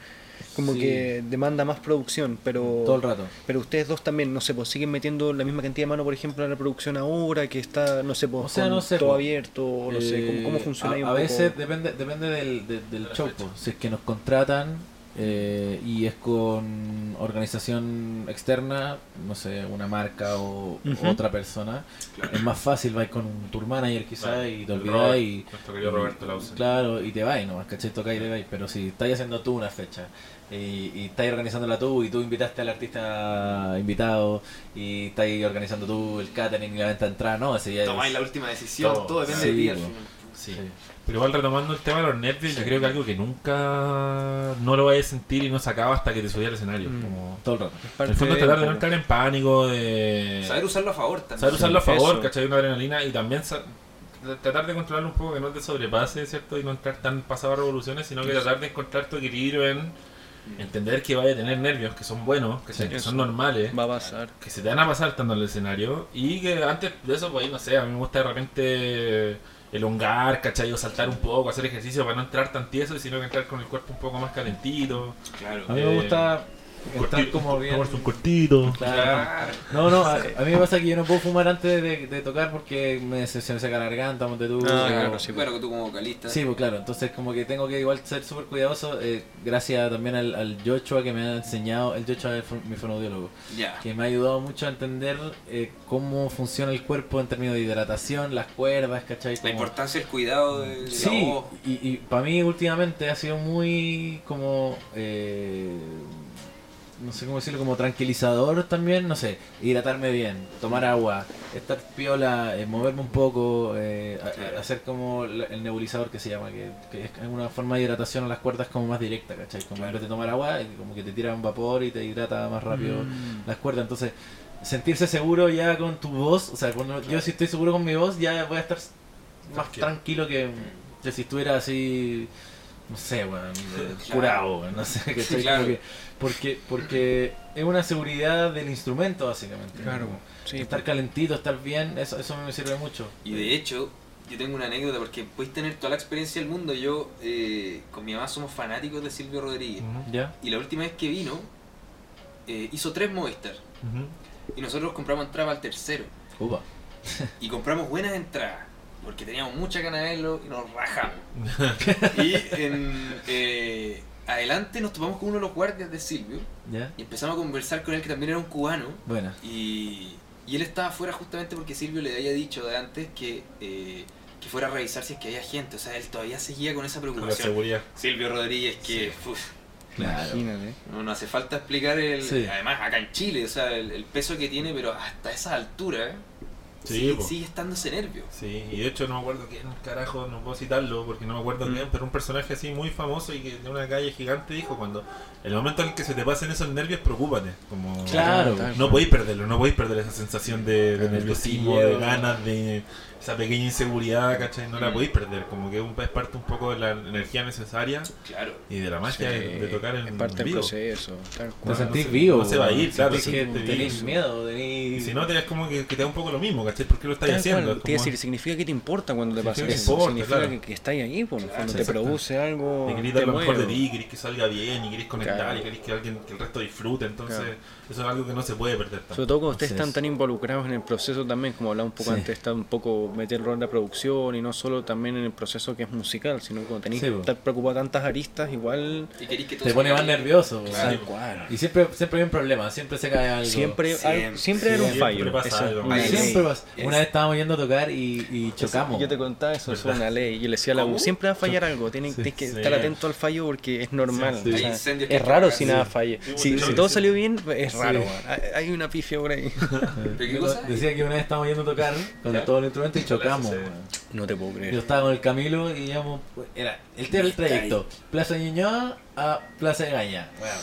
B: como
E: Sí. Mm,
B: que demanda más producción, pero...
E: Todo el rato.
B: Pero ustedes dos también, no sé, pues siguen metiendo la misma cantidad de mano, por ejemplo, a la producción ahora, que está, no sé, pues,
E: O sea,
B: con
E: no sé,
B: todo
E: pues,
B: abierto, o no sé, ¿cómo, cómo
E: Eh,
B: funciona ahí
E: a,
B: un
E: a
B: poco?
E: veces depende, depende del, de- del show, po. si es que nos contratan eh, y es con organización externa, no sé, una marca o u
B: Ujú.
E: otra persona, es más fácil, vais con un tour manager quizás
D: Claro.
E: y te
D: El
E: olvidáis
D: Robert,
E: y...
D: nuestro querido Roberto Lausen.
E: Claro, y te vais nomás, ¿cachai? Tocáis y le vais, pero si estáis haciendo tú una fecha y, y estáis organizándola tú y tú invitaste al artista invitado y estáis organizando tú el catering y la venta de entrada, no, ese día...
C: Tomáis la última decisión,
D: Todo.
C: todo, depende
E: Sí,
C: de ti al
E: po.
C: final.
E: Sí.
D: Pero igual retomando el tema de los nervios, yo creo que algo que nunca no lo vayas a sentir y no se acaba hasta que te subí al escenario.
B: Mm.
D: Como,
E: Todo el rato.
D: en el fondo
E: eh,
D: tratar de no entrar en pánico, de
A: Saber usarlo a favor también.
D: saber usarlo a favor,
B: Eso.
D: ¿cachai? Una adrenalina y también sa- tra- tratar de controlarlo un poco que no te sobrepase, ¿cierto? Y no entrar tan pasado a revoluciones, sino que tratar de encontrar tu equilibrio en entender que vaya a tener nervios, que son buenos, ¿cachai?
B: Sí,
D: que
B: eso.
D: son normales.
B: Va a pasar.
D: que se te van a pasar estando en el escenario y que antes de eso, pues no sé, a mí me gusta de repente elongar, ¿cachai? O saltar un poco, hacer ejercicio para no entrar tan tieso, sino que entrar con el cuerpo un poco más calentito.
E: A
A: Claro.
E: mí
D: Eh,
E: me gusta estar como bien...
D: Tomarse un cortito.
E: Claro. No, no, a, a mí me pasa que yo no puedo fumar antes de, de tocar porque me, se, se me seca la garganta, ponte tú.
B: Ah,
E: o-
B: claro, sí.
A: Bueno, que tú como vocalista.
E: Sí, pues claro, entonces como que tengo que igual ser súper cuidadoso, eh, gracias también al, al Joshua que me ha enseñado, el Joshua es fon- mi fonoaudiólogo,
A: Ya.
E: que me ha ayudado mucho a entender eh, cómo funciona el cuerpo en términos de hidratación, las cuerdas, ¿cachai?
A: La
E: Como-
A: importancia del cuidado de la
E: Sí,
A: voz.
E: y, para mí últimamente ha sido muy como... eh, no sé cómo decirlo, como tranquilizador también, no sé, hidratarme bien, tomar agua, estar piola, eh, moverme un poco, eh, a-
A: Claro.
E: a- hacer como la- el nebulizador que se llama, que, que es una forma de hidratación a las cuerdas como más directa, ¿cachai? Como en vez de tomar agua, eh, como que te tira un vapor y te hidrata más rápido
A: Mm.
E: las cuerdas, entonces sentirse seguro ya con tu voz, o sea, cuando yo si estoy seguro con mi voz ya voy a estar más tranquilo que,
D: Mm.
E: que si estuviera así, no sé, weón, eh, curado, weón, no sé, ¿cachai? Como
A: claro.
E: que- porque, porque es una seguridad del instrumento básicamente.
B: Claro,
E: Como
B: sí,
E: estar
D: pues.
E: calentito, estar bien, eso, eso me sirve mucho.
A: Y de hecho, yo tengo una anécdota porque puedes tener toda la experiencia del mundo. Yo, eh, con mi mamá, somos fanáticos de Silvio Rodríguez.
E: ¿Ya?
A: Y la última vez que vino, eh, hizo tres Movistar. Y nosotros compramos entrada al tercero.
E: Upa.
A: Y compramos buenas entradas. Porque teníamos mucha ganas de verlo y nos rajamos. y en, eh, adelante nos topamos con uno de los guardias de Silvio.
E: ¿Ya?
A: Y empezamos a conversar con él, que también era un cubano.
E: Buena.
A: Y, y él estaba afuera justamente porque Silvio le había dicho de antes que, eh, que fuera a revisar si es que había gente. O sea, él todavía seguía con esa
D: Con la
A: preocupación.
D: seguridad.
A: Silvio Rodríguez, que uf,
B: Imagínate.
A: no, no hace falta explicar el.
E: Sí.
A: Además, acá en Chile, o sea, el, el peso que tiene, pero hasta esa altura ¿eh?
D: Sí,
A: sigue,
D: po.
A: sigue estando ese nervio.
D: Sí, y de hecho no me acuerdo quién, carajo, no puedo citarlo porque no me acuerdo
B: Mm.
D: quién, pero un personaje así muy famoso y que de una calle gigante dijo cuando el momento en el que se te pasen esos nervios, preocúpate. Como,
E: Claro.
B: Tal
D: No
B: cual.
D: podéis perderlo, no podéis perder esa sensación de, de
E: Claro,
D: nerviosismo,
E: miedo.
D: de ganas, de esa pequeña inseguridad, ¿cachai?
B: Mm.
D: No la podéis perder, como que un- es parte un poco de la energía necesaria
A: Claro.
D: y de la magia
B: Sí,
D: de, de tocar en
B: Es parte del
D: vivo.
B: proceso. Tal cual.
E: Te
D: Bueno,
E: sentís
D: no se-
E: vivo.
D: no se va a
E: weón.
D: ir, claro,
E: Sentís
D: sí,
E: que
D: te
E: tenés
D: vi.
E: miedo,
D: Y
E: tenés...
D: si no, te, es como que, que te da un poco lo mismo, ¿cachai? Porque lo estáis
B: Tal
D: haciendo.
B: cual,
D: es
B: te iba a
D: como-
B: decir, significa que te importa cuando te
D: Significa
B: pasa
D: que te
B: eso.
D: importa,
B: significa
D: claro.
B: que, que estáis ahí, por el
A: Claro,
B: fondo, te
D: exacto.
B: produce algo.
D: Y querés dar
B: te
D: lo mejor de
B: mueve.
D: ti, querés que salga bien, y querés conectar,
B: Claro.
D: y querés que, alguien, que el resto disfrute. Entonces,
B: Claro.
D: eso es algo que no se puede perder
B: Sobre
D: tampoco.
B: todo cuando ustedes
E: Entonces-
B: están tan involucrados en el proceso también, como hablaba un poco
E: Sí.
B: antes, está un poco meterlo en la producción y no solo también en el proceso que es musical, sino cuando tenéis
E: Sí,
B: que
E: po.
B: estar preocupado de tantas aristas, igual
A: Y querís que todo
E: Te pone
A: salga
E: más
A: bien.
E: nervioso. weón.
D: Claro.
B: cual.
E: Y siempre, siempre hay un problema, siempre se cae algo.
B: Siempre, hay-
A: Siempre,
B: siempre, era un
D: siempre
B: fallo.
D: pasa
B: Esa es
D: algo.
B: una
A: Ahí
B: ley.
E: Pues Siempre pasa.
A: Es-
E: Una vez estábamos yendo a tocar y, y chocamos.
B: Yo te contaba eso, es
D: ¿Verdad?
B: una ley. Yo le decía a la U,
A: ¿Cómo?
B: siempre va a fallar algo, tienen,
E: Sí.
B: tienes que
D: Sí.
B: estar atento al fallo porque es normal.
E: Sí.
B: o
A: Hay
B: sea,
A: incendios que
B: es
A: hay que
B: raro
A: apagar.
B: si nada falla.
D: Sí,
B: Si,
D: bueno,
B: si
D: sí,
B: todo
D: sí.
B: salió bien, es
E: Sí.
B: raro. man. Hay- Hay una pifia por ahí.
A: ¿Pero qué
E: Yo
A: cosa?
E: Decía que una vez estábamos yendo a tocar con
A: Ya.
E: todo el instrumento y chocamos.
D: Sí.
E: weón.
B: No te puedo
E: Yo
B: creer.
E: estaba con el Camilo y íbamos. Era el, era el trayecto. Plaza Ñuñoa a Plaza de Gaña.
D: Bueno,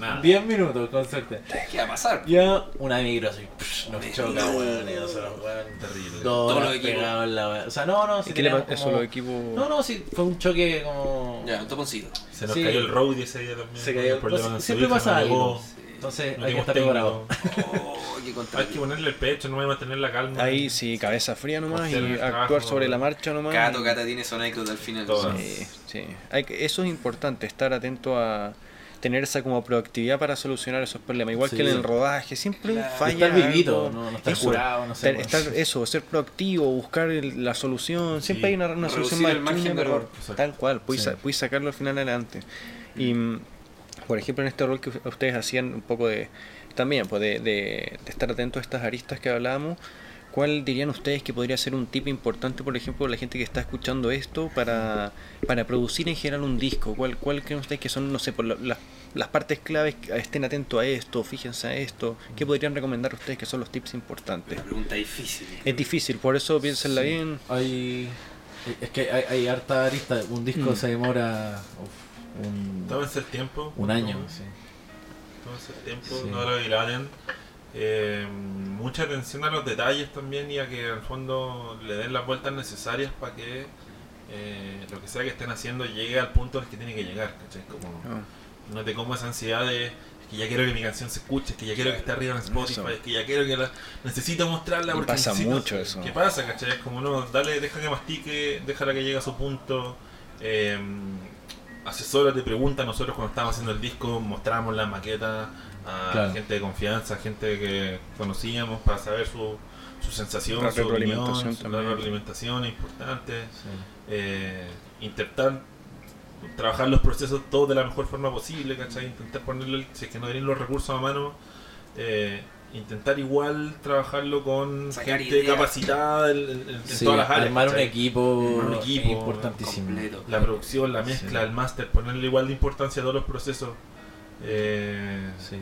D: nada.
E: 10 minutos, con suerte.
A: ¿Qué va a pasar?
E: Ya una micro así. psh, nos choca,
A: No.
E: weón. Y nosotros, weón.
D: Terrible.
E: Todos
A: Todos los equipos.
E: pegados en la weá. O sea, no, no.
B: ¿Y
E: Si
B: qué le
E: teníamos
B: pasó? Eso,
E: como-
B: los equipos.
E: No, no, sí. Fue un choque como.
A: Ya, un toponcito.
D: Se nos
E: Sí.
D: cayó el road ese día también.
E: Se
D: con
E: cayó.
D: el problema
E: Entonces,
D: en
E: siempre
D: Suiza,
E: pasa
D: no
E: algo.
D: llegó.
E: Entonces
D: No
E: hay que
D: dimos
E: estar
D: técnico.
E: preparado.
A: Oh, qué
D: Hay que
A: contrario.
D: ponerle el pecho, no voy a mantener la calma.
B: Ahí sí, cabeza fría nomás y
D: Hacer el
B: actuar
D: trabajo.
B: sobre la marcha nomás.
A: Cato, Cata tiene su anécdota al final.
D: Todas.
B: Sí, sí. Hay que- eso es importante, estar atento a tener esa como proactividad para solucionar esos problemas. Igual
E: Sí.
B: que en el rodaje, siempre
A: Claro.
B: falla.
E: Estar vivito,
B: algo.
E: no, no estar
B: Eso,
E: curado, no sé,
B: ten-
A: pues.
E: bueno.
B: estar- eh, eso, ser proactivo, buscar el- la solución. Siempre hay
D: Sí.
B: una, una
A: Reducir
B: solución más
A: el margen
B: chusma,
A: de
B: pero
A: error.
D: Exacto.
B: Tal cual, puedes, sa- puedes sacarlo al final adelante. Y mm, por ejemplo, en este rol que ustedes hacían un poco de, también, pues de, de- de estar atentos a estas aristas que hablábamos, ¿cuál dirían ustedes que podría ser un tip importante, por ejemplo, la gente que está escuchando esto para, para producir en general un disco? ¿Cuál, cuál creen ustedes que son, no sé, por la- las- las partes claves, que estén atentos a esto, fíjense a esto? ¿Qué podrían recomendar ustedes que son los tips importantes?
A: Una pregunta difícil.
B: Es difícil, por eso piénsenla bien.
E: Hay. Es que hay, hay harta arista. Un disco
B: Mm.
E: se demora. uf, un,
D: Tómense el tiempo.
E: un año.
D: Tómense- Tómense el tiempo,
E: Sí.
D: no lo dilaten. Eh, mucha atención a los detalles también y a que al fondo le den las vueltas necesarias para que eh, lo que sea que estén haciendo llegue al punto al que tiene que llegar. ¿cachai? Como, No te como esa ansiedad de "Es que ya quiero que mi canción se escuche, es que ya quiero que esté arriba en Spotify,
B: Eso.
D: es que ya quiero que la necesito mostrarla
B: Y
D: porque
B: pasa
D: necesito-
B: mucho eso.
D: ¿Qué pasa, cachai? Es como no, dale, deja que mastique, déjala que llegue a su punto. Eh, asesora te pregunta, nosotros cuando estábamos haciendo el disco mostrábamos la maqueta a
E: Claro.
D: gente de confianza, gente que conocíamos para saber su, su sensación,
B: La
D: su
B: retroalimentación
D: opinión, su- la
B: también.
D: retroalimentación es importante
E: Sí.
D: eh, intentar trabajar los procesos todos de la mejor forma posible, ¿cachai? Intentar ponerle, si es que no tienen los recursos a mano, eh, intentar igual trabajarlo con
A: Sacar
D: gente
A: ideas.
D: capacitada en, en- en
E: Sí,
D: todas las áreas.
E: Armar un
D: ¿cachai?
E: equipo.
D: Armar un equipo
E: es importantísimo.
A: Completo.
D: La producción, la mezcla,
E: Sí.
D: el máster, ponerle igual de importancia a todos los procesos. Eh,
E: Sí.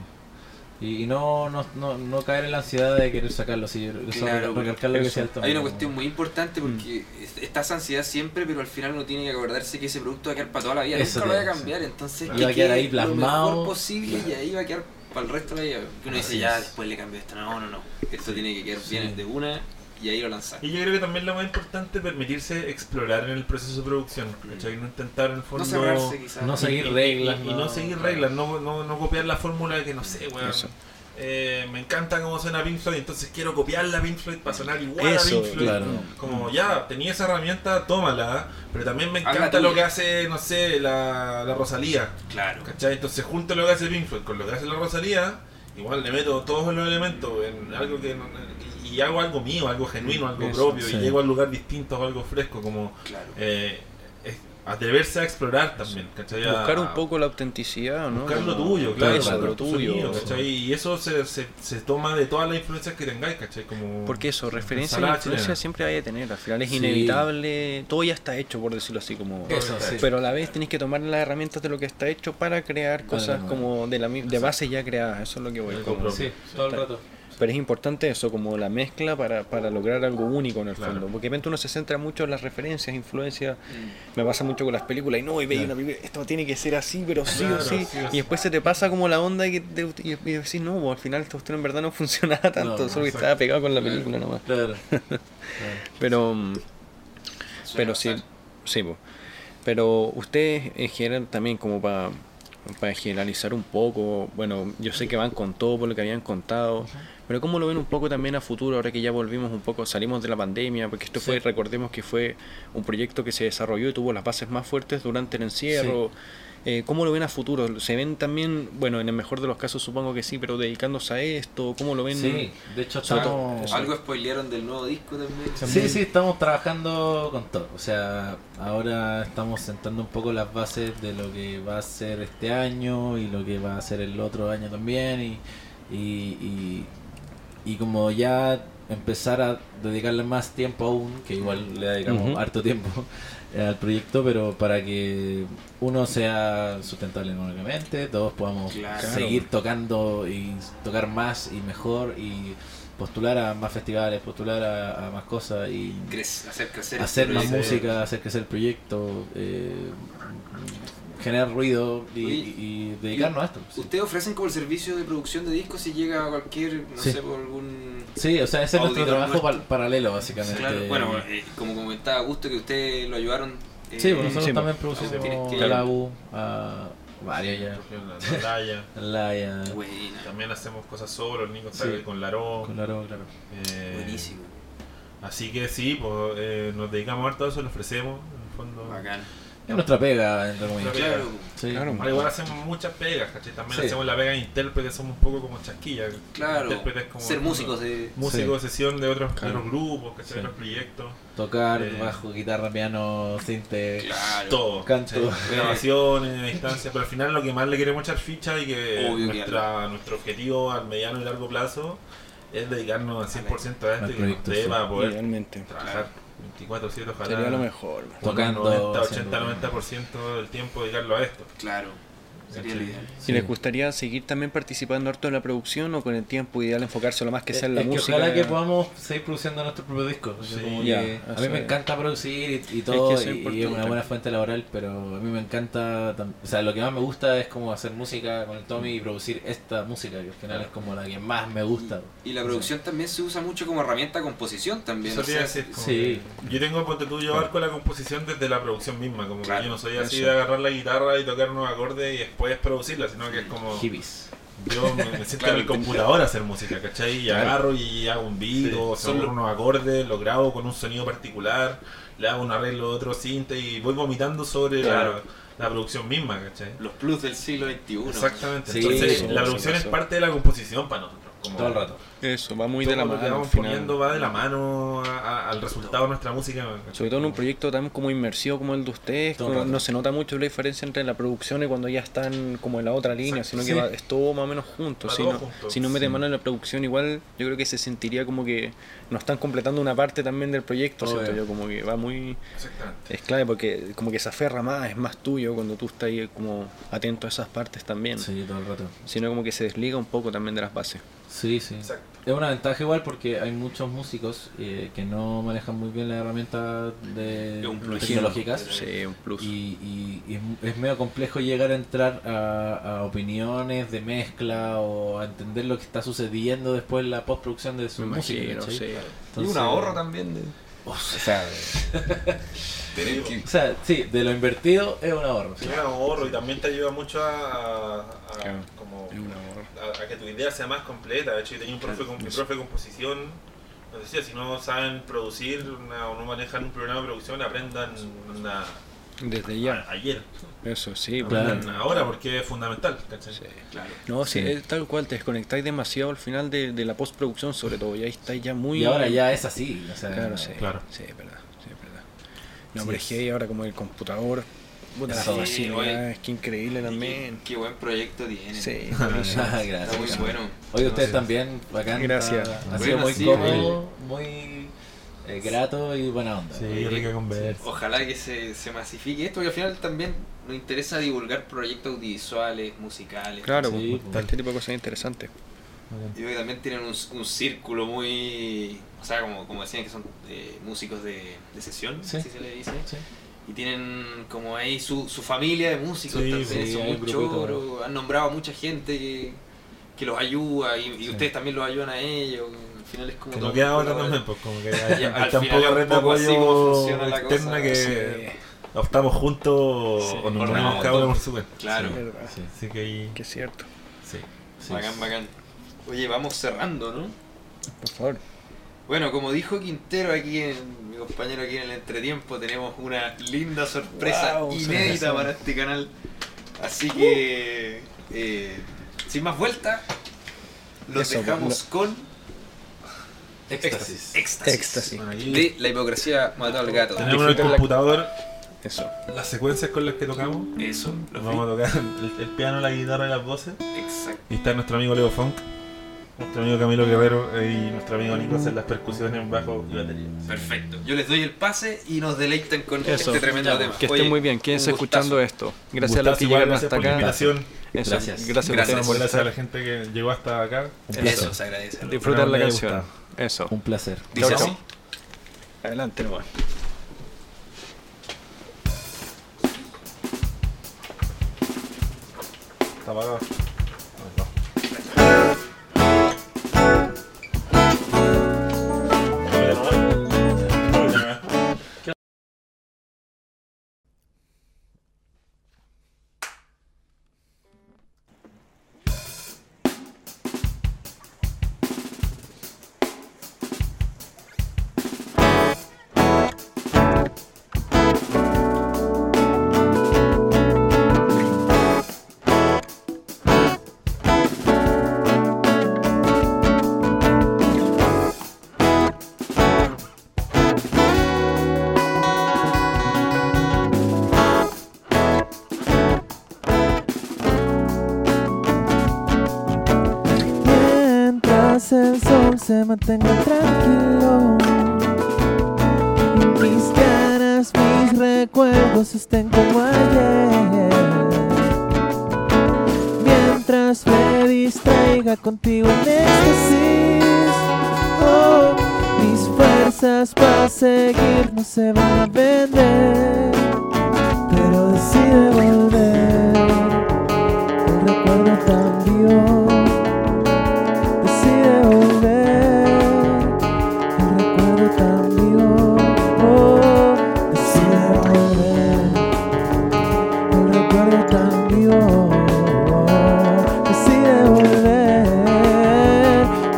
E: Y, y no, no, no, no caer en la ansiedad de querer sacarlo, sí, eso,
A: Claro,
E: recalcar lo que
A: eso.
E: sea el tono.
A: Hay una cuestión muy importante
E: Mm.
A: porque es- está esa ansiedad siempre, pero al final uno tiene que acordarse que ese producto va a quedar para toda la vida. Nunca
E: Eso te
A: lo va
E: iba
A: a
E: a
A: cambiar, entonces
E: Y va a quedar ahí plasmado.
A: lo mejor posible y ahí va a quedar para el resto de la vida. Que uno dice,
E: Así
A: ya
E: es.
A: después le cambio esto. No, no, no. Esto tiene que quedar bien de una y ahí lo lanzar.
D: y yo creo que también lo más importante es permitirse explorar en el proceso de producción, ¿cachai? No intentar en el fondo...
A: No cerrarse quizás.
E: no
D: Y-
E: seguir
D: y-
E: reglas,
D: Y, y no,
E: no-
D: seguir reglas, no, no, no copiar la fórmula que no sé, weón.
B: Eso.
D: Eh, me encanta cómo suena Pink Floyd, entonces quiero copiar la Pink Floyd para sonar igual
B: Eso,
D: a Pink Floyd.
E: Claro.
D: Como ya, tenía esa herramienta, tómala, pero también me
A: Hazla
D: encanta lo
A: tuya.
D: que hace, no sé, la, la Rosalía.
A: Claro.
D: ¿Cachai? Entonces junto lo que hace Pink Floyd con lo que hace la Rosalía, igual le meto todos los elementos en algo que... no- y hago algo mío, algo genuino, algo
B: Eso,
D: propio,
E: sí.
D: y llego al lugar distinto, o algo fresco, como
A: Claro.
D: eh, es atreverse a explorar también, ¿cachai? A-
B: Buscar un poco la autenticidad, ¿no?
D: buscar lo
B: Como-
D: tuyo, claro.
B: Eso,
D: buscar
B: lo
D: tu
B: tuyo.
D: sonido, ¿cachai? Y eso se, se, se toma de todas las influencias que tengáis, ¿cachai? Como
B: Porque eso, referencia y
D: ensalada
B: influencia
D: chilena.
B: siempre vaya a tener. Al final es
E: Sí.
B: inevitable, todo ya está hecho, por decirlo así. como
D: Eh,
E: Eso, sí.
B: Pero a la vez tenés que tomar las herramientas de lo que está hecho para crear cosas
E: no.
B: como de, la, mi- de base ya creadas. Eso es lo que voy.
D: Algo
B: como-
D: propio.
E: Sí, todo el rato.
B: Pero es importante eso, como la mezcla para, para lograr algo único en el
D: Claro.
B: fondo. Porque de repente uno se centra mucho en las referencias, influencias. Me pasa mucho con las películas. Y no, y veis una película, esto tiene que ser así, pero sí o
D: Claro,
B: sí.
D: sí o
B: Y
D: sí.
B: después se te pasa como la onda y, que te- y, y decís, no, pues, al final esto esto en verdad no funcionaba tanto.
E: no,
B: solo que
E: exacto.
B: estaba pegado con la película nomás.
E: Claro.
B: Pero, mm, pero sí, sí, po. pero ustedes en general también como para para generalizar un poco, bueno, yo sé que van con todo por lo que habían contado, pero cómo lo ven un poco también a futuro ahora que ya volvimos un poco, salimos de la pandemia, porque esto fue, recordemos que fue un proyecto que se desarrolló y tuvo las bases más fuertes durante el encierro. Eh, ¿Cómo lo ven a futuro? ¿Se ven también, bueno, en el mejor de los casos supongo que sí, pero dedicándose a esto? ¿Cómo lo ven?
E: Sí, de hecho
B: Sobre todo-
E: estamos...
A: Algo spoilearon del nuevo disco también.
E: Sí, sí, estamos trabajando con todo. O sea, ahora estamos sentando un poco las bases de lo que va a ser este año y lo que va a ser el otro año también. Y, y, y, y como ya empezar a dedicarle más tiempo aún, que igual le dedicamos
B: Ujú.
E: harto tiempo eh, al proyecto, pero para que uno sea sustentable económicamente, todos podamos
A: Claro.
E: seguir tocando y tocar más y mejor y postular a más festivales, postular a, a más cosas y
A: Crece- hacer crecer.
E: hacer
A: este
E: más
A: proyecto.
E: música, hacer crecer el proyecto, eh, generar ruido y,
A: Oye,
E: y dedicarnos a esto. sí.
A: Ustedes ofrecen como el servicio de producción de discos si llega a cualquier, no
E: Sí.
A: sé, por algún...
E: Sí, o sea, ese es nuestro
A: Auditor
E: trabajo
A: nuestro.
E: par- paralelo, básicamente.
A: Claro, bueno, eh, como comentaba Gusto que ustedes lo ayudaron. eh,
E: sí, bueno, nosotros
B: sí,
E: también
A: pues, tienes
E: producimos
A: que-
E: a la U, a varios ya,
D: La batalla.
E: Laia,
A: Buena,
D: También hacemos cosas solo, el Nico está
E: Sí.
D: con Laró.
E: Colaro, claro.
D: eh,
A: buenísimo,
D: Así que sí, pues, eh, nos dedicamos harto a eso, lo ofrecemos. En el fondo,
A: bacán.
E: Es nuestra pega, entre comillas.
D: Nuestra pega.
E: Sí.
B: Claro.
D: Al igual hacemos muchas pegas, ¿cachai? También
E: Sí.
D: hacemos la pega de intérprete, somos un poco como chasquilla.
A: Claro,
D: Intérpretes como- eh,
A: ser músicos de...
D: Músicos de sesión de otros, de
E: Claro.
D: otros grupos, ¿cachai?
E: Sí.
D: De otros proyectos.
E: Tocar,
D: Eh.
E: bajo, guitarra, piano, cinte.
A: Claro.
D: Todo.
E: Canto.
D: ¿cachai? Grabaciones, distancia. Pero al final lo que más le queremos echar ficha y que
A: Obvio que
D: nuestra- nuestro objetivo al mediano y largo plazo es dedicarnos al 100% a esto
E: Al
D: y que nos
E: proyecto,
D: dé
E: sí.
D: para poder
B: Idealmente.
D: trabajar 24-7, ojalá.
B: Sería lo mejor. weón.
E: Tocando,
D: Tocando 90,
E: haciendo-
D: 80, 90% del tiempo dedicarlo a esto.
A: Claro, sería lo
D: ¿cachai?
A: ideal.
B: Si les gustaría seguir también participando harto en la producción o con el tiempo ideal enfocarse lo más que sea en la
E: es
B: música.
E: Que ojalá que podamos seguir produciendo nuestro propio disco. porque
D: Sí.
E: como que
B: Ya,
E: a
B: eso
E: mí me
B: es.
E: encanta producir y, y todo,
B: Es que eso es
E: y- y, es una
B: importante.
E: buena fuente laboral, pero a mí me encanta. tam- O sea, lo que más me gusta es como hacer música con el Tommy y producir esta música, que al final es como la que más me gusta.
A: Y la producción también se usa mucho como herramienta de composición también.
D: Eso
A: o
D: te iba a
A: sea,
D: decir, como
E: sí.
D: que Yo tengo, ponte tú, yo con la composición desde la producción misma. Como
A: Claro,
D: que yo no soy así
B: eso.
D: de agarrar la guitarra y tocar unos acordes y después producirla, sino que es como.
E: Hippies.
D: Yo me me siento
A: Claro,
D: en el computador a hacer música, ¿cachai? Y agarro y hago un beat, o se
A: Son
D: me
A: lo-
D: ocurren unos acordes, lo grabo con un sonido particular, le hago un arreglo de otro cinte y voy vomitando sobre la-
A: Claro.
D: la, producción misma, ¿cachai?
A: Los plus del siglo XXI.
D: Exactamente.
E: Sí,
D: Entonces,
E: sí,
D: la
B: sí,
D: producción
B: sí,
D: es
B: sí.
D: parte de la composición para nosotros. Como
E: Todo el rato.
B: Eso, va muy
D: todo
B: de la
D: lo que
B: mano.
D: vamos
B: al final.
D: poniendo va de la mano a- a- al resultado de nuestra música. ¿cachai?
B: Sobre todo en un proyecto tan como inmersivo como el de ustedes,
E: Todo
B: no-
E: el rato.
B: no se nota mucho la diferencia entre la producción y cuando ya están como en la otra línea,
D: Exacto,
B: sino que
E: sí.
B: va- es todo más o menos junto.
D: Va
B: Si
D: todo
B: no,
D: junto,
B: si no meten
E: sí.
B: mano en la producción, igual yo creo que se sentiría como que no están completando una parte también del proyecto,
E: Obvio.
B: siento yo, como que va muy.
D: Exactamente.
B: Es clave porque como que se aferra más, es más tuyo cuando tú estás ahí como atento a esas partes también.
E: Sí, todo el rato.
B: Sino como que se desliga un poco también de las bases.
E: Sí, sí.
D: Exacto.
E: Es una ventaja igual porque hay muchos músicos eh, que no manejan muy bien las herramientas de
A: Es un plus.
E: tecnológicas.
B: Sí, un plus.
E: Y, y- y es mu- es medio complejo llegar a entrar a, a opiniones de mezcla o a entender lo que está sucediendo después en la postproducción de su
B: Me
E: música.
B: imagino,
E: ¿cachai?
B: sí.
E: Entonces,
A: también.
E: O sea,
A: Tener que
E: o sea, sí, de lo invertido es un ahorro. sí.
D: Es un ahorro y también te ayuda mucho a, a- a-
B: Claro.
D: como,
B: Es un ahorro.
D: a, a que tu idea sea más completa. De hecho, yo tenía un profe, con- mi profe de composición. Nos decía, si no saben producir una- o no manejan un programa de producción, aprendan una-
B: Desde ya.
D: a- ayer.
B: Eso, sí.
E: Claro.
D: Aprendan ahora porque es fundamental. ¿cachai?
A: Claro.
B: No, sí,
E: Sí.
B: es tal cual, te desconectáis demasiado al final de, de la postproducción, sobre todo, y ahí estáis ya muy...
E: Y ahora ya es así. O sea,
B: Claro, sí,
D: Claro.
B: sí, es verdad, sí, es verdad. No,
E: Sí,
B: pero es
E: es.
B: que ahora como el computador, puta, las
E: Sí,
B: facilidades,
A: oye.
B: es que increíble
A: Qué,
B: también.
A: qué buen proyecto tienen.
B: Sí,
E: Ah,
A: Está muy
E: gracias.
A: bueno.
E: Oye, ustedes también, bacán.
B: Gracias.
E: Ha sido
A: Bueno,
E: muy
A: sí,
E: cómodo, muy eh, grato y buena onda.
D: conversa.
A: Ojalá que se, se masifique esto, porque al final también nos interesa divulgar proyectos audiovisuales, musicales.
B: claro,
E: Sí,
B: pues,
E: pues.
B: este tipo de cosas interesantes.
A: Yo creo que también tienen un, un círculo muy. O sea, como, como decían que son eh, músicos de, de sesión,
E: Sí.
A: así se le dice.
E: Sí.
A: Y tienen como ahí su, su familia de músicos
D: Sí,
A: también,
E: sí,
A: son
E: hay un
A: muy
E: grupito.
A: choros, han nombrado a mucha gente que, que los ayuda y, y ustedes también los ayudan a ellos. Al final es como.
D: Que
A: todo
D: no
A: un
D: queda otra
A: colaborar.
D: también, pues como que
A: Y
D: hay,
A: al final
D: hay
A: es
D: tampoco
A: un
D: red de
A: poco así como
D: apoyo
A: funciona la
D: externa
A: cosa,
D: que optamos juntos o nos
A: Por
D: unimos
A: nada,
D: cada uno
A: todo.
D: por su cuenta.
A: Claro,
B: Es verdad,
E: Sí,
D: Así que ahí.
B: que es cierto.
D: Sí.
E: sí.
A: bacán, bacán. Oye, vamos cerrando, ¿no?
B: Por favor.
A: Bueno, como dijo Quintero aquí, en, mi compañero aquí en el entretiempo, tenemos una linda sorpresa
B: Wow,
A: inédita
B: sorpresa.
A: para este canal. Así que, eh, sin más vuelta, los
B: Eso,
A: dejamos con
E: Éxtasis.
A: éxtasis,
B: Éxtasis.
D: Bueno, aquí
A: de la hipocresía mató al gato.
D: tenemos en el computador
B: Eso.
D: las secuencias con las que tocamos.
A: Eso, los
D: Vamos a tocar el, el piano, la guitarra y las voces.
A: Exacto.
D: Y está nuestro amigo Leo Funk, nuestro amigo Camilo Guerrero eh, y nuestro amigo Nico en las percusiones, bajo y batería.
A: Perfecto. Yo les doy el pase y nos deleitan con
B: Eso.
A: este tremendo
B: Ya,
A: tema.
B: Que
A: Oye,
B: estén muy bien, quédense
A: un
B: escuchando
A: gustazo.
B: esto. Gracias a
D: Gustazo,
B: los que
D: igual,
B: llegaron
D: gracias
B: hasta
D: por la
B: acá.
D: invitación.
B: Eso,
E: Gracias.
B: Gracias, a
A: Gracias.
B: ustedes por
D: Gracias a
B: estar.
D: la gente que llegó hasta acá.
A: Eso, se agradece.
B: Disfrutar
D: Espero
B: la
D: que les haya
B: canción. Eso.
E: Un placer.
A: Dice
B: Chao,
A: así.
B: chao. Adelante nomás.
D: Está apagado. No.
H: Thank mantengo tranquilo. Mis ganas, mis recuerdos estén como ayer. Mientras me distraiga contigo en éxtasis, oh, mis fuerzas para seguir no se van a vender. Pero decide volver, el recuerdo cambió decide volver. El recuerdo cambió, oh, decide volver. El recuerdo cambió, oh, decide volver.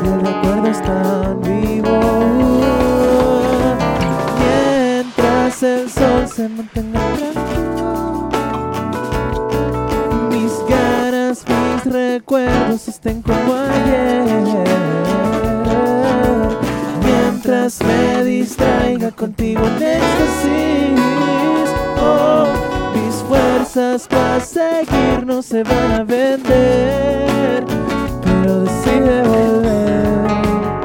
H: Y el recuerdo está vivo. Mientras el sol se mantenga tranquilo mis ganas, mis recuerdos estén como ayer. Mientras me distraiga contigo en éxtasis, oh, mis fuerzas para seguir no se van a vender, pero decide volver.